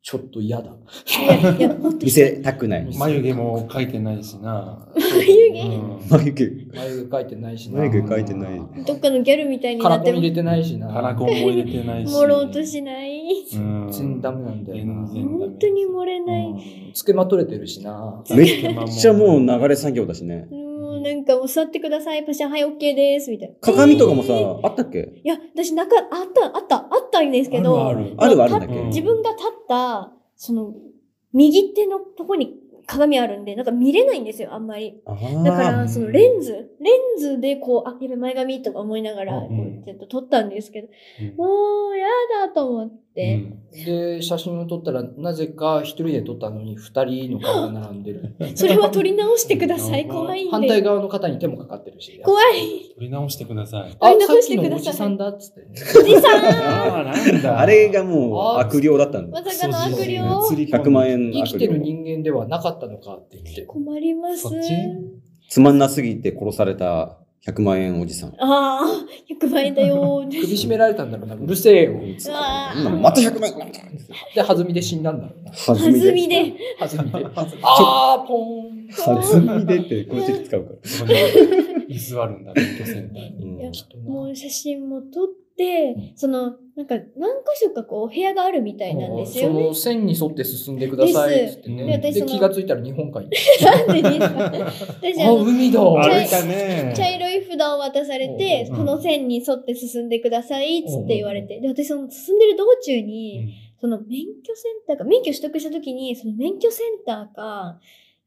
Speaker 3: ちょっと嫌だ。
Speaker 1: いや、いや本当
Speaker 2: 見
Speaker 1: に。
Speaker 2: せたくない。
Speaker 4: 眉毛も描いてないしな。
Speaker 1: 眉毛
Speaker 4: うん
Speaker 2: 眉毛、
Speaker 3: 眉毛描いてないしな。
Speaker 2: 眉毛描いてない。
Speaker 1: どっかのギャルみたいに
Speaker 3: カ
Speaker 1: な
Speaker 3: ラ
Speaker 1: っ
Speaker 3: コ
Speaker 1: て
Speaker 3: ン入れてないしな。
Speaker 4: カラコンも入れてないし。
Speaker 1: 盛ろうとしない。
Speaker 4: うん。
Speaker 3: 全然ダメなんだよな。
Speaker 4: 全然
Speaker 1: 本当に漏れない。
Speaker 3: うんつけまとれてるしな。
Speaker 2: めっちゃもう流れ作業だしね。
Speaker 1: もうなんか、もう座ってください、パシャン、はい、OK です、みたいな。
Speaker 2: 鏡とかも
Speaker 1: え
Speaker 2: さ
Speaker 1: ー、
Speaker 2: あったっけ
Speaker 1: いや、私、なんか、あった、あった、あったんですけど、
Speaker 4: あるある
Speaker 2: あるはあるんだっ
Speaker 1: 立っ
Speaker 2: け
Speaker 1: 自分が立った、その、右手のとこに鏡あるんで、なんか見れないんですよ、あんまり。
Speaker 2: あ
Speaker 1: だか
Speaker 2: ー
Speaker 1: ら、そのレンズ、レンズでこう、あ、やべ、前髪とか思いながら、
Speaker 4: う
Speaker 1: こう、
Speaker 4: ん
Speaker 1: ちょっと撮ったんですけど、
Speaker 4: うん
Speaker 1: もう、やだと思って、
Speaker 3: で、写真を撮ったら、なぜか一人で撮ったのに二人の顔が並んで る。
Speaker 1: それは撮り直してください、
Speaker 4: うん
Speaker 1: 怖いんで。
Speaker 3: 反対側の肩に手もかかってるし。
Speaker 1: 怖い。
Speaker 4: 撮り直してください。
Speaker 3: あ
Speaker 1: 取り、
Speaker 3: さっ
Speaker 1: 直し
Speaker 3: き
Speaker 1: てください
Speaker 3: のおじさんだっつってね。
Speaker 1: おじさん
Speaker 4: ああ、なんだ。
Speaker 2: あれがもう悪霊だったんだ
Speaker 1: ま。さかの悪霊
Speaker 4: そうですね
Speaker 2: 100万。円の
Speaker 3: 生
Speaker 2: 悪
Speaker 3: きてる
Speaker 2: 霊。
Speaker 3: 人間ではなかったのかって言って。
Speaker 1: 困ります。
Speaker 4: そっち
Speaker 2: つまんなすぎて殺された100万円おじさん。
Speaker 1: ああ、100万円だ よー。
Speaker 3: 首絞められたんだろうな。うるせえよ。
Speaker 1: うわ
Speaker 2: 今
Speaker 1: ー
Speaker 2: また100万円
Speaker 3: で、弾みで死んだんだろうな。
Speaker 2: 弾
Speaker 1: 弾みで。
Speaker 3: 弾みで。あー、ポーン。
Speaker 2: 弾みでってこういう時使うから。
Speaker 4: そこに居座るんだ、免許センターに。
Speaker 2: うん
Speaker 1: いや
Speaker 3: きっと
Speaker 1: も
Speaker 3: な
Speaker 1: う写真も撮って、
Speaker 3: うん
Speaker 1: その、なんか何箇所かこうお部屋があるみたいなんですよ
Speaker 3: そ
Speaker 1: ね。
Speaker 3: の線に沿って進んでくださいっつって
Speaker 4: で
Speaker 3: ね。
Speaker 4: す
Speaker 1: で
Speaker 3: で、
Speaker 1: 私その
Speaker 3: 気がついたら日 本海に。
Speaker 1: なんでですか私あ
Speaker 3: あ、
Speaker 1: の、
Speaker 3: 海だ。
Speaker 1: あ
Speaker 4: 歩
Speaker 1: れ
Speaker 4: いたね。
Speaker 1: 茶色い札を渡されて、
Speaker 4: うん
Speaker 1: この線に沿って進んでくださいっつって言われて、で、私その進んでる道中に、その免許センターか、免許取得した時に、その免許センターか、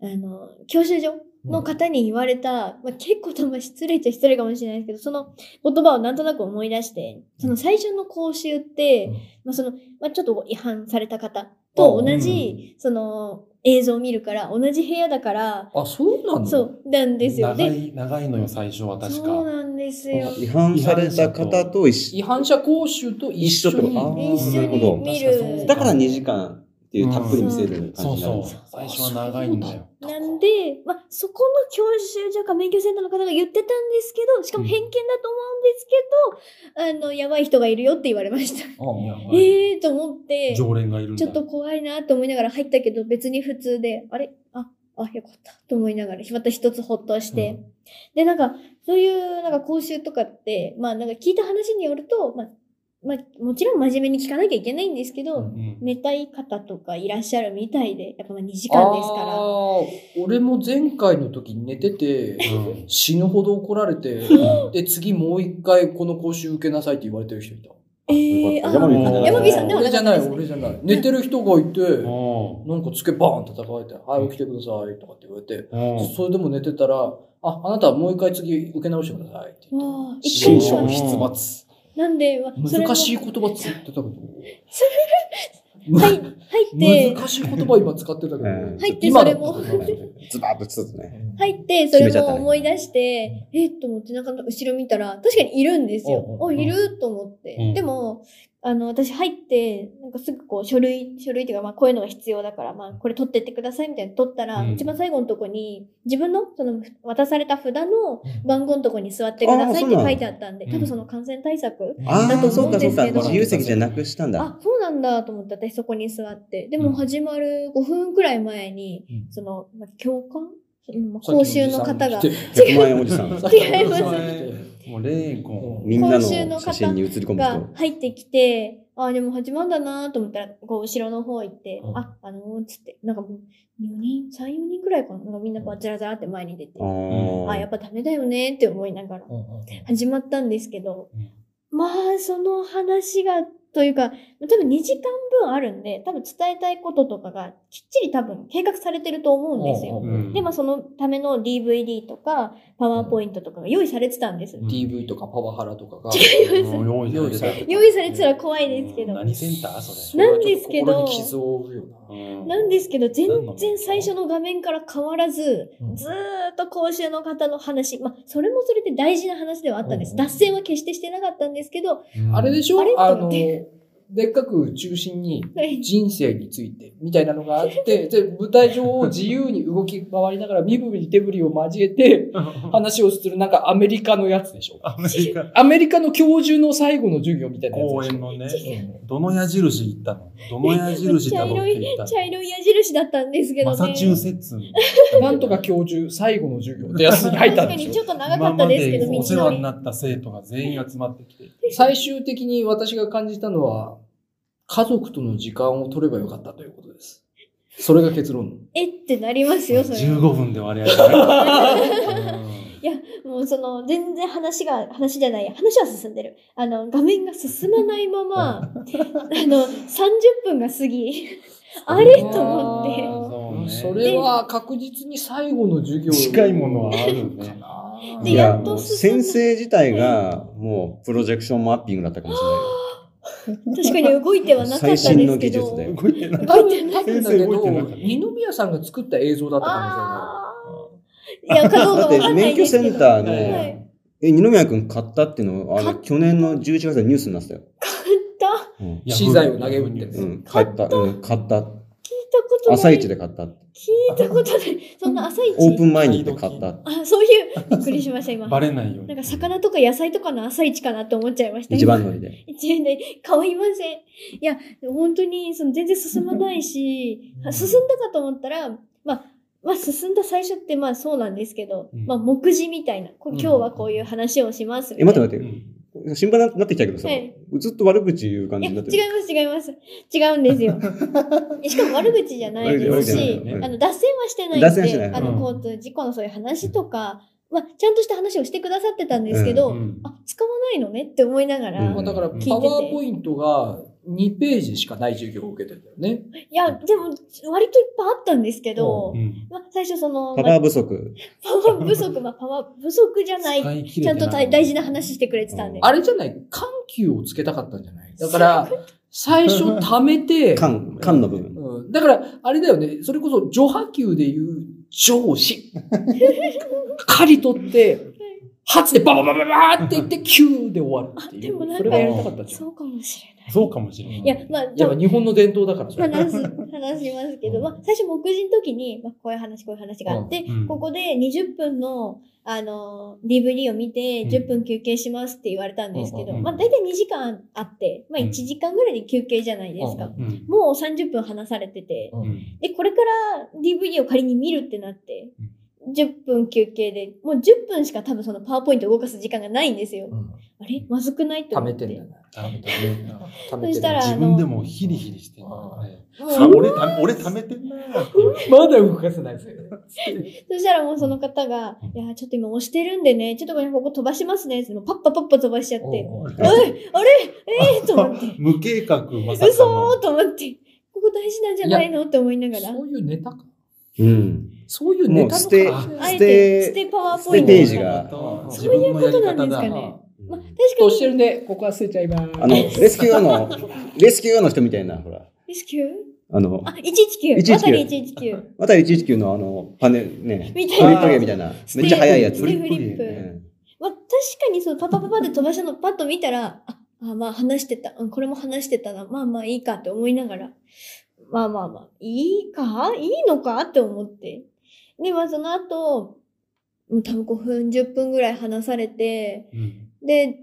Speaker 1: あの、教習所の方に言われた、まあ、結構たま失礼っちゃ失礼かもしれないですけど、その言葉をなんとなく思い出して、その最初の講習って、
Speaker 3: うん
Speaker 1: まあ、その、まあ、ちょっと違反された方と同じ、その、映像を見るから、同じ部屋だから、
Speaker 3: あ、そうなの
Speaker 1: そう、なんですよ。
Speaker 4: 長
Speaker 1: で、
Speaker 4: い、長いのよ、最初は確
Speaker 1: そう
Speaker 4: か。
Speaker 1: なんですよ。
Speaker 2: 違反された方と一
Speaker 3: 違
Speaker 2: 緒。
Speaker 3: 反者講習と一緒に
Speaker 2: 一緒ってことあー
Speaker 1: 一緒
Speaker 2: なるほど
Speaker 1: に見る。
Speaker 2: だから2時間っていうたっぷり見せる
Speaker 4: そ
Speaker 2: 感
Speaker 4: う
Speaker 2: じな
Speaker 4: そ
Speaker 2: ん
Speaker 4: う
Speaker 2: です。。
Speaker 4: 最初は長いんだよ。
Speaker 1: なんで、まあ、そこの教習所か免許センターの方が言ってたんですけど、しかも偏見だと思うんですけど、あの、やばい人がいるよって言われました。
Speaker 3: うん
Speaker 4: やばい
Speaker 1: ええーと思って、ち
Speaker 4: 常連がいるんだ。
Speaker 1: ょっと怖いなと思いながら入ったけど、別に普通で、あれあ、あ、よかったと思いながら、また一つほっとして。で、なんか、そういう、なんか講習とかって、まあ、なんか聞いた話によると、まあ、まあ、もちろん真面目に聞かなきゃいけないんですけど、
Speaker 3: うん
Speaker 4: うん。
Speaker 1: 寝たい方とかいらっしゃるみたいで、やっぱまあ2時
Speaker 3: あ
Speaker 1: 間ですから。
Speaker 3: ー俺も前回の時に寝てて、
Speaker 4: うん
Speaker 3: 死ぬほど怒られて、で、次もう一回この講習受けなさいって言われてる人いた。
Speaker 1: ええー、あ
Speaker 2: 山
Speaker 1: ー
Speaker 2: 火さん
Speaker 1: 山火さんでは
Speaker 3: 俺
Speaker 1: なか
Speaker 3: じゃ
Speaker 1: っ
Speaker 3: な
Speaker 1: た
Speaker 3: い、
Speaker 1: ですね
Speaker 3: 俺じゃない。寝てる人がいて、
Speaker 4: お
Speaker 3: なんかつけバーンって叩かれて、はい、起きてくださいとかって言われて、
Speaker 4: ーおー
Speaker 3: それでも寝てたら、あ、あなたはもう一回次受け直してくださいって言って。
Speaker 1: わあ一回
Speaker 2: 新
Speaker 1: 目
Speaker 2: 商
Speaker 1: は
Speaker 2: 出没。
Speaker 1: なんで、まあそれも
Speaker 3: 難しい言葉つってたけど。
Speaker 1: はい、入って、
Speaker 3: 難しい言葉今使ってたけど。
Speaker 2: うん
Speaker 1: 入ってそれも
Speaker 3: 今だったら
Speaker 2: ズバッとつつね。
Speaker 1: 入って、それも思い出して、えっと思って、なんか後ろ見たら、確かにいるんですよ。
Speaker 3: うん
Speaker 1: お、
Speaker 3: うん
Speaker 1: いると思って
Speaker 4: うん。
Speaker 1: でも、あの、私入って、なんかすぐこう、書類、書類っていうか、まあ、こういうのが必要だから、まあ、これ取ってってくださいみたいなの取ったら、
Speaker 4: うん
Speaker 1: 一番最後のとこに、自分の、その、渡された札の番号のとこに座ってくださいって書いてあったんで、
Speaker 4: うん
Speaker 1: 多分その感染対策。
Speaker 2: あ
Speaker 1: だと
Speaker 2: あ、そ
Speaker 1: 思
Speaker 2: う
Speaker 1: うん
Speaker 2: かそ
Speaker 1: で
Speaker 2: う
Speaker 1: す
Speaker 2: か。
Speaker 1: けど
Speaker 2: 自由席じゃなくしたんだ。
Speaker 1: あ、そうなんだと思って、私そこに座って。で
Speaker 4: うん
Speaker 1: も始まる5分くらい前に、
Speaker 3: うん
Speaker 1: その、まあ教官うんまあ講習の方が
Speaker 3: 来、て
Speaker 2: 100万円おじさん。
Speaker 1: 違います
Speaker 4: もう霊魂。
Speaker 2: みんなの写真に写り込
Speaker 1: が
Speaker 2: む
Speaker 1: 入ってきて、あ、でも始まるんだなと思ったら、こう、後ろの方行って、
Speaker 4: うん
Speaker 1: あ、あのー、つって、なんかもう、4人、3、4人くらいかな。なんかみんなこう、ずらずらって前に出て、
Speaker 2: と。
Speaker 1: あ、やっぱダメだよねって思いながら、始まったんですけど、まあ、その話が、というか、多分2時間分あるんで、多分伝えたいこととかがきっちり多分計画されてると思うんですよ。
Speaker 4: うん
Speaker 1: で、まあそのための DVD とか、パワーポイントとかが用意されてたんです。
Speaker 3: DV とかパワハラとかが。
Speaker 4: もう用意
Speaker 3: 用意
Speaker 4: さ
Speaker 3: さ
Speaker 4: れ
Speaker 3: れ
Speaker 4: て
Speaker 3: て
Speaker 4: る
Speaker 3: る
Speaker 1: 用意されてたら怖いですけど。
Speaker 4: 何センターそれ。
Speaker 1: なんですけど
Speaker 3: 心に傷を負うよな。
Speaker 1: なんですけど、全
Speaker 4: 何の
Speaker 1: 然最初の画面から変わらず、
Speaker 3: うん
Speaker 1: ずーっと講習の方の話、まあ、それもそれで大事な話ではあったんで
Speaker 3: う
Speaker 1: す。
Speaker 3: んうん
Speaker 1: 脱線は決してしてなかったんですけど、
Speaker 3: あれでしょ
Speaker 1: あれ
Speaker 3: あ
Speaker 1: と思
Speaker 3: の、
Speaker 1: って
Speaker 3: でっかく中心に
Speaker 1: はい
Speaker 3: 人生についてみたいなのが あって、で舞台上を自由に動き回りながら身振り手振りを交えて話をするなんかアメリカのやつでしょ
Speaker 4: アメリカ
Speaker 3: アメリカの教授の最後の授業みたいなやつ
Speaker 4: 公
Speaker 3: でしょ
Speaker 4: 園のね、
Speaker 3: うん
Speaker 4: どの矢印行ったのどの矢印だろうって言ったの
Speaker 1: 茶色い矢印だったんですけど
Speaker 4: マ
Speaker 1: ね。
Speaker 4: サチューセッツ。
Speaker 3: なんとか教授、最後の授業ってやつに入った
Speaker 1: 確か
Speaker 3: んでし
Speaker 1: に
Speaker 3: ょ
Speaker 1: ちょっと長か
Speaker 4: 今
Speaker 1: った
Speaker 4: ま
Speaker 1: ですけど、
Speaker 4: で
Speaker 1: 道
Speaker 4: お世話に
Speaker 1: の
Speaker 4: なった生徒が全員集まってきて。
Speaker 3: 最終的に私が感じたのは、家族との時間を取ればよかったということです。それが 結論。
Speaker 1: り。えってなりますよ、それ。
Speaker 4: 15分で割り当てられたうん
Speaker 1: もうその、全然話が、話じゃない、話は進んでる。あの、画面が進まないま ま、あの、30分が過ぎ、あれと思っ
Speaker 4: 思って
Speaker 3: それは確実に最後の授業
Speaker 4: 近いものはある
Speaker 3: か
Speaker 4: ね。
Speaker 3: な。
Speaker 1: で
Speaker 2: いや、
Speaker 1: やっ
Speaker 2: も
Speaker 1: と
Speaker 2: う
Speaker 1: 進んだ
Speaker 2: 先生自体が、もう、プロジェクションマッピングだったかもしれない。
Speaker 1: て、確かに動いてはなかったですけど。
Speaker 2: 最新の技術で
Speaker 4: 動いてない。
Speaker 3: 多分、多分だけ
Speaker 4: 先生動いてな
Speaker 3: ど
Speaker 4: かった、
Speaker 3: 二宮さんが作った映像だったか
Speaker 1: ああ。いや、かどうか
Speaker 2: だ
Speaker 1: わか
Speaker 2: って、
Speaker 1: んない
Speaker 2: 免許
Speaker 1: です
Speaker 2: セ
Speaker 1: けど。
Speaker 2: ンター
Speaker 4: だって免許センターの
Speaker 1: は
Speaker 2: の、
Speaker 1: い。
Speaker 2: え、二宮くん買ったっていうの、あ
Speaker 1: 買
Speaker 2: れ、
Speaker 1: っ
Speaker 2: 去年の11月にニュースになってたよ。
Speaker 1: だ
Speaker 2: うん
Speaker 3: 資材を投げ打ってね
Speaker 2: うん、買った、うん、買った。
Speaker 1: 聞いたことない。
Speaker 2: 朝一で買った。
Speaker 1: 聞いたことない。そんな朝一。
Speaker 2: オープン前に行って買った。
Speaker 1: あ、そういう、びっくりしました、今。
Speaker 4: バ
Speaker 1: な
Speaker 4: レないように。
Speaker 1: んか魚とか野菜とかの朝一かなって思っちゃいました。
Speaker 2: 一番乗りで。
Speaker 1: 一円で構いません。いや、本当にその全然進まないし、
Speaker 3: うん
Speaker 1: 進んだかと思ったら、まあ、まあ進んだ最初ってまあそうなんですけど、
Speaker 4: うん
Speaker 1: まあ目次みたいな、こ
Speaker 3: うん
Speaker 1: 今日はこういう話をしますみた
Speaker 2: え、
Speaker 1: いな。
Speaker 2: 待って
Speaker 4: う
Speaker 2: 待っ
Speaker 4: ん
Speaker 2: て。心配になってきたけどさ
Speaker 1: はい、
Speaker 2: ずっと悪口言う感
Speaker 1: い
Speaker 2: じ
Speaker 1: や、
Speaker 2: に
Speaker 1: 違い
Speaker 2: なっ
Speaker 1: ま
Speaker 2: て
Speaker 1: す
Speaker 2: る。
Speaker 1: 違います。違うんですよ。 しかも悪口じゃないです
Speaker 4: 悪口じゃ
Speaker 1: し
Speaker 4: ないよ、ね
Speaker 1: あの、脱線はしてないん
Speaker 2: 脱線はしてな
Speaker 1: で、
Speaker 2: い
Speaker 1: あ
Speaker 4: うん
Speaker 1: の、交通事故のそういう話とか、まあ、ちゃんとした話をしてくださってたんですけ
Speaker 4: う
Speaker 1: ど、
Speaker 4: ん
Speaker 1: あ、使わないのねって思いながら、
Speaker 2: う
Speaker 3: ら。
Speaker 2: ん
Speaker 3: まあだから、パ
Speaker 1: 聞いてて
Speaker 3: ワーポイントが2ページしかない授業を受けてんだよね。
Speaker 1: いや、でも、割といっぱいあったんですけど
Speaker 4: う、ん
Speaker 1: まあ、最初その、
Speaker 2: パ
Speaker 1: まあ
Speaker 2: ワー不足。
Speaker 1: パワー不足、まあ、パワー不足じゃない。
Speaker 4: 使い切
Speaker 1: ち
Speaker 4: れ
Speaker 1: ゃ
Speaker 4: て
Speaker 1: ん
Speaker 4: な
Speaker 1: と
Speaker 4: い
Speaker 1: 大大事な話してくれてたんで。
Speaker 3: あれじゃない緩急をつけたかったんじゃないだから、最初貯め て、
Speaker 2: 缶、缶の部分。
Speaker 3: うん、だから、あれだよね、それこそ、序波球で言う上司。刈り取って、初でバババババーって言って、球で終わるってい
Speaker 1: あでも
Speaker 3: う。
Speaker 1: なんか
Speaker 3: それはやりたかったじゃん。
Speaker 1: そうかもしれない。
Speaker 4: そうかもしれない。
Speaker 1: いや、まあ、
Speaker 3: やっぱ日本の伝統だから、それ。
Speaker 1: 話す、話しますけど、まあ、最初、目次の時に、まあ、こういう話、こういう話があって、
Speaker 4: うんうん
Speaker 1: ここで20分の、あの、DVD を見て、
Speaker 4: うん
Speaker 1: 10分休憩しますって言われたんですけ
Speaker 3: うん
Speaker 1: ど、
Speaker 3: うん
Speaker 4: うん
Speaker 1: まあ、大体2時間あって、まあ、
Speaker 4: うん
Speaker 1: 1時間ぐらいで休憩じゃないですか。
Speaker 4: うん
Speaker 1: もう30分話されてて、
Speaker 4: う
Speaker 3: うん
Speaker 1: で、これから DVD を仮に見るってなって
Speaker 4: う、
Speaker 1: 10分休憩で、もう10分しか多分そのパワーポイント動かす時間がないんですよ。
Speaker 3: うん
Speaker 1: あれまずくないって
Speaker 3: 貯
Speaker 1: 思
Speaker 3: め
Speaker 1: って。
Speaker 3: てんだよな。
Speaker 4: ダメダメ
Speaker 3: 貯めて
Speaker 1: そ
Speaker 3: ん
Speaker 1: し
Speaker 3: だ
Speaker 1: た
Speaker 3: よ
Speaker 1: ら
Speaker 4: 自分でもヒリヒリしてるからね。あ、
Speaker 1: もう
Speaker 4: 俺た、俺貯めてんなーって。
Speaker 3: まだ動かせないですよね。
Speaker 1: そしたらもうその方が、いや、ちょっと今押してるんでね、ちょっとこれここ飛ばしますね、ってパッパパッパ飛ばしちゃって、
Speaker 3: おうおう
Speaker 1: あれあれええー、と思って、
Speaker 4: 無計画、まさか
Speaker 1: 嘘
Speaker 4: の。
Speaker 1: ーと思って、ここ大事なんじゃないのって思いながら、
Speaker 3: そういうネタか。
Speaker 2: うん。
Speaker 3: そういうネタの
Speaker 2: もう捨て
Speaker 3: 可能性
Speaker 1: あえ
Speaker 2: 捨て
Speaker 1: て、捨てパワーポイン
Speaker 2: 捨て
Speaker 1: ト
Speaker 2: ページが
Speaker 4: 自分のやり
Speaker 1: そういうことな
Speaker 4: 方
Speaker 1: んです
Speaker 4: だ
Speaker 1: か。ねまあ、確
Speaker 3: と
Speaker 1: か
Speaker 3: して
Speaker 1: に、
Speaker 3: るね。ここは捨てちゃいます。
Speaker 2: あの、レスキューアの、レスキューアの人みたいな、ほら、
Speaker 1: SQ?
Speaker 2: あの、
Speaker 1: あ、119。
Speaker 2: 119
Speaker 1: まさに119。
Speaker 2: また119のあの、パネルね、
Speaker 1: みた
Speaker 2: フ
Speaker 1: い
Speaker 2: リ
Speaker 1: な
Speaker 2: ップ。ゲーみたいな、めっちゃ速いやつ。
Speaker 1: ステフリッ
Speaker 4: フリップ
Speaker 2: う
Speaker 1: プ。
Speaker 2: ん
Speaker 1: まあ、確かにそのパパパパで飛ばしたのパッと見たら、あ、あまあ話してた、うん、これも話してたな、まあまあいいかって思いながら、まあまあまあ、いいかいいのかって思って。で、まあその後、うん多分5分、10分ぐらい話されて、で、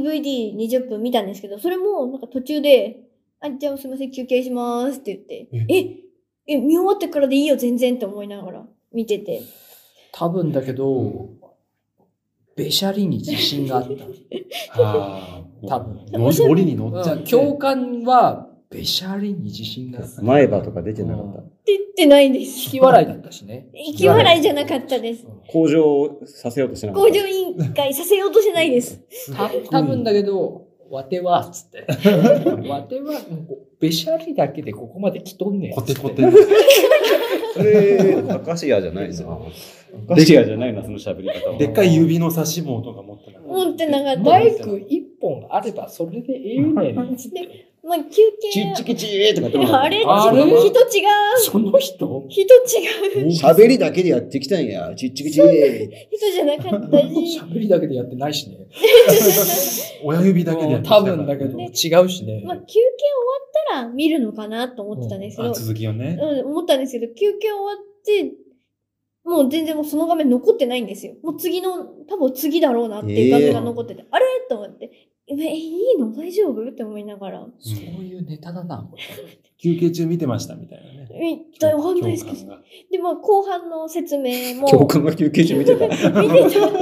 Speaker 1: DVD20 分見たんですけど、それもなんか途中で、あ、じゃあすいません、休憩しますって言って、え、え、見終わってからでいいよ、全然って思いながら見てて。
Speaker 3: 多分だけど、べしゃりに自信があった。
Speaker 4: ああ、
Speaker 3: 多分
Speaker 4: もし折に乗っちゃって。
Speaker 3: 共感は、べしゃりに自信があった。
Speaker 2: 前歯とか出てなかった
Speaker 3: う。ん
Speaker 1: って言ってないです。
Speaker 3: 引き笑いだったしね。
Speaker 1: 引き笑いじゃなかったです。
Speaker 2: 向上させようとしてなかっ
Speaker 1: 工
Speaker 2: た。
Speaker 1: 場委員会させようとしないです。
Speaker 3: た多分だけど、わては、つって。わては、もうこう、べしゃりだけでここまで来とんねん。
Speaker 4: コテコ
Speaker 3: つって
Speaker 4: テ。
Speaker 2: それ、アカシアじゃないな。アカシアじゃないな、その喋り方は。
Speaker 4: でっかい指の差し棒とか持ってなかっ
Speaker 1: 持ってなかった。
Speaker 3: マイク一本あればそれでええねん。つって
Speaker 1: まあ、休
Speaker 2: チュッチ
Speaker 1: 憩。
Speaker 2: ュキチーとかって
Speaker 1: で
Speaker 2: 思う
Speaker 1: もあれ
Speaker 3: あれ
Speaker 1: 人違う。
Speaker 3: その人
Speaker 1: 人違う。
Speaker 2: 喋りだけでやってきたんや。チュッチュキチー。
Speaker 1: 人じゃなかった し。
Speaker 3: 喋りだけでやってないしね。
Speaker 4: 親指だけでやってきた
Speaker 3: 多
Speaker 4: から
Speaker 3: 分だけど、
Speaker 1: ね
Speaker 3: 違うしね。
Speaker 1: まあ、休憩終わったら見るのかなと思ってたんですけど、
Speaker 4: あ続きをね。
Speaker 1: うん、思ったんですけど、休憩終わって、もう全然もうその画面残ってないんですよ。もう次の、多分次だろうなっていう画面が残ってて、あれと思って、え、いいの大丈夫って思いながら。
Speaker 3: そういうネタだな。これ
Speaker 4: 休憩中見てましたみたいなね。
Speaker 1: え、わかんないですけ
Speaker 4: 共
Speaker 1: ど
Speaker 4: 感。が
Speaker 1: で、まあ、後半の説明も。
Speaker 2: 教官が休憩中見てた。
Speaker 1: 見てた。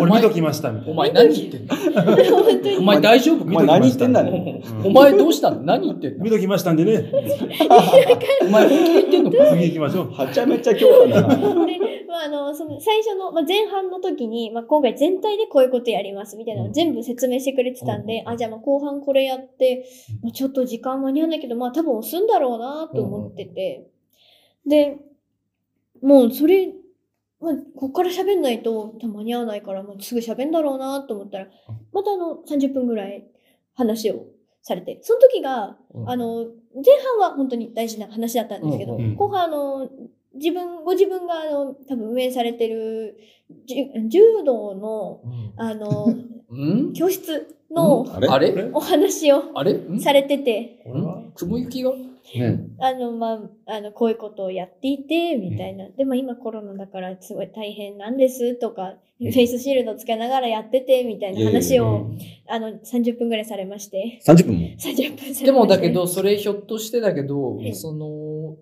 Speaker 4: 俺見ときましたみたい
Speaker 3: お
Speaker 4: な。
Speaker 3: 前何言ってんの
Speaker 1: 本当
Speaker 3: お
Speaker 1: に。
Speaker 3: 前大丈夫
Speaker 2: お前
Speaker 3: か
Speaker 2: 何言ってんだね。
Speaker 3: お
Speaker 4: お前
Speaker 3: 前どうしたの何言ってんの
Speaker 4: 見ときましたんでね。
Speaker 3: お前本気で言ってんのか
Speaker 4: 次行きましょう。
Speaker 2: はちゃめちゃ教官だな。
Speaker 1: で、まあ、あの、その、最初の、まあ、前半の時に、まあ、今回全体でこういうことやります、みたいなのを全部説明してくれてたんで、あ、じゃあ、まあ、後半これやって、まあ、ちょっと時間間に合わないけど、まあ、多分押すんだろうな、と思ってて。で、もう、それ、まあ、こっから喋んないと、多分間に合わないから、もうすぐ喋んだろうな、と思ったら、またあの、30分ぐらい話をされて、その時が、あの、前半は本当に大事な話だったんですけど、
Speaker 4: うんうん
Speaker 1: 後半あの、自分、ご自分があの、多分運営されてる、じゅ柔道の、あ の、
Speaker 3: うん
Speaker 1: 教室の
Speaker 2: あ
Speaker 3: あれ
Speaker 1: お話を
Speaker 3: あれん
Speaker 1: されてて、
Speaker 4: 俺は
Speaker 3: 雲行きが
Speaker 1: あの、まあ、あの、こういうことをやっていて、みたいな。でも今コロナだからすごい大変なんですとか、フェイスシールドつけながらやってて、みたいな話を、あの、30分ぐらいされまして。
Speaker 2: 30分も。
Speaker 1: 30分されまして
Speaker 3: でもだけど、それひょっとしてだけど
Speaker 1: ええ、
Speaker 3: その、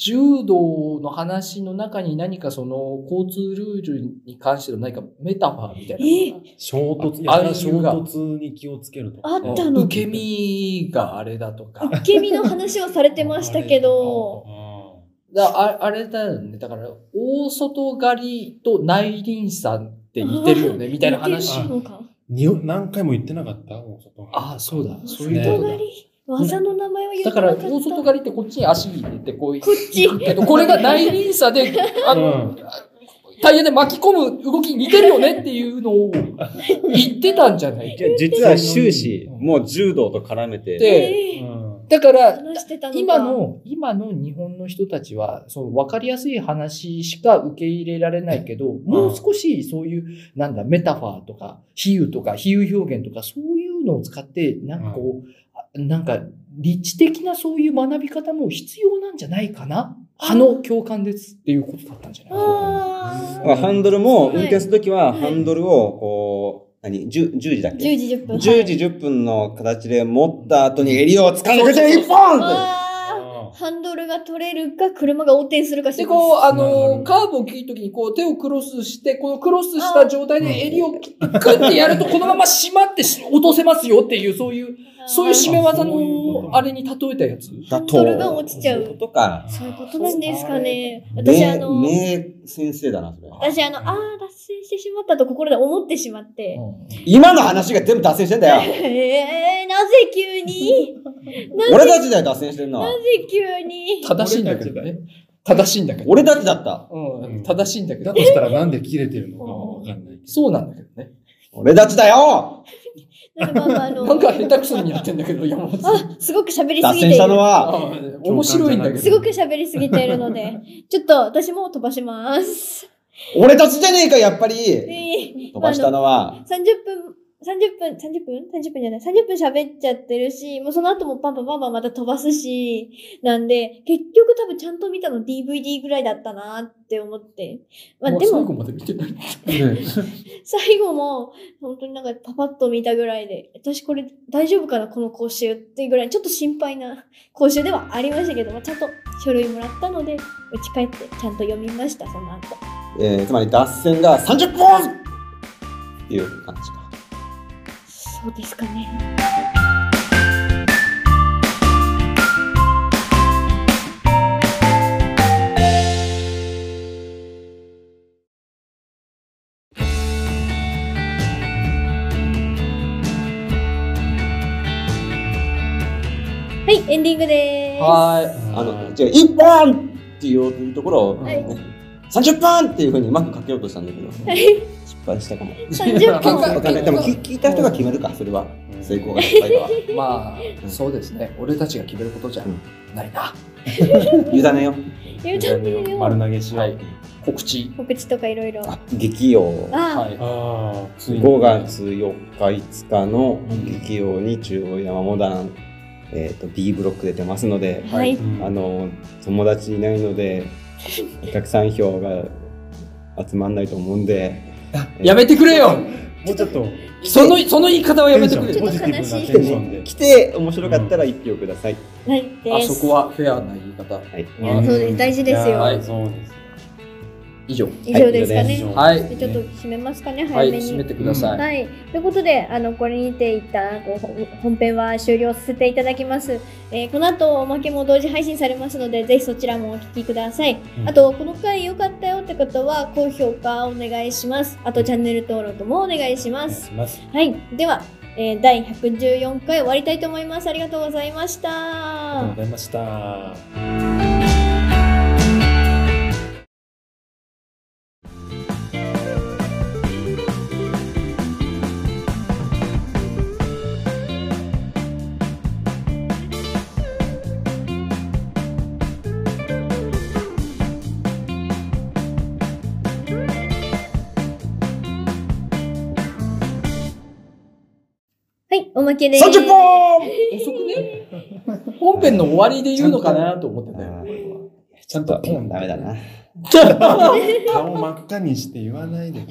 Speaker 3: 柔道の話の中に何かその交通ルールに関しての何かメタファーみたいな。
Speaker 4: 衝突、
Speaker 3: あ
Speaker 4: やたら衝
Speaker 3: あ
Speaker 4: 突に気をつけるとか。
Speaker 1: あったの。
Speaker 3: 受け身があれだとか。
Speaker 1: 受け身の話をされてましたけ ど、
Speaker 3: だああれだよね。だから、大外狩りと内輪差って似てるよね、みたいな話
Speaker 1: 似。てるのか
Speaker 4: にお何回も言ってなかった大外が
Speaker 3: ああ、そうだ。そういうこ
Speaker 1: 外
Speaker 3: とだ
Speaker 1: 狩。り技の名前を言
Speaker 3: だ
Speaker 1: わ
Speaker 3: か
Speaker 1: な
Speaker 3: ら、
Speaker 1: かった
Speaker 3: 大外狩りってこっちに足に入れて、こうい
Speaker 1: こっち
Speaker 3: 行くけど、これが内輪差で、あの、
Speaker 4: うん
Speaker 3: タイヤで巻き込む動きに似てるよねっていうのを言ってたんじゃない
Speaker 2: いや実は終始、もう柔道と絡めて、
Speaker 3: で、
Speaker 1: ええ
Speaker 4: うん
Speaker 3: だから、
Speaker 1: 話してたのか
Speaker 3: 今の、今の日本の人たちは、その分かりやすい話しか受け入れられないけど、もう少しそういう、なんだ、メタファーとか、比喩とか、比喩表現とか、そういうのを使って、なんかこう、あなんか、理知的なそういう学び方も必要なんじゃないかなあの共感ですっていうことだったんじゃない
Speaker 1: あ
Speaker 2: まあハンドルも
Speaker 1: はい
Speaker 2: 運転するときは、
Speaker 1: はい
Speaker 2: ハンドルを、こう、何 10, 10時だっ
Speaker 1: ー
Speaker 2: け
Speaker 1: 10時10分
Speaker 2: ?10 時10分の形で持った後に襟を掴んで口で一本って
Speaker 1: あーハンドルが取れるか車が横転するかし
Speaker 3: で、
Speaker 1: ます
Speaker 3: こう、あ
Speaker 4: なるほ
Speaker 3: の、
Speaker 4: ど
Speaker 3: カーブを切るときに、こう、手をクロスして、このクロスした状態で襟をグッてやると、このまま締まってし落とせますよっていう、そういう、そういう締め技
Speaker 4: あそういうこと
Speaker 3: の、あれに例えたやつ。
Speaker 1: ハンドルが落ちちゃ
Speaker 2: そういう
Speaker 1: う
Speaker 2: ことか。
Speaker 1: そういうことなんですかね私あ
Speaker 2: 名、
Speaker 1: の
Speaker 2: 名先生だな、それ。
Speaker 1: 私あのあー脱線してしまったと心で思ってしま って
Speaker 2: 今の話が全部脱線してんだよ。
Speaker 1: えー、なぜ急 にな
Speaker 2: 俺
Speaker 1: ぜ
Speaker 2: たちだよ、脱線してんのは。
Speaker 1: 急に
Speaker 3: 正しいんだけどね。正しいんだけど。
Speaker 2: 俺たちだった。
Speaker 3: うん、正しいんだけ
Speaker 4: だ
Speaker 3: ど
Speaker 4: と。したらなんで切れてるのかわかんないけど。
Speaker 3: そうなんだけどね。
Speaker 2: 俺たちだよ
Speaker 1: なんかまあまああの、
Speaker 3: なんか下手くそにやってんだけど、山本さん。
Speaker 1: あ、すごく喋りす
Speaker 2: 脱
Speaker 1: ぎてい
Speaker 2: 線し
Speaker 1: る
Speaker 2: た。のは、
Speaker 3: あ面白いんだけ
Speaker 1: す
Speaker 3: ど。
Speaker 1: ごく喋りすぎているので、ちょっと私も飛ばします。
Speaker 2: 俺たちじゃねえか、やっぱり
Speaker 1: 飛
Speaker 2: 飛ばしたのは、
Speaker 1: 30分、30分、30分 ?30 分じゃない。30分喋っちゃってるし、もうその後もパンパンパンパンまた飛ばすし、なんで、結局多分ちゃんと見たの DVD ぐらいだったなって思って。まあで
Speaker 3: 最
Speaker 1: も、
Speaker 3: 後まで見てない。
Speaker 1: 最後も、本当になんかパパッと見たぐらいで、私これ大丈夫かなこの講習っていうぐらい、ちょっと心配な 講習ではありましたけど、まあ、ちゃんと書類もらったので、家帰ってちゃんと読みました、その後。
Speaker 2: えーつまり脱線が30分っていう感じか。
Speaker 1: そうですかね。はい、エンディングです。
Speaker 3: は
Speaker 2: あの、違う、1本っていうところを、
Speaker 1: は
Speaker 2: ね
Speaker 1: い
Speaker 2: 30分っていうふうにうまくかけようとしたんだけど、
Speaker 1: はい
Speaker 2: 失敗したかも。
Speaker 1: 30分。
Speaker 2: わかん ないでも聞聞いた人が決めるか、それは。成功が失敗 かは。
Speaker 3: い。まあ、そうですね。俺たちが決めることじゃないな。
Speaker 2: 委ね よ。
Speaker 1: ゆうちゃん見るよ
Speaker 4: 丸投げしよう。
Speaker 3: はい告知。
Speaker 1: 告知とかいろいろ。
Speaker 2: あ、激用。
Speaker 1: あ
Speaker 3: はい。
Speaker 4: ああ、ついに
Speaker 2: 5月4日5日の劇曜に中央山モダン、えー、と B ブロックで出ますので
Speaker 1: あ、、はい。
Speaker 4: うん
Speaker 2: あの友達いないのでお客さん票が集まんないと思う んで
Speaker 3: やめてくれよ
Speaker 4: もうちょっと
Speaker 3: その、その言い方はやめてく
Speaker 4: テンション
Speaker 3: れ
Speaker 4: ポ
Speaker 3: よ
Speaker 4: ジティブなテンシ
Speaker 2: 来て
Speaker 4: ョン
Speaker 2: ね
Speaker 4: で
Speaker 2: 来て面白かったら1票ください、
Speaker 1: はい、
Speaker 3: あ
Speaker 1: です。
Speaker 3: そこはフェアな言い方。
Speaker 2: はい、
Speaker 1: いやそうです大事ですよ
Speaker 4: いやそうです
Speaker 3: 以上。
Speaker 1: 以上ですか
Speaker 2: はい以
Speaker 1: ね
Speaker 4: 上。
Speaker 3: はい
Speaker 1: でちょっと締めますかね、
Speaker 3: はい、
Speaker 1: 早めに。
Speaker 3: 締めてください。
Speaker 1: はい、ということで、あのこれにて一旦こうほ本編は終了させていただきます、えーこの後おまけも同時配信されますので、ぜひそちらもお聞きください。
Speaker 4: うん
Speaker 1: あと、この回良かったよって方は、高評価お願いします。あと、チャンネル登録もお願いし
Speaker 4: お
Speaker 1: ま
Speaker 4: 願い
Speaker 1: す。
Speaker 4: します
Speaker 1: はい、では、えー第114回終わりたいと思います。ありがとうございました。
Speaker 4: ありがとうございました。
Speaker 1: はい、おまけです。
Speaker 2: 30本
Speaker 3: 遅くね本編の終わりで言うのかなと思ってたよ。
Speaker 4: ちゃんとポン
Speaker 2: ダメだな
Speaker 4: 顔真っ赤にして言わないで。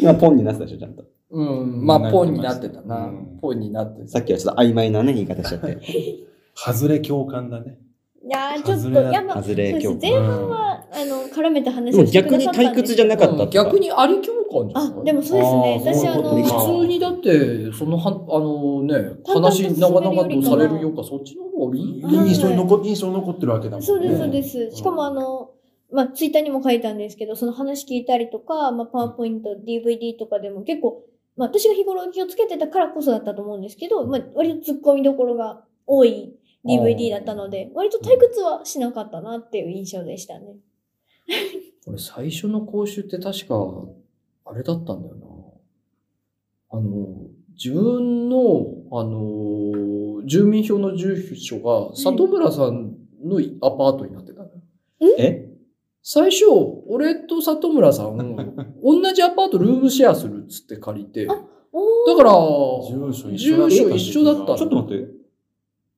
Speaker 2: 今ポンになってたでしょちゃんと
Speaker 3: うん、まあ、ポンになってたな
Speaker 4: うん。
Speaker 3: ポンになってた。
Speaker 2: さっきはちょっと曖昧なね言い方しちゃって
Speaker 4: 外れ共感だね。
Speaker 1: いやーちょっと、
Speaker 4: 外れだ
Speaker 1: やば
Speaker 2: 外れ
Speaker 1: そ
Speaker 2: 今
Speaker 1: うです
Speaker 2: 日
Speaker 1: 前
Speaker 4: う
Speaker 1: 半
Speaker 4: ん
Speaker 1: は、あの、絡めた話
Speaker 2: で
Speaker 1: を
Speaker 2: も
Speaker 1: してく
Speaker 2: 逆
Speaker 1: だ
Speaker 2: に
Speaker 1: さったん
Speaker 2: 退
Speaker 1: です
Speaker 2: 屈じゃなかったとか
Speaker 3: 逆にあり共感じゃない
Speaker 1: あ、でもそうですね。私、
Speaker 4: あ
Speaker 1: あ
Speaker 4: ーそういうことか
Speaker 1: の、
Speaker 3: 普通にだって、そのは、あのね、
Speaker 1: 淡々と
Speaker 3: 話
Speaker 1: 進めるより
Speaker 3: な
Speaker 1: か
Speaker 3: か
Speaker 1: は
Speaker 3: なかとされるようか、そっちの方がいい。
Speaker 1: うん
Speaker 4: 印象に残印象に残ってるわけだもんね。
Speaker 1: そうです、そうです。しかも、あの、まあ、ツイッターにも書いたんですけど、その話聞いたりとか、まあ、パワーポイント、DVD とかでも結構、まあ、私が日頃気をつけてたからこそだったと思うんですけど、まあ、割と突っ込みどころが多い DVD だったので、割と退屈はしなかったなっていう印象でしたね。
Speaker 3: これ最初の講習って確か、あれだったんだよな。あの、自分の、あの、住民票の住所が、里村さんのアパートになってたのよ。
Speaker 2: え
Speaker 3: 最初、俺と里村さん、同じアパートルームシェアするっつって借りて、だか
Speaker 1: おー
Speaker 3: ら、
Speaker 4: 住所一緒だったん
Speaker 3: 住
Speaker 4: ですよ
Speaker 3: 所一緒だったの。
Speaker 2: ちょっと待って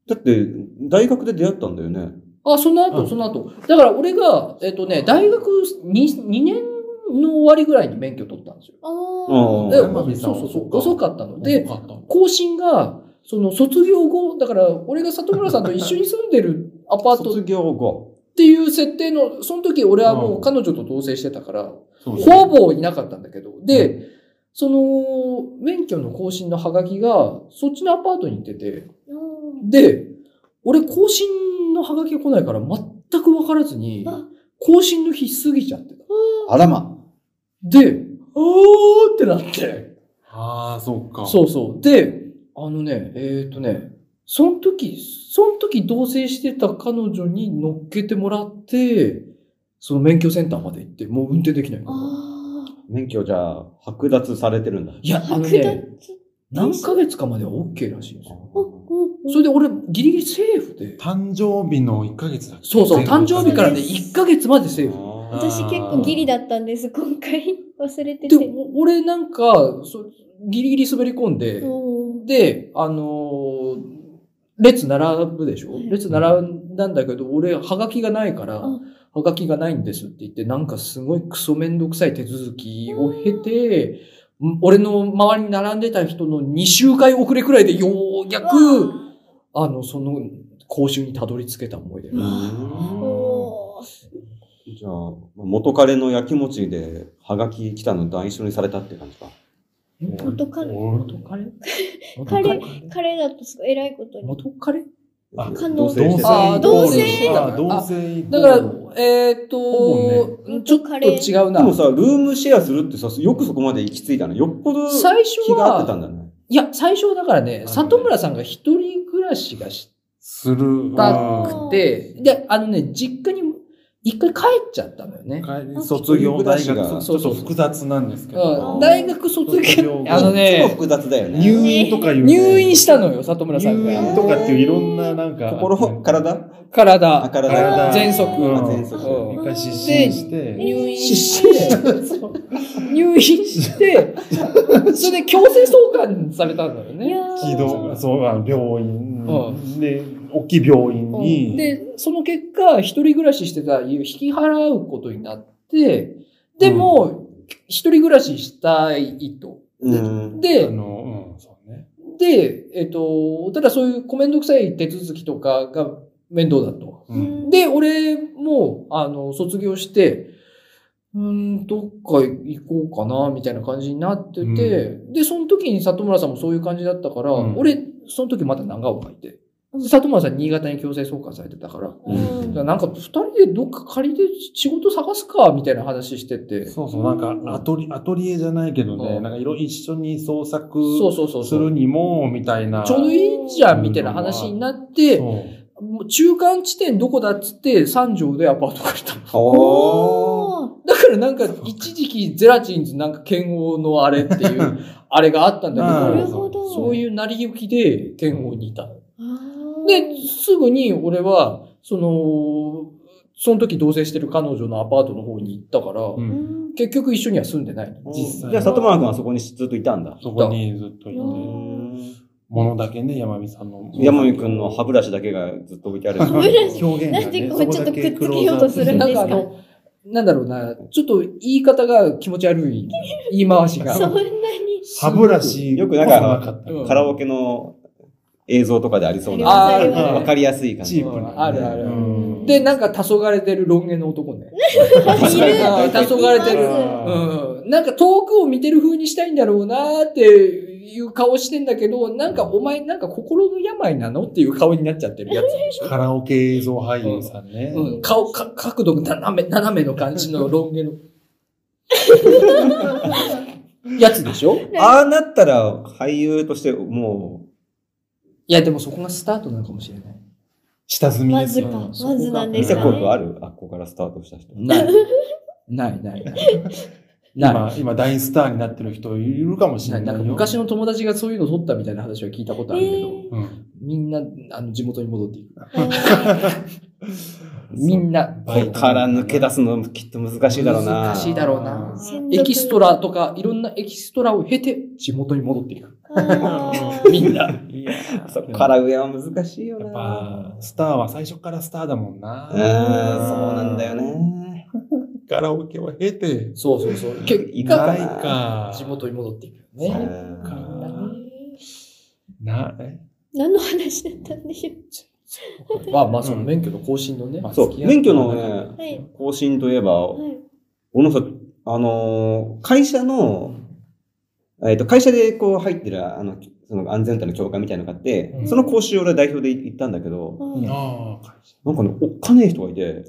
Speaker 2: だって大学で出会ったんだよね
Speaker 3: あ、その
Speaker 4: う
Speaker 3: 後、
Speaker 4: ん
Speaker 3: その後。だから俺が、えっとね、大学 2, 2年の終わりぐらいに免許取ったんですよ。
Speaker 1: おー
Speaker 2: うん
Speaker 3: で
Speaker 4: 山火さ
Speaker 3: そ
Speaker 4: ん
Speaker 3: うそうそう、
Speaker 4: 遅
Speaker 3: 遅
Speaker 4: か
Speaker 3: かったの
Speaker 4: で
Speaker 3: で、、更新が、その卒業後、だから俺が里村さんと一緒に住んで るアパートっ
Speaker 2: 卒業後
Speaker 3: ていう設定の、その時俺は
Speaker 4: う
Speaker 3: もうん彼女と同棲してたから、
Speaker 4: そうです
Speaker 3: ほぼいなかったんだけど、で、その、免許の更新のハガキが、そっちのアパートに行ってて、
Speaker 1: おー
Speaker 3: で、俺更新のハガキが来ないから全く分からずに
Speaker 1: あ、
Speaker 3: 更新の日過ぎちゃってた。
Speaker 2: あらま
Speaker 3: で、おーってなって。
Speaker 4: ああ、そうか。
Speaker 3: そうそう。で、あのね、えっ、とね、その時、その時同棲してた彼女に乗っけてもらって、その免許センターまで行って、もう運転できないから。
Speaker 1: あー
Speaker 2: 免許じゃあ、剥奪されてるんだ。
Speaker 3: いや、あの
Speaker 1: 剥
Speaker 3: ね、
Speaker 1: 奪。
Speaker 3: 何ヶ月かまでは OK らしいんですよ。
Speaker 1: おおお
Speaker 3: それで俺、ギリギリセーフで。
Speaker 4: 誕生日の1ヶ月だっけ
Speaker 3: そうそう、
Speaker 4: 全部
Speaker 3: 誕生日からね、1ヶ月までセーフ。
Speaker 2: あ
Speaker 1: 私結構ギリだったんです、今回。 忘れて
Speaker 3: で、
Speaker 1: て。
Speaker 3: お俺なんか、そギリギリ滑り込んで、
Speaker 1: おー
Speaker 3: で、あのー列並ぶでしょ
Speaker 1: はい
Speaker 3: 列並んだんだけど、俺、はがきがないから、
Speaker 1: あ
Speaker 3: はがきがないんですって言って、なんかすごいクソめんどくさい手続きを経て、ん俺の周りに並んでた人の2周回遅れくらいでようやく、あの、その、講習にたどり着けた思い出
Speaker 1: う。わ
Speaker 2: ー
Speaker 1: おー
Speaker 2: じゃあ、元彼のやきもちで、はがき来たのと一緒にされたって感じか。
Speaker 1: 元カレ
Speaker 4: お
Speaker 3: 元カレ
Speaker 1: カレ
Speaker 3: 元
Speaker 1: カレーだとすごい偉いことに。
Speaker 3: 元カレ
Speaker 4: あ
Speaker 1: 可能
Speaker 2: 同棲して
Speaker 4: 同
Speaker 2: た
Speaker 3: あ
Speaker 4: 性
Speaker 3: ー
Speaker 1: 同性
Speaker 4: あ同性イコー
Speaker 3: だ
Speaker 4: ル
Speaker 3: から、えーっ
Speaker 4: ほ
Speaker 3: と、
Speaker 1: ぼね
Speaker 3: ちょっと違うな
Speaker 2: で。もさ、ルームシェアするってさ、よくそこまで行き着いたの。よっぽど気
Speaker 3: 最初
Speaker 2: が合ってた
Speaker 3: は、
Speaker 2: んだね。
Speaker 3: いや、最初はだからね、
Speaker 4: ね
Speaker 3: 里村さんが一人暮らしがし
Speaker 4: する。
Speaker 3: た
Speaker 4: あ
Speaker 1: ー
Speaker 3: くて、で、あのね、実家に一回帰っちゃったのよね。
Speaker 4: ー帰り卒業大学
Speaker 2: そう
Speaker 4: ち
Speaker 3: そ
Speaker 4: ょ
Speaker 3: う
Speaker 4: っ
Speaker 3: そう
Speaker 4: と複雑なんですけ
Speaker 3: う
Speaker 4: ど。
Speaker 3: ん、大学卒
Speaker 4: 卒
Speaker 3: 業
Speaker 4: 業。
Speaker 3: あの
Speaker 2: いつも
Speaker 3: ね、
Speaker 2: 複雑だよね。
Speaker 4: 入院とかいうね。
Speaker 3: 入院したのよ、里村さん
Speaker 4: 入
Speaker 3: が。
Speaker 4: 院とかっていういろんななんか。
Speaker 2: 心、体
Speaker 3: 体。
Speaker 2: あ体
Speaker 1: 体
Speaker 3: 喘
Speaker 4: うん
Speaker 3: 息。
Speaker 2: 全速
Speaker 3: うん
Speaker 4: 一回失神して。
Speaker 3: 入院して、そう入院して、それで強制送還されたんだよ
Speaker 1: いや
Speaker 3: ね。
Speaker 1: ー
Speaker 4: 気道、そう、あの病
Speaker 3: う
Speaker 4: 院で、大きい病院に。
Speaker 3: で、その結果、一人暮らししてた家を引き払うことになって、でも、一人暮らししたいと。
Speaker 2: うん。
Speaker 4: あ
Speaker 3: で、
Speaker 4: の、うん、そうね。
Speaker 3: で、えっと、ただそういうごめんどくさい手続きとかが面倒だと。
Speaker 4: うん。
Speaker 3: で、俺も、あの、卒業して、うーん、どっか行こうかな、みたいな感じになってて、で、その時に里村さんもそういう感じだったから、
Speaker 4: うん
Speaker 3: 俺、その時また長岡いて
Speaker 1: う。ん
Speaker 3: 里村さん新潟に強制送還されてたから、だか
Speaker 1: うん
Speaker 3: らなんか二人でどっか借りて仕事探すか、みたいな話してて。
Speaker 4: そ
Speaker 3: そ
Speaker 4: うそう、なんか、アトリ、アトリエじゃないけど
Speaker 3: う
Speaker 4: ね、
Speaker 3: ん
Speaker 4: なんか、いろ、一緒に創作
Speaker 3: うそうそう
Speaker 4: す
Speaker 3: そ
Speaker 4: る
Speaker 3: う。
Speaker 4: にも、みたいな。
Speaker 3: ちょうどいいじゃん、みたいな話になって、
Speaker 4: そう
Speaker 3: もう中間地点どこだっつって、三条でアパート借りたの。
Speaker 2: おー。
Speaker 3: だからなんか、一時期ゼラチンズなんか剣王のあれって いう、あれがあったんだ
Speaker 1: な
Speaker 3: け
Speaker 1: る
Speaker 3: ど、
Speaker 1: ほど。
Speaker 3: そういう成り行きで剣王にいた。
Speaker 1: あー
Speaker 3: で、すぐに俺は、その、その時同棲してる彼女のアパートの方に行ったから、
Speaker 4: う。
Speaker 1: うんん
Speaker 3: 結局一緒には住んでないの。
Speaker 4: 実際
Speaker 2: じゃあ、里村君はそこにずっといたんだ。
Speaker 4: そこにずっといて、
Speaker 1: う
Speaker 2: うん
Speaker 4: も
Speaker 2: ん
Speaker 4: のだけね、山美さんの。
Speaker 2: 山美君の歯ブラシだけがずっと置いてある。
Speaker 1: 歯ブラシ
Speaker 4: 表現が、ね。
Speaker 1: なんでこう
Speaker 4: そだけ
Speaker 1: ちょっとくっつけようとするん
Speaker 3: な
Speaker 1: だ
Speaker 3: んかあの、なんだろうな、ちょっと言い方が気持ち悪い、言い回し が。
Speaker 1: そんなに。
Speaker 4: 歯ブラシ。
Speaker 2: よくなんか
Speaker 4: った
Speaker 3: うん
Speaker 2: カラオケの映像とかでありそうな、
Speaker 1: あります
Speaker 3: あー
Speaker 2: わかりやすい感
Speaker 4: チ
Speaker 2: じ。
Speaker 4: ープな、
Speaker 3: あるある
Speaker 4: うん
Speaker 3: で、なんか黄昏れてるロン毛の男ね。
Speaker 1: いる
Speaker 3: あー黄昏れてる
Speaker 1: いま
Speaker 3: うんなんか遠くを見てる風にしたいんだろうなーっていう顔してんだけど、なんかお前なんか心の病なのっていう顔になっちゃってるやつでしょ。
Speaker 4: カラオケ映像俳優さんね。
Speaker 3: うん、顔か、角度が斜め、斜めの感じのロン毛の。 やつでしょい
Speaker 2: ああなったら俳優としても
Speaker 3: や、でもそこがスタートなのかもしれない。
Speaker 4: 下積みで
Speaker 1: ますず
Speaker 4: よ。
Speaker 1: か。
Speaker 4: うん
Speaker 1: まずなん
Speaker 2: う、
Speaker 1: で
Speaker 2: 見
Speaker 1: す
Speaker 2: た
Speaker 1: か
Speaker 2: こ
Speaker 1: ね
Speaker 2: と。あるあ、ここからスタートした人。
Speaker 3: ない。ない、ない、ない。な
Speaker 4: 今、
Speaker 3: い。
Speaker 4: 今大スターになってる人いるかもし
Speaker 3: な
Speaker 4: れ
Speaker 3: い
Speaker 4: な
Speaker 3: ないん
Speaker 4: よ。
Speaker 3: か昔の友達がそういうの撮ったみたいな話は聞いたことあるけど、
Speaker 4: うん、
Speaker 3: みんなあの地元に戻っていく。
Speaker 1: えー
Speaker 3: みんな、
Speaker 2: ここから抜け出すのきっと難しいだろうな。
Speaker 3: 難しいだろうな。
Speaker 1: 専属
Speaker 3: エキストラとか、いろんなエキストラを経て地元に戻って いく。
Speaker 1: あー
Speaker 3: みんな。
Speaker 2: そこから上は難しいよ
Speaker 4: やっ
Speaker 2: な。
Speaker 4: ぱ、スターは最初からスターだもんな。
Speaker 2: うーん、そうなんだよね。
Speaker 4: カラオケを経て、
Speaker 3: そうそうそう。結
Speaker 2: い
Speaker 3: 果、
Speaker 4: ない
Speaker 2: か
Speaker 4: か。
Speaker 3: 地元に戻っていく。
Speaker 2: う
Speaker 3: ね。
Speaker 2: ん
Speaker 4: かな、え
Speaker 1: 何の話だったんでしょ
Speaker 3: まあまあ、その免許の更新のね。
Speaker 2: そう、免許の
Speaker 1: う。
Speaker 2: ね、
Speaker 1: はい。
Speaker 2: 更新といえば、
Speaker 1: はい。
Speaker 2: 小野さん、あのー会社の、えっ、と、会社でこう入ってる、あの、その安全帯の教官みたいなのがあって、
Speaker 3: うん
Speaker 2: その講習俺代表で行ったんだけど、
Speaker 1: あ
Speaker 4: ああ、
Speaker 2: なんかね、おっかねえ人がいて、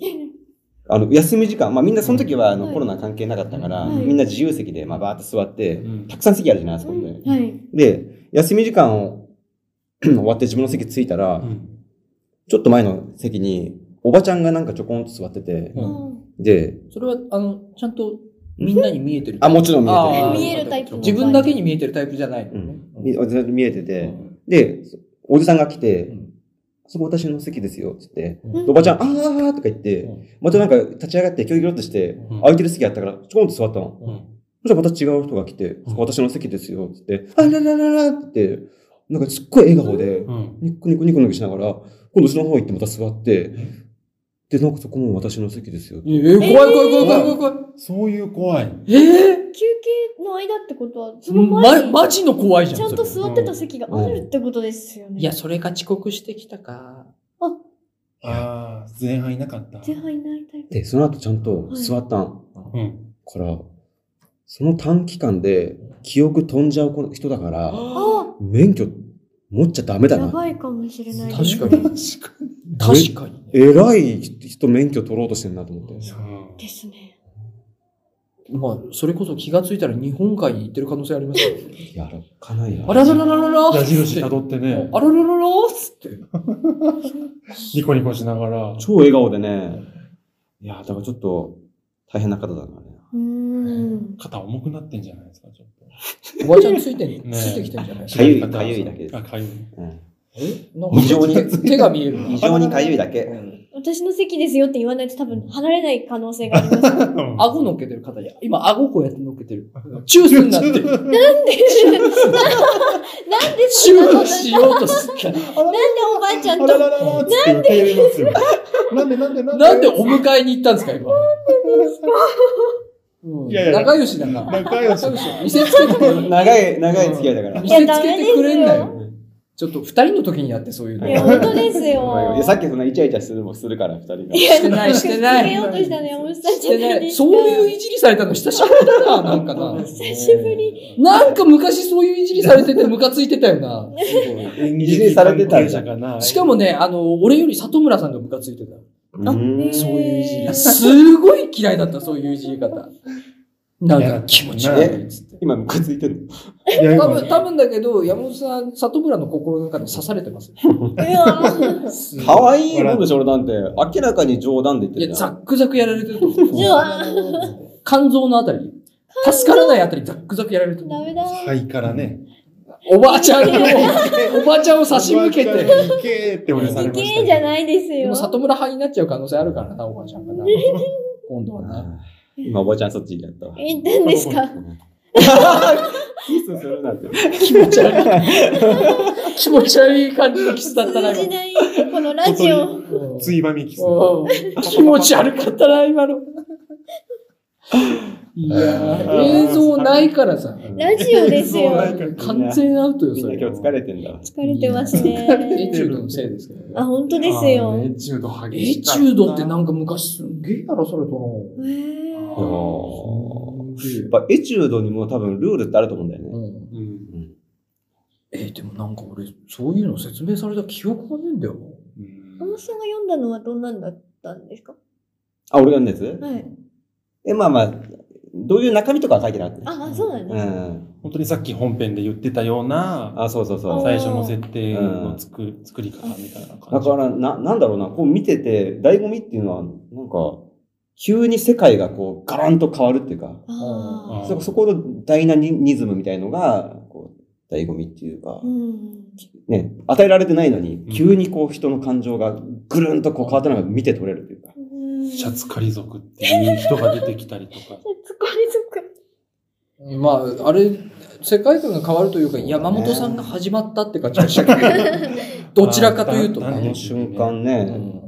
Speaker 2: あの、休み時間、まあみんなその時はあの、
Speaker 1: はい
Speaker 2: コロナ関係なかったから、
Speaker 1: はい
Speaker 2: みんな自由席で、まあバーッと座って、
Speaker 4: うん
Speaker 2: たくさん席あるじゃないです
Speaker 1: ー
Speaker 2: か、
Speaker 1: う
Speaker 2: そこ
Speaker 1: ん
Speaker 2: で
Speaker 1: はい。
Speaker 2: で、休み時間を 終わって自分の席着いたら、
Speaker 4: うん
Speaker 2: ちょっと前の席に、おばちゃんがなんかちょこんと座ってて、
Speaker 1: あ
Speaker 4: う
Speaker 1: ー
Speaker 2: で、
Speaker 3: それは、あの、ちゃんとみんなに見えてる。
Speaker 2: あ、もちろん見え
Speaker 3: あー
Speaker 1: 見えるタイプ。
Speaker 3: 自分だけに見えてるタイプじゃないの
Speaker 2: てる。
Speaker 3: ね。
Speaker 2: うんみ私だって見えて
Speaker 3: う
Speaker 2: て。
Speaker 3: ん
Speaker 2: で、おじさんが来
Speaker 3: う
Speaker 2: て、
Speaker 3: ん
Speaker 2: そこ私の席ですよ、つって。
Speaker 1: うん
Speaker 2: おばちゃん、あーとか言っ
Speaker 3: う
Speaker 2: て、
Speaker 3: ん
Speaker 2: またなんか立ち上がって、キョロキョロってして、
Speaker 4: うん
Speaker 2: 空いてる席あったから、ちょこんと座ったの。
Speaker 4: うん
Speaker 2: そしたらまた違う人が来て、
Speaker 4: うん
Speaker 2: 私の席ですよ、つって、あららららって、なんかすっごい笑顔で、
Speaker 4: うん
Speaker 2: ニッコニコニコニコしながら、今度後ろの方行ってまた座って
Speaker 4: ん、
Speaker 2: で、なんかそこも私の席ですよ。
Speaker 3: えー怖い怖い怖い怖い怖い怖い。
Speaker 4: そういう怖い。
Speaker 3: え
Speaker 1: 休憩の間ってことは、そ
Speaker 3: ー
Speaker 1: の前
Speaker 3: ま、
Speaker 1: に
Speaker 3: マジの怖いじゃん。
Speaker 1: ちゃんと
Speaker 3: それ
Speaker 1: 座ってた席があるってことですよね。
Speaker 3: いや、それが遅刻してきたか。
Speaker 4: ああ、前半いなかった。
Speaker 1: 前半いないタイプ。
Speaker 2: で、その後ちゃんと座ったん。
Speaker 4: うん。
Speaker 2: から、その短期間で記憶飛んじゃう人だから、
Speaker 1: あ
Speaker 2: 免許持っちゃダメだ
Speaker 1: や
Speaker 2: な。
Speaker 1: ばいかもしれないです。
Speaker 3: 確か に。確かに。
Speaker 2: 偉い人免許取ろうとしてんなと思って。
Speaker 4: うん
Speaker 1: ですね。
Speaker 3: まあ、それこそ気がついたら日本海に行ってる可能性ありますよ。
Speaker 2: やらかないや。
Speaker 3: あらららららら
Speaker 4: 矢印辿ってね、
Speaker 3: あらららららつって。
Speaker 4: ニコニコしながら。
Speaker 2: 超笑顔でね。いや、だからちょっと大変な方だからね。
Speaker 1: うーん。
Speaker 4: 肩重くなってんじゃないですか、ちょっと。
Speaker 3: おばちゃんついてん
Speaker 4: ね
Speaker 3: ついてきてんじゃない
Speaker 2: かゆいかゆいだけです
Speaker 4: あ、かゆい。
Speaker 2: うん
Speaker 3: えなんか
Speaker 2: 非常に
Speaker 3: 手手が見えるな。
Speaker 2: 非常にかゆいだけ。
Speaker 1: 私の席ですよって言わないと多分離れない可能性があります。
Speaker 3: 顎乗っけてる方や。今、顎こうやって乗っけてる。チュースになってる。
Speaker 1: なんでなんで
Speaker 3: チ
Speaker 1: そんな
Speaker 3: ューしようとするか
Speaker 1: なんでおばあちゃん
Speaker 4: あ
Speaker 1: と
Speaker 4: ららららなんでますよ。なんでなんでな
Speaker 3: ら。
Speaker 4: んで
Speaker 3: なんでお迎えに行ったんですか、今。うん
Speaker 4: いやいや
Speaker 3: 仲良しだな。
Speaker 4: 仲良し。
Speaker 3: 見せつけてくれ
Speaker 2: 長い、長い付き合いだから。
Speaker 3: 見
Speaker 2: い
Speaker 3: せつけてくれんなよ。
Speaker 4: うん
Speaker 3: ちょっと二人の時にやって そういうの。
Speaker 1: いや、
Speaker 3: し
Speaker 1: 本当ですよ。
Speaker 2: や、さっきそんなイチャイチャするもするから、二人が。
Speaker 3: てない、してない。
Speaker 1: 逃げようとしたの山本さんじゃ
Speaker 3: して
Speaker 1: な
Speaker 3: ない
Speaker 1: で
Speaker 3: い。
Speaker 1: すか
Speaker 3: そういういじりされたの久しぶり だな、なんかな。
Speaker 1: 久しぶり。
Speaker 3: なんか昔そういういじりされててムカついてたよな。
Speaker 4: 演
Speaker 2: いじりされてたんだ
Speaker 4: 者かな。
Speaker 3: しかもね、あの、俺より里村さんがムカついてた。
Speaker 2: うん
Speaker 1: そういうい
Speaker 3: いやすごい嫌いだった、そういういじり方。なんか気持ち悪いっつって。
Speaker 2: 今、ムカついてるの
Speaker 4: いや、
Speaker 3: 多
Speaker 4: 今
Speaker 3: 分、多分だけど、山本さん、里村の心の中で刺されてますよ。
Speaker 1: うわ
Speaker 2: 可愛いもんでしょ、俺なんて。明らかに冗談で言って
Speaker 3: い
Speaker 2: る
Speaker 3: や、
Speaker 2: じ
Speaker 3: ザ
Speaker 2: ゃん。
Speaker 3: ックザクやられてると思う。
Speaker 1: うわ
Speaker 3: 肝臓のあたり。助からないあたり、ザックザクやられてる。
Speaker 1: ダメだ。
Speaker 4: 肺からね。
Speaker 3: おばあちゃんを、おばあちゃんを差し向け
Speaker 4: おばあ
Speaker 3: て。
Speaker 4: ちゃんに行けって俺され
Speaker 1: い
Speaker 4: ましたけど。
Speaker 1: けじゃないです
Speaker 3: で
Speaker 1: よ
Speaker 3: も、。里村派になっちゃう可能性あるからな、おばあちゃんが な。今度はな。
Speaker 2: 今、おばちゃんそっち行っちゃったわ。
Speaker 1: 言ったんですか
Speaker 2: キスするなんて。
Speaker 3: 気持ち悪い。気持ち悪い感じのキスだったな、
Speaker 1: 通じ。
Speaker 3: 今
Speaker 1: ない、このラジオ。
Speaker 3: うん
Speaker 4: ついばみきさん。
Speaker 3: うん気持ち悪かったな、今の。いやー、映像ないからさ。
Speaker 1: ラジオですよ。
Speaker 4: 映像ないから
Speaker 3: 完全アウトよ、
Speaker 2: みん
Speaker 3: そ
Speaker 2: な
Speaker 3: れ。
Speaker 2: 今日疲れてんだ。
Speaker 1: 疲れてます
Speaker 3: エ
Speaker 1: ね。
Speaker 3: チュードのせいですけどね
Speaker 1: あ、。本当ですよ
Speaker 4: あ。ーエチュード
Speaker 3: エ
Speaker 4: 激し
Speaker 3: チ
Speaker 4: かった。
Speaker 3: ュードってなんか昔すんげえやらされたな。
Speaker 1: へー
Speaker 2: いやーやっぱエチュードにも多分ルールってあると思うんだよね。
Speaker 3: うん
Speaker 4: うん。
Speaker 2: うん
Speaker 3: えー、でもなんか俺、そういうの説明された記憶がねえんだよ。
Speaker 1: 小野さんが読んだのはどんなんだったんですか
Speaker 2: あ、俺がんです
Speaker 1: はい。
Speaker 2: え、まあまあ、どういう中身とかは書いてなかったね。
Speaker 1: あ、あそうなん
Speaker 2: う
Speaker 1: だ。
Speaker 2: ん。
Speaker 4: 本当にさっき本編で言ってたような、
Speaker 2: あ、そうそうそう。
Speaker 4: 最初の設定のつく作り方みたいな感じ。
Speaker 2: だから、な、なんだろうな、こう見てて、醍醐味っていうのは、なんか、急に世界がこう、ガランと変わるっていうか、
Speaker 1: ああ。
Speaker 2: そ、そこのダイナニズムみたいのが、こう、醍醐味っていうか
Speaker 1: う、ん。
Speaker 2: ね、与えられてないのに
Speaker 4: ん、
Speaker 2: 急にこう、人の感情がぐるんとこう変わったのが見て取れるというか。
Speaker 4: シャツ狩り族っていう人が出てきたりとか。
Speaker 1: シャツこれとか。
Speaker 3: まあ、あれ、世界観が変わるというか、山本さんが始まったって感じがしたけ ど、どちらかというと、
Speaker 4: あ
Speaker 2: あ
Speaker 4: だ
Speaker 2: の瞬間ね、
Speaker 3: うん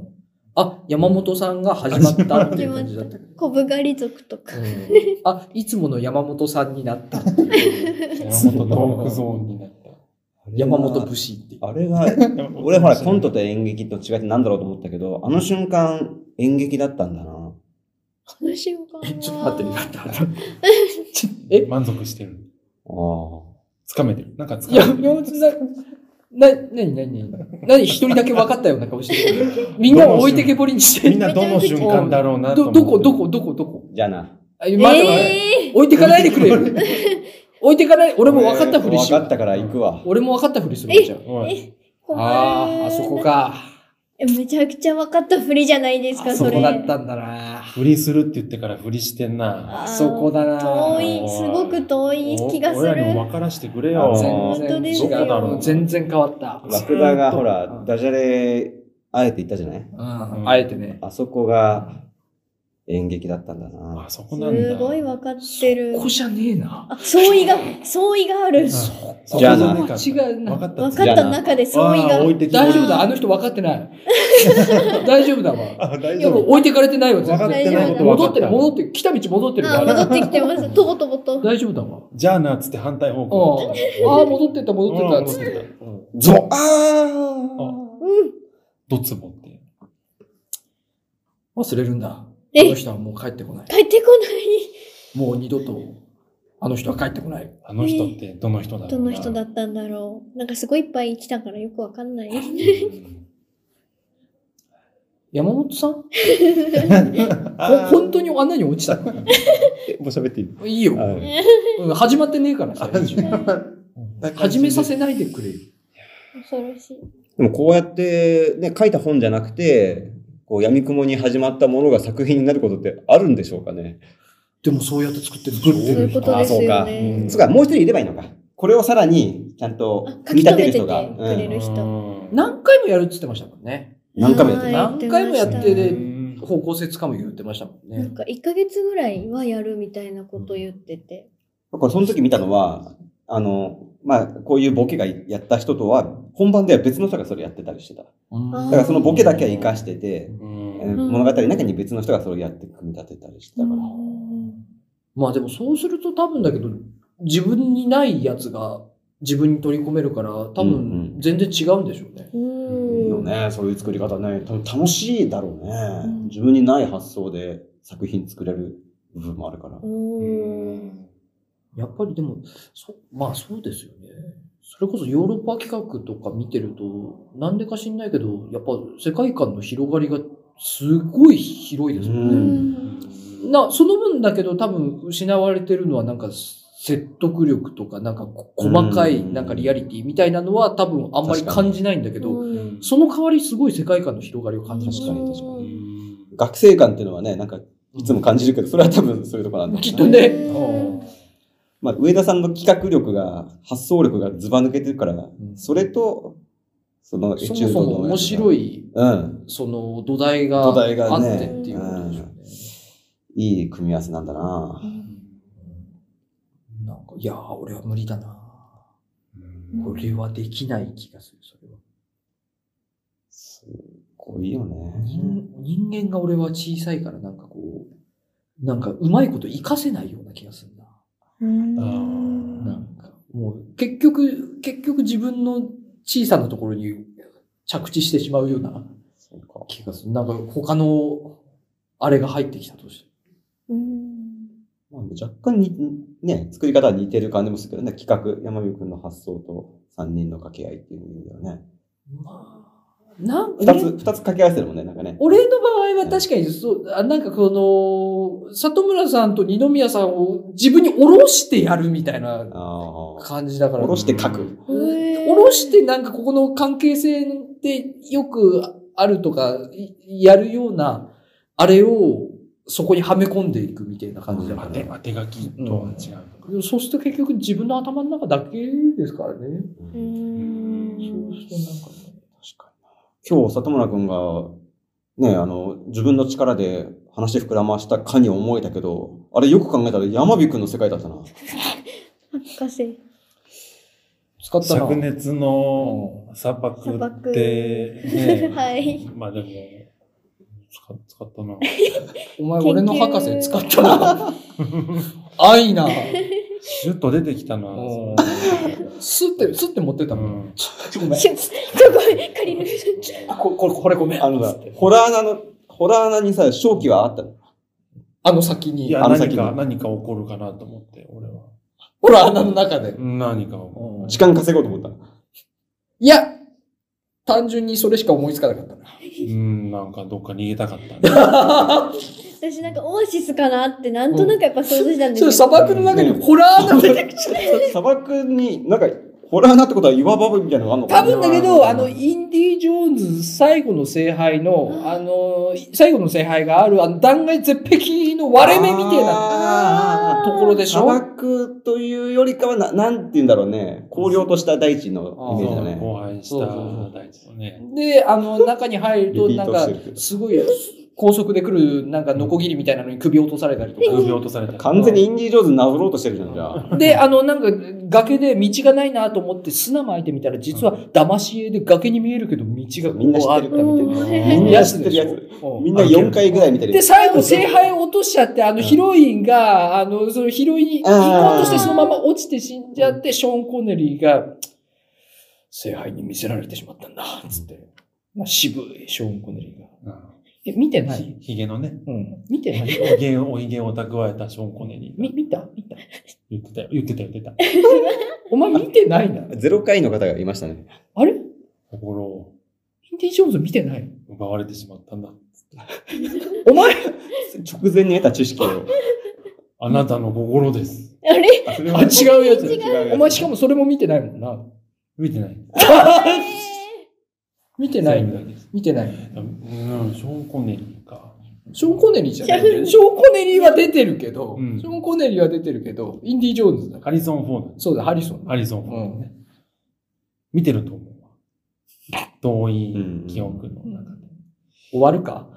Speaker 3: あ、山本さんが始まったっていう感じだ った。
Speaker 1: コブ狩り族とか。
Speaker 3: うんあ、いつもの山本さんになったっていう。
Speaker 4: 山本トークゾーンになった。
Speaker 3: 山本武士っていう。
Speaker 2: あれ が、俺ほら、コントと演劇と違いってなんだろうと思ったけど、あの瞬間、演劇だったんだな。
Speaker 1: この瞬間は。
Speaker 3: え、ちょっと待って、待って 待って。
Speaker 4: え満足してる。
Speaker 2: ああ。
Speaker 4: つかめてる。なんかつか
Speaker 3: いや、
Speaker 4: めてる。
Speaker 3: 山本さん、な、なになになになに一人だけ分かったような顔してる。みんなを置いてけぼりにして
Speaker 4: みんなどの瞬間だろうなと
Speaker 3: ど、
Speaker 4: 思って。
Speaker 3: どこ、どこ、どこ、どこ。
Speaker 2: じゃあな。
Speaker 3: あ待って待って。
Speaker 1: ええ
Speaker 3: 置いてかないでく れよ。置いてかない。俺も分かったふりしよ
Speaker 2: 分
Speaker 3: う
Speaker 2: かったから行くわ。
Speaker 3: 俺も分かったふりするわじゃん。
Speaker 4: おい
Speaker 1: 困る。
Speaker 3: ああ、あそこ。か。
Speaker 1: ええめちゃくちゃ分かったふりじゃないですか、
Speaker 3: あそ
Speaker 1: それ。
Speaker 3: こだったんだな。
Speaker 4: ふりするって言ってからふりしてんな。
Speaker 1: あー
Speaker 3: そこだな
Speaker 1: 遠い、すごく遠い気がす
Speaker 4: お親にも
Speaker 1: る。
Speaker 4: 分からしてくれ
Speaker 3: あ
Speaker 4: よ。
Speaker 1: 本当
Speaker 3: 全
Speaker 1: です
Speaker 3: 然
Speaker 1: よ
Speaker 3: 違うだろう。全然変わった。
Speaker 2: ラクダがほ
Speaker 3: う
Speaker 2: ら
Speaker 3: ん、
Speaker 2: ダジャレ、あえて言ったじゃない
Speaker 3: うんあえてね。
Speaker 2: あそこが演劇だったんだな
Speaker 4: あ、。そこなんだ。
Speaker 1: すごい分かってる
Speaker 3: こ。こじゃねえな。
Speaker 1: あ相違が、相違がある。
Speaker 4: そ
Speaker 2: じゃあな
Speaker 4: 分かった
Speaker 3: 違うな
Speaker 4: 分かった。
Speaker 1: 分かった中で相違
Speaker 4: あー置
Speaker 1: が。
Speaker 4: いてき
Speaker 3: 大丈夫だ、
Speaker 1: あー
Speaker 3: あの人分かって ない。大丈夫だわ。
Speaker 4: あ、大
Speaker 3: いや、もう置いてかれてないわ、全
Speaker 4: 分かっ
Speaker 1: 大
Speaker 4: て
Speaker 3: 然。
Speaker 1: 丈
Speaker 4: ない
Speaker 1: 夫だ
Speaker 4: こと分
Speaker 3: 戻
Speaker 4: か
Speaker 3: って
Speaker 4: た
Speaker 3: る、戻ってる、来た道戻ってるか
Speaker 1: あー、
Speaker 3: ら。
Speaker 1: 戻ってきてます。とぼとぼと。
Speaker 3: 大丈夫だわ。
Speaker 4: じゃあなっつって反対方向。
Speaker 3: うんああ、戻ってった、戻ってった、つって。
Speaker 4: てた。うん
Speaker 2: ゾあ
Speaker 1: うん。
Speaker 4: ドツボって。
Speaker 3: 忘れるんだ。あ
Speaker 1: え
Speaker 3: の人はもう帰ってこない。
Speaker 1: 帰ってこない。
Speaker 3: もう二度と、あの人は帰ってこない。
Speaker 4: あの人ってどの人だろうな
Speaker 1: どの人だったんだろう。なんかすごいいっぱい来たからよくわかんない。
Speaker 4: うん
Speaker 3: 山本さ んほ
Speaker 4: あー
Speaker 3: 本当に穴に落ちたの
Speaker 2: ーもう喋っていい
Speaker 3: いいよ。
Speaker 2: はい
Speaker 3: うん始まってねえからさ。うん始めさせないでくれよ。
Speaker 1: 恐ろしい。
Speaker 2: でもこうやって、ね、書いた本じゃなくて、こう闇雲に始まったものが作品になることってあるんでしょうかね。
Speaker 3: でもそうやって作ってるんで
Speaker 1: そういう
Speaker 3: し
Speaker 1: こ
Speaker 3: ょ
Speaker 1: とですよね
Speaker 3: ん。
Speaker 2: そうか、もう一人いればいいのか。これをさらに、ちゃんと
Speaker 1: あ書
Speaker 2: 組み
Speaker 1: き留
Speaker 2: 立て
Speaker 1: めて
Speaker 2: る
Speaker 1: て
Speaker 2: 人
Speaker 1: く
Speaker 2: が。
Speaker 1: れる人。
Speaker 4: うん
Speaker 3: 何回もやるって言ってましたもんね。
Speaker 2: 何回もやって
Speaker 1: は
Speaker 2: る
Speaker 1: い
Speaker 3: 何回もやって
Speaker 1: 言まし
Speaker 3: で
Speaker 4: うん
Speaker 3: 方向性つかむ言ってましたもん
Speaker 1: たな
Speaker 3: ね
Speaker 1: ん。か1ヶ月ぐらいはやるみたいなこと言ってて。
Speaker 2: だからその時見たのは、あの、まあ、こういうボケがやった人とは、本番では別の人がそれやってたりしてた。だ
Speaker 1: あ
Speaker 2: からそのボケだけは活かしてて、えー
Speaker 1: ん
Speaker 2: 物語の中に別の人がそれをやって組み立てたりしてたから。
Speaker 3: まあでもそうすると多分だけど、自分にないやつが自分に取り込めるから、多
Speaker 2: うんう
Speaker 3: 分
Speaker 2: ん
Speaker 3: 全然違うんでしょうね。
Speaker 1: うん
Speaker 2: いいよね、そういう作り方ね。多分楽しいだろうね、
Speaker 1: ん
Speaker 2: 自分にない発想で作品作れる部分もあるから。
Speaker 1: うん
Speaker 3: やっぱりでも、そまあそうですよね。それこそヨーロッパ企画とか見てると、なんでか知んないけど、やっぱ世界観の広がりがすごい広いですよ
Speaker 2: う
Speaker 3: ね。
Speaker 1: ん
Speaker 3: な、その分だけど多分失われてるのはなんか説得力とかなんかこ細かい
Speaker 2: うん
Speaker 3: なんかリアリティみたいなのは多分あんまり
Speaker 2: 確かに
Speaker 3: 感じないんだけど、
Speaker 1: うん
Speaker 3: その代わりすごい世界観の広がりを感じま
Speaker 2: 確
Speaker 3: した
Speaker 2: かに
Speaker 3: ね。
Speaker 2: 確かに。
Speaker 4: うん
Speaker 2: 学生感っていうのはね、なんかいつも感じるけど、それは多分そういうとこなんだろうな
Speaker 3: きっとね。
Speaker 1: うん
Speaker 2: まあ、上田さんの企画力が、発想力がずば抜けてるから、
Speaker 3: ん
Speaker 2: それと、そのエ
Speaker 3: そも
Speaker 2: チュー
Speaker 3: そも
Speaker 2: ドの
Speaker 3: 面白
Speaker 2: い。
Speaker 3: い、
Speaker 2: うん。
Speaker 3: その土台が
Speaker 2: 土台が
Speaker 3: あっ
Speaker 2: ね
Speaker 3: てっていうことでしょうね。
Speaker 2: いい組み合わせなんだな
Speaker 3: なんか、いやー、俺は無理だな。俺はできない気がする、それは。
Speaker 2: すっごいよね。
Speaker 3: 人人間が俺は小さいから、なんかこう、なんかうまいこと活かせないような気がするな。
Speaker 4: うん
Speaker 3: なんか、もう、結局、結局自分の小さなところに着地してしまうような
Speaker 2: そうか。
Speaker 3: 気がする。なんか他の、あれが入ってきたとして。
Speaker 1: うん
Speaker 2: まあ、若干に、ね、作り方は似てる感じもするけどね、企画、山見くんの発想と3人の掛け合いっていう意味だよね。
Speaker 3: まあ、なん
Speaker 2: 二つ、二つ掛け合わせてるもんね、なんかね。
Speaker 3: 俺の場合は確かにそう、あなんかこの、里村さんと二宮さんを自分に下ろしてやるみたいな
Speaker 2: ああ。
Speaker 3: 感じだから。
Speaker 2: 下ろして書
Speaker 4: う
Speaker 2: く。
Speaker 1: へー
Speaker 3: 下ろしてなんかここの関係性でよくあるとか、いやるような、あれをそこにはめ込んでいくみたいな感じだか
Speaker 4: 当て
Speaker 3: ら。
Speaker 4: 当て書きとは違うのか。
Speaker 3: そうすると結局自分の頭の中だけですからね。
Speaker 1: う
Speaker 3: そうんするとなんかね。
Speaker 2: 確かにな。今日、里村くんが、ね、あの、自分の力で話膨らましたかに思えたけど、あれよく考えたら山火くんの世界 だったな。
Speaker 1: 博士。
Speaker 3: 使ったな。
Speaker 4: 灼熱の砂漠って、ね、
Speaker 1: はい
Speaker 4: まあでも、使使ったな。
Speaker 3: お前俺の博士使った な。愛な。
Speaker 4: シュッと出てきたな。
Speaker 3: うん
Speaker 4: そう
Speaker 3: すって、すって持ってたもん。
Speaker 4: うん
Speaker 3: ごめん
Speaker 1: ちょすごい、借りる。
Speaker 3: あここれ、これごめん。
Speaker 2: あのな、ホラー穴の、ホラー穴にさ、正気はあったの。
Speaker 3: あの先
Speaker 4: い
Speaker 3: に。
Speaker 4: や、
Speaker 2: あの先
Speaker 4: 何
Speaker 2: の
Speaker 4: か、何か起こるかなと思って、俺は。
Speaker 3: ほら、穴の中で。
Speaker 4: 何か起こ
Speaker 2: 時間稼ごうと思ったの。
Speaker 3: いや、単純にそれしか思いつかなかったな。
Speaker 4: る。うん、なんかどっか逃げたかったね。
Speaker 1: 私なんかオアシスかなってなんとなくやっぱ想像したんです
Speaker 3: そ
Speaker 1: け
Speaker 3: れ
Speaker 1: ど
Speaker 3: 砂漠の中にホラー穴出てきちゃっ
Speaker 2: 砂漠に、なんか、これはなってことは岩場みたいなのがあるの か
Speaker 3: 多
Speaker 2: な
Speaker 3: 分だけど、あの、インディ・ジョーンズ最後の聖杯の、あの、最後の聖杯がある、あの、断崖絶壁の割れ目みたいな
Speaker 2: な
Speaker 3: ところでし
Speaker 2: 砂
Speaker 3: ょ
Speaker 2: 漠というよりかはな、なんて言うんだろうね。荒涼とした大地のイメージだね。
Speaker 4: 後輩した
Speaker 3: そうそう
Speaker 4: 大地のね。
Speaker 3: で、あの、中に入ると、
Speaker 2: リピ
Speaker 3: な
Speaker 2: ー
Speaker 3: ん
Speaker 2: トし
Speaker 3: か
Speaker 2: てるけ、ど
Speaker 3: すごい、高速で来る、なんか、ノコギリみたいなのに首落とされたりとか。
Speaker 4: 首落とされた。
Speaker 2: 完全にインディ・ジョーンズなぞろうとしてるじゃん、じゃあ。
Speaker 3: で、あの、なんか、崖で道がないなと思って砂巻いてみたら、実は、騙し絵で崖に見えるけど、道がこ
Speaker 2: みんな知
Speaker 3: うあ
Speaker 2: っ
Speaker 3: る
Speaker 2: て
Speaker 3: みたい
Speaker 2: る
Speaker 3: な。
Speaker 2: みんな知ってるや
Speaker 3: みんな
Speaker 2: つ。
Speaker 3: 知ってるやつ
Speaker 2: みんな4回ぐらい見てる
Speaker 3: で、
Speaker 2: やつ。
Speaker 3: 最後、聖杯を落としちゃって、あの、ヒロインが、あの、そのヒロイン、行こうとしてそのまま落ちて死んじゃって、ショーン・コネリーが、聖杯に見せられてしまったんだ、つって。まあ、渋い、ショーン・コネリーが。え、見てない
Speaker 4: ひひげの ね、
Speaker 3: うん。見てない
Speaker 4: おげん、おいげんを蓄えたショーン・コネリー
Speaker 3: み、
Speaker 4: が
Speaker 3: 見た見た
Speaker 4: 言ってたよ、言ってたよ、言ってた。
Speaker 3: お前見てないな。
Speaker 2: 0回の方がいましたね。
Speaker 3: あれイ
Speaker 4: 心を
Speaker 3: ンディ・ジョーンズ見てない
Speaker 4: 奪われてしまったんだ。
Speaker 3: お前
Speaker 2: 直前に得た知識を。
Speaker 4: あなたの心です。
Speaker 1: あれ
Speaker 2: あ、それ
Speaker 3: あ、違うやつ。
Speaker 2: 違う
Speaker 3: お前しかもそれも見てないもんな。
Speaker 4: 見てない。
Speaker 3: 見て
Speaker 4: 見
Speaker 3: ない
Speaker 4: うん
Speaker 3: だ。
Speaker 4: ん、
Speaker 3: 見てない。
Speaker 4: ショーン・コネリーか。
Speaker 3: ショーン・コネリーじゃない。ショーン・コネリーは出てるけど、
Speaker 4: うん
Speaker 3: ショーン・コネリーは出てるけど、インディ・ジョーンズだか
Speaker 4: ハリソン・フォード
Speaker 3: ら。。そうだ、ハリソン。
Speaker 4: ハリソン・フォードね。見てると思うわ。動員、記憶の中で。
Speaker 3: 終わるか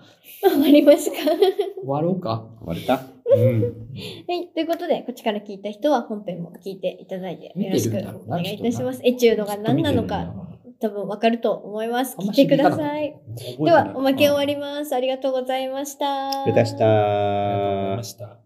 Speaker 1: 終わりますかは
Speaker 3: 終わろうか
Speaker 2: 割れた
Speaker 4: うん。
Speaker 1: い。ということで、こっちから聞いた人は本編も聞いていただいてよろしくお願いいたします。エチュードが何なのか、多分わかると思います。
Speaker 3: あん
Speaker 1: 聞
Speaker 3: ま
Speaker 1: いてくだ
Speaker 3: 響かな
Speaker 1: さ
Speaker 3: か
Speaker 1: い。
Speaker 4: 覚えて
Speaker 1: で
Speaker 4: ない
Speaker 1: は、おまけ終わります。ありがとうございました。
Speaker 2: 出たした
Speaker 4: ありがとうござい
Speaker 2: ー
Speaker 4: ま。した。